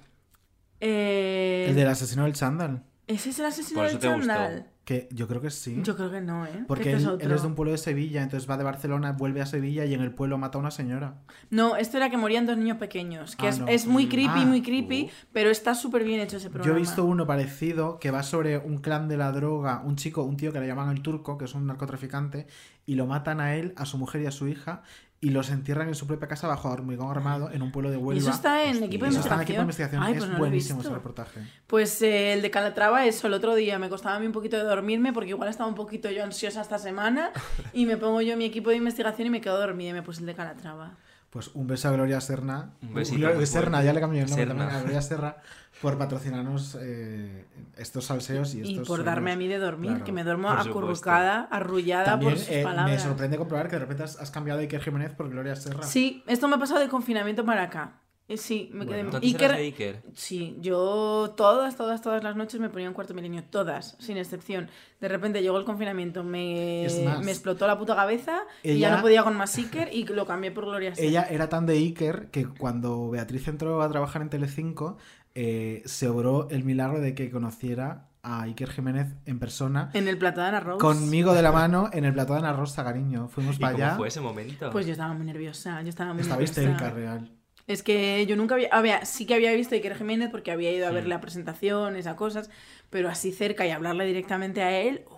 [SPEAKER 5] Eh,
[SPEAKER 3] El del asesino del chándal.
[SPEAKER 5] ¿Ese es el asesino del chándal?
[SPEAKER 3] Que yo creo que sí.
[SPEAKER 5] Yo creo que no, ¿eh?
[SPEAKER 3] Porque
[SPEAKER 5] Este es
[SPEAKER 3] él,
[SPEAKER 5] otro.
[SPEAKER 3] él es de un pueblo de Sevilla, entonces va de Barcelona, vuelve a Sevilla y en el pueblo mata a una señora.
[SPEAKER 5] No, esto era que morían dos niños pequeños, que
[SPEAKER 3] Ah,
[SPEAKER 5] es,
[SPEAKER 3] no.
[SPEAKER 5] es muy creepy,
[SPEAKER 3] Ah.
[SPEAKER 5] muy creepy, pero está súper bien hecho ese programa.
[SPEAKER 3] Yo he visto uno parecido que va sobre un clan de la droga, un chico, un tío que le llaman el turco, que es un narcotraficante, y lo matan a él, a su mujer y a su hija, y los entierran en su propia casa bajo hormigón armado en un pueblo de Huelva.
[SPEAKER 5] eso está en equipo de
[SPEAKER 3] Eso está en equipo de
[SPEAKER 5] investigación?
[SPEAKER 3] investigación.
[SPEAKER 5] Ay,
[SPEAKER 3] es
[SPEAKER 5] pues no lo he
[SPEAKER 3] buenísimo
[SPEAKER 5] visto.
[SPEAKER 3] ese reportaje.
[SPEAKER 5] Pues eh, el de Calatrava, eso, el otro día me costaba a mí un poquito de dormirme porque igual estaba un poquito yo ansiosa esta semana y me pongo yo mi equipo de investigación y me quedo dormida y me puse el de Calatrava.
[SPEAKER 3] Pues un beso a Gloria Serna.
[SPEAKER 2] Un besito
[SPEAKER 3] Gloria
[SPEAKER 2] muy
[SPEAKER 3] Serna,
[SPEAKER 2] fuerte.
[SPEAKER 3] ya le cambié el nombre
[SPEAKER 2] Serna.
[SPEAKER 3] también a Gloria Serra por patrocinarnos eh, estos salseos y estos.
[SPEAKER 5] Y por
[SPEAKER 3] sueños.
[SPEAKER 5] darme a mí de dormir,
[SPEAKER 3] Claro.
[SPEAKER 5] que me duermo
[SPEAKER 2] Por supuesto.
[SPEAKER 5] acurrucada, arrullada
[SPEAKER 3] También
[SPEAKER 5] por sus
[SPEAKER 3] eh, me
[SPEAKER 5] palabras.
[SPEAKER 3] sorprende comprobar que de repente has, has cambiado a Iker Jiménez por Gloria Serra.
[SPEAKER 5] Sí, esto me ha pasado de confinamiento para acá. Eh, Sí, me quedé...
[SPEAKER 3] Bueno.
[SPEAKER 2] Entonces
[SPEAKER 5] Iker-
[SPEAKER 2] eras de Iker.
[SPEAKER 5] Sí, yo todas, todas, todas las noches me ponía un cuarto milenio, todas, sin excepción. De repente llegó el confinamiento, me,
[SPEAKER 3] Es más,
[SPEAKER 5] me explotó la puta cabeza y ya
[SPEAKER 3] ella-
[SPEAKER 5] no podía con más Iker y lo cambié por Gloria Estefan.
[SPEAKER 3] Ella era tan de Iker que cuando Beatriz entró a trabajar en Telecinco eh, se obró el milagro de que conociera a Iker Jiménez en persona
[SPEAKER 5] En el plato de Ana Rose.
[SPEAKER 3] conmigo de la mano en el plató de Ana Rosa, cariño. Fuimos
[SPEAKER 2] ¿Y
[SPEAKER 3] para
[SPEAKER 2] cómo
[SPEAKER 3] allá.
[SPEAKER 2] fue ese momento?
[SPEAKER 5] Pues yo estaba muy nerviosa, yo estaba muy
[SPEAKER 3] Estaba histérica
[SPEAKER 5] nerviosa.
[SPEAKER 3] real.
[SPEAKER 5] Es que yo nunca había, había- sí que había visto a Iker Jiménez porque había ido a verle a presentaciones, a cosas, pero así cerca y hablarle directamente a él, ¡uh!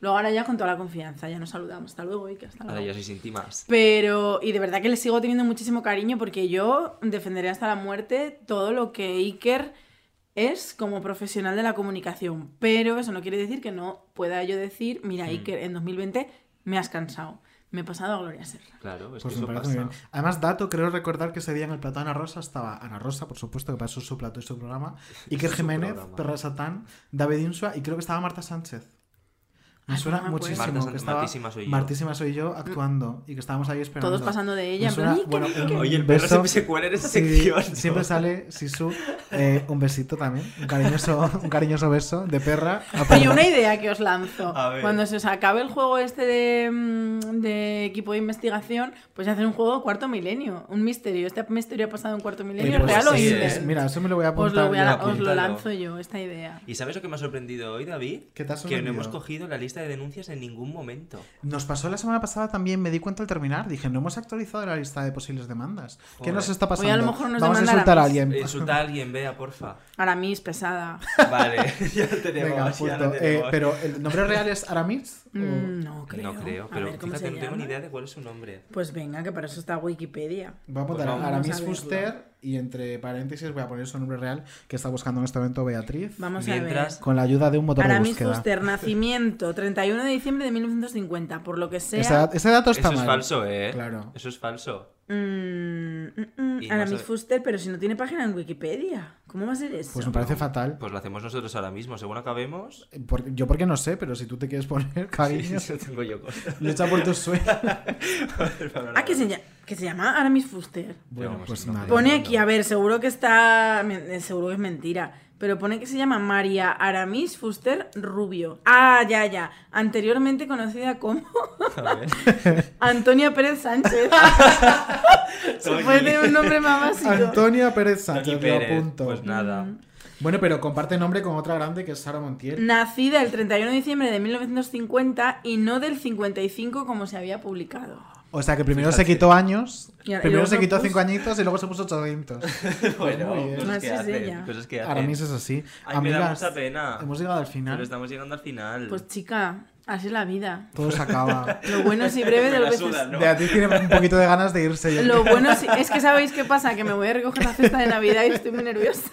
[SPEAKER 5] luego ahora ya con toda la confianza, ya nos saludamos, hasta luego Iker, hasta luego.
[SPEAKER 2] Ahora ya sois íntimas.
[SPEAKER 5] Pero, y de verdad que le sigo teniendo muchísimo cariño porque yo defenderé hasta la muerte todo lo que Iker es como profesional de la comunicación. Pero eso no quiere decir que no pueda yo decir, mira Iker, en 2020 me has cansado, me he pasado a Gloria Serra.
[SPEAKER 2] Claro, es
[SPEAKER 3] Pues
[SPEAKER 2] que
[SPEAKER 3] me
[SPEAKER 2] eso
[SPEAKER 3] parece muy
[SPEAKER 2] pasa.
[SPEAKER 3] bien. Además, dato, creo recordar que ese día en el plató Ana Rosa estaba Ana Rosa, por supuesto, que pasó su plato y su programa, Iker
[SPEAKER 2] Su
[SPEAKER 3] Jiménez,
[SPEAKER 2] programa.
[SPEAKER 3] Perra Satán, David Insua y creo que estaba Marta Sánchez. Me
[SPEAKER 5] Ay,
[SPEAKER 3] suena
[SPEAKER 5] Ah, no me acuerdo. Mm.
[SPEAKER 3] muchísimo.
[SPEAKER 2] Marta San-
[SPEAKER 3] que estaba
[SPEAKER 2] Martísima soy yo.
[SPEAKER 3] Martísima soy yo actuando y que estábamos ahí esperando.
[SPEAKER 5] Todos pasando de ella,
[SPEAKER 3] Me
[SPEAKER 5] en
[SPEAKER 3] suena-
[SPEAKER 5] plan, "Iker,
[SPEAKER 3] bueno,
[SPEAKER 5] Iker".
[SPEAKER 3] un
[SPEAKER 2] Oye, el perro
[SPEAKER 3] beso-
[SPEAKER 2] siempre se cuela en esa
[SPEAKER 3] Sí,
[SPEAKER 2] sección, ¿no?
[SPEAKER 3] Siempre sale Sisu. eh, un besito también. Un cariñoso, un cariñoso beso de perra a
[SPEAKER 5] Hay
[SPEAKER 3] perra.
[SPEAKER 5] una idea que os lanzo.
[SPEAKER 2] A ver.
[SPEAKER 5] Cuando se os acabe el juego este de, mm, de equipo de investigación, pues hacer un juego cuarto milenio, un misterio. Este misterio ha pasado en cuarto milenio,
[SPEAKER 3] Eh, pues
[SPEAKER 5] real o
[SPEAKER 3] sí,
[SPEAKER 5] invent.
[SPEAKER 3] es- mira, eso me lo voy a
[SPEAKER 5] Os lo,
[SPEAKER 3] apuntar
[SPEAKER 5] voy a-
[SPEAKER 3] ya.
[SPEAKER 5] os lo
[SPEAKER 2] Apúntalo.
[SPEAKER 5] lanzo yo, esta idea.
[SPEAKER 2] ¿Y sabes lo que me ha sorprendido hoy, David?
[SPEAKER 3] ¿Qué te ha
[SPEAKER 2] que no
[SPEAKER 3] sorprendido?
[SPEAKER 2] hemos cogido la lista de denuncias en ningún momento.
[SPEAKER 3] Nos pasó la semana pasada también, me di cuenta al terminar, dije, no hemos actualizado la lista de posibles demandas. ¿Qué
[SPEAKER 2] Joder.
[SPEAKER 3] nos está
[SPEAKER 2] Hoy a
[SPEAKER 3] pasando?
[SPEAKER 5] lo mejor nos
[SPEAKER 3] Vamos a
[SPEAKER 5] demandan a
[SPEAKER 3] insultar a
[SPEAKER 5] mí.
[SPEAKER 3] alguien.
[SPEAKER 2] Insulta a alguien, vea, porfa.
[SPEAKER 5] Aramis, pesada.
[SPEAKER 2] Vale, ya tenemos. ya
[SPEAKER 3] Venga,
[SPEAKER 2] la
[SPEAKER 3] punto. Eh,
[SPEAKER 2] tenemos.
[SPEAKER 3] pero el nombre real es Aramis. ¿O-
[SPEAKER 5] Mm, no creo.
[SPEAKER 2] No creo,
[SPEAKER 5] A
[SPEAKER 2] pero
[SPEAKER 5] ver, ¿cómo
[SPEAKER 2] fíjate,
[SPEAKER 5] se
[SPEAKER 2] no tengo ni
[SPEAKER 5] llama?
[SPEAKER 2] idea de cuál es su nombre.
[SPEAKER 5] Pues venga, que para eso está Wikipedia.
[SPEAKER 3] Voy a apuntar
[SPEAKER 2] Pues vamos.
[SPEAKER 3] Aramis
[SPEAKER 5] Vamos a verlo.
[SPEAKER 3] Fuster y entre paréntesis voy a poner su nombre real que está buscando en este momento Beatriz.
[SPEAKER 5] Vamos
[SPEAKER 2] Mientras-
[SPEAKER 5] a
[SPEAKER 3] Con la ayuda de un motor
[SPEAKER 5] ver.
[SPEAKER 3] de
[SPEAKER 5] Aramis
[SPEAKER 3] búsqueda.
[SPEAKER 5] Fuster, nacimiento 31 de diciembre de 1950, por lo que sea.
[SPEAKER 3] Ese, ese dato está
[SPEAKER 2] Eso es
[SPEAKER 3] mal.
[SPEAKER 2] falso, ¿eh?
[SPEAKER 3] Claro.
[SPEAKER 2] Eso es falso.
[SPEAKER 5] Mm, mm, mm,
[SPEAKER 2] Y no
[SPEAKER 5] Aramis
[SPEAKER 2] sabe-
[SPEAKER 5] Fuster, pero si no tiene página en Wikipedia, ¿cómo va a ser eso?
[SPEAKER 3] Pues me parece fatal.
[SPEAKER 2] Pues lo hacemos nosotros ahora mismo. Según acabemos,
[SPEAKER 3] Por- yo porque no sé, pero si tú te quieres poner,
[SPEAKER 2] sí,
[SPEAKER 3] cariño,
[SPEAKER 2] eso tengo yo cosas.
[SPEAKER 3] lucha por tus sueños.
[SPEAKER 5] Ah, que se, lla- que se llama Aramis Fuster.
[SPEAKER 3] Bueno,
[SPEAKER 2] Vamos,
[SPEAKER 3] pues
[SPEAKER 2] no.
[SPEAKER 3] nada.
[SPEAKER 5] Pone aquí, a ver, seguro que está. me- Seguro que es mentira. Pero pone que se llama María Aramis Fuster Rubio. Ah, ya, ya. Anteriormente conocida como
[SPEAKER 2] A ver.
[SPEAKER 5] Antonia Pérez Sánchez. Se
[SPEAKER 2] Toki.
[SPEAKER 5] puede tener un nombre más básico. Mm.
[SPEAKER 3] Antonia Pérez
[SPEAKER 2] Toki
[SPEAKER 3] Sánchez, lo
[SPEAKER 2] Pérez.
[SPEAKER 3] apunto.
[SPEAKER 2] Pues nada.
[SPEAKER 3] Bueno, pero comparte nombre con otra grande que es Sara Montiel.
[SPEAKER 5] Nacida el 31 de diciembre de 1950 y no del 55 como se había publicado.
[SPEAKER 3] O sea que primero
[SPEAKER 2] Fíjate.
[SPEAKER 3] se quitó años,
[SPEAKER 5] Y- y
[SPEAKER 3] primero
[SPEAKER 5] luego
[SPEAKER 3] se
[SPEAKER 5] se
[SPEAKER 3] quitó
[SPEAKER 5] puso-
[SPEAKER 3] cinco añitos y luego se puso 800.
[SPEAKER 2] Bueno,
[SPEAKER 3] Pues muy bien.
[SPEAKER 2] cosas que
[SPEAKER 5] Así es
[SPEAKER 2] hacen.
[SPEAKER 5] ella.
[SPEAKER 2] Cosas que hacen.
[SPEAKER 3] Ahora mismo es así.
[SPEAKER 2] Ay, me da
[SPEAKER 3] Amigas,
[SPEAKER 2] mucha pena.
[SPEAKER 3] Hemos llegado al
[SPEAKER 2] Pero
[SPEAKER 3] final.
[SPEAKER 2] estamos llegando al final.
[SPEAKER 5] Pues chica, así es la vida.
[SPEAKER 3] Todo se acaba.
[SPEAKER 5] Lo bueno es y breve
[SPEAKER 2] Me
[SPEAKER 5] de
[SPEAKER 2] la
[SPEAKER 5] lo
[SPEAKER 2] suda,
[SPEAKER 5] veces.
[SPEAKER 2] ¿no?
[SPEAKER 3] Beatriz tiene un poquito de ganas de irse. yo
[SPEAKER 5] Lo
[SPEAKER 3] creo.
[SPEAKER 5] bueno sí- es que sabéis qué pasa, que me voy a recoger la cesta de Navidad y estoy muy nerviosa.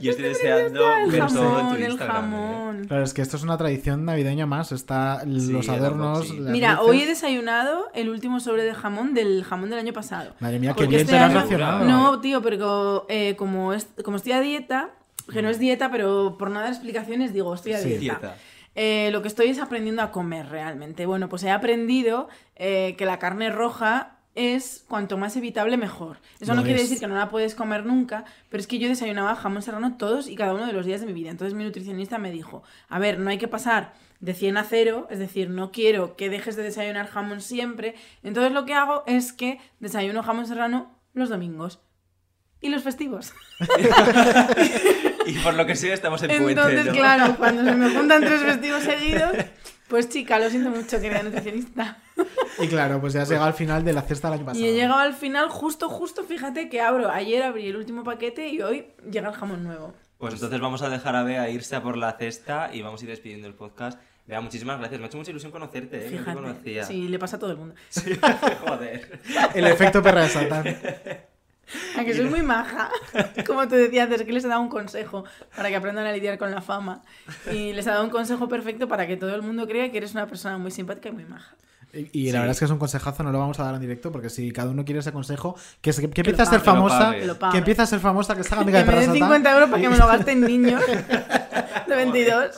[SPEAKER 2] Yo estoy deseando
[SPEAKER 5] Ah, El
[SPEAKER 2] ver todo en tu
[SPEAKER 5] jamón, el
[SPEAKER 2] Instagram, ¿eh?
[SPEAKER 5] jamón.
[SPEAKER 3] Claro, es que esto es una tradición navideña más. Está los
[SPEAKER 2] el
[SPEAKER 3] adornos.
[SPEAKER 2] boxing.
[SPEAKER 3] las
[SPEAKER 5] Mira,
[SPEAKER 3] luces.
[SPEAKER 5] hoy he desayunado el último sobre de jamón del jamón del año pasado.
[SPEAKER 3] Madre mía, qué
[SPEAKER 5] Porque
[SPEAKER 3] bien
[SPEAKER 5] este
[SPEAKER 3] te lo has
[SPEAKER 5] año-
[SPEAKER 3] racionado.
[SPEAKER 5] No, tío, pero eh, como, es- como estoy a dieta, que no es dieta, pero por nada de explicaciones digo, estoy a
[SPEAKER 3] Sí,
[SPEAKER 5] dieta.
[SPEAKER 2] Dieta.
[SPEAKER 5] Eh, lo que estoy es aprendiendo a comer realmente. Bueno, pues he aprendido eh, que la carne roja es cuanto más evitable mejor. Eso
[SPEAKER 3] Lo
[SPEAKER 5] no quiere
[SPEAKER 3] es.
[SPEAKER 5] decir que no la puedes comer nunca, pero es que yo desayunaba jamón serrano todos y cada uno de los días de mi vida. Entonces mi nutricionista me dijo, a ver, no hay que pasar de 100 a 0, es decir, no quiero que dejes de desayunar jamón siempre. Entonces lo que hago es que desayuno jamón serrano los domingos. y los festivos.
[SPEAKER 14] Y por lo que sea, estamos en
[SPEAKER 5] Entonces,
[SPEAKER 14] puente, ¿no?
[SPEAKER 5] claro, cuando se me juntan tres festivos seguidos, pues chica, lo siento mucho, querida nutricionista.
[SPEAKER 3] Y claro, pues ya has llegado al final de la cesta del año
[SPEAKER 5] Y
[SPEAKER 3] pasado.
[SPEAKER 5] he llegado al final, justo, justo, fíjate que abro. Ayer abrí el último paquete y hoy llega el jamón nuevo.
[SPEAKER 2] Pues entonces vamos a dejar a Bea irse a por la cesta y vamos a ir despidiendo el podcast. Bea, muchísimas gracias. Me ha hecho mucha ilusión conocerte, ¿eh? No te
[SPEAKER 5] Fíjate.
[SPEAKER 2] conocía.
[SPEAKER 5] Sí, le pasa a todo el mundo.
[SPEAKER 2] Joder.
[SPEAKER 3] El efecto perra de Satán.
[SPEAKER 5] A Ah, que soy muy maja. Como te decía antes, que les he dado un consejo para que aprendan a lidiar con la fama. Y les he dado un consejo perfecto para que todo el mundo crea que eres una persona muy simpática y muy maja.
[SPEAKER 3] Y la verdad es que es un consejazo, no lo vamos a dar en directo, porque si cada uno quiere ese consejo, que, se- que
[SPEAKER 5] lo
[SPEAKER 3] empieza a ser
[SPEAKER 5] pague. Que lo
[SPEAKER 3] famosa,
[SPEAKER 5] pague. Que lo pague.
[SPEAKER 3] que empieza a ser famosa, que se haga
[SPEAKER 5] Que
[SPEAKER 3] amiga de
[SPEAKER 5] me
[SPEAKER 3] Perra
[SPEAKER 5] den
[SPEAKER 3] Satán.
[SPEAKER 5] 50 euros para que me lo gasten niños de 22.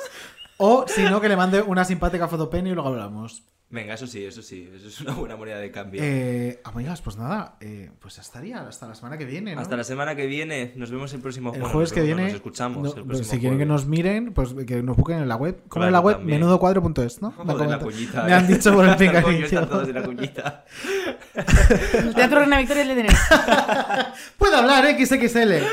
[SPEAKER 3] O si no, que le mande una simpática fotopen y luego hablamos.
[SPEAKER 2] Venga, eso sí, eso sí. Eso es una buena moneda de cambio.
[SPEAKER 3] Eh, amigas, pues nada, eh, pues ya estaría hasta la semana que viene. ¿no?
[SPEAKER 2] Hasta la semana que viene. Nos vemos el próximo
[SPEAKER 3] el
[SPEAKER 2] bueno,
[SPEAKER 3] jueves
[SPEAKER 2] nos
[SPEAKER 3] que
[SPEAKER 2] vemos,
[SPEAKER 3] viene.
[SPEAKER 2] Nos escuchamos.
[SPEAKER 3] no,
[SPEAKER 2] el
[SPEAKER 3] pues
[SPEAKER 2] próximo
[SPEAKER 3] si quieren que
[SPEAKER 2] jueves.
[SPEAKER 3] nos miren, pues que nos busquen en la web. ¿Cómo es la
[SPEAKER 2] Claro,
[SPEAKER 3] web?
[SPEAKER 2] también.
[SPEAKER 3] Menudo4.es, ¿no? Me,
[SPEAKER 2] Joder, la
[SPEAKER 3] comentan-
[SPEAKER 2] cuñita,
[SPEAKER 3] me
[SPEAKER 2] eh.
[SPEAKER 3] han dicho por el pinga que
[SPEAKER 2] Coño,
[SPEAKER 3] me
[SPEAKER 2] están
[SPEAKER 3] hicieron.
[SPEAKER 2] todos en la cuñita.
[SPEAKER 5] El Teatro Reina Victoria le tenéis.
[SPEAKER 3] Puedo hablar, ¿eh? XXL.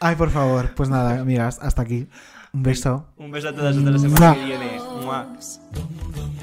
[SPEAKER 3] Ay, por favor. Pues nada, amigas, hasta aquí. Un beso.
[SPEAKER 2] Un beso a todas hasta la semana
[SPEAKER 3] Mua.
[SPEAKER 2] que viene. Mua.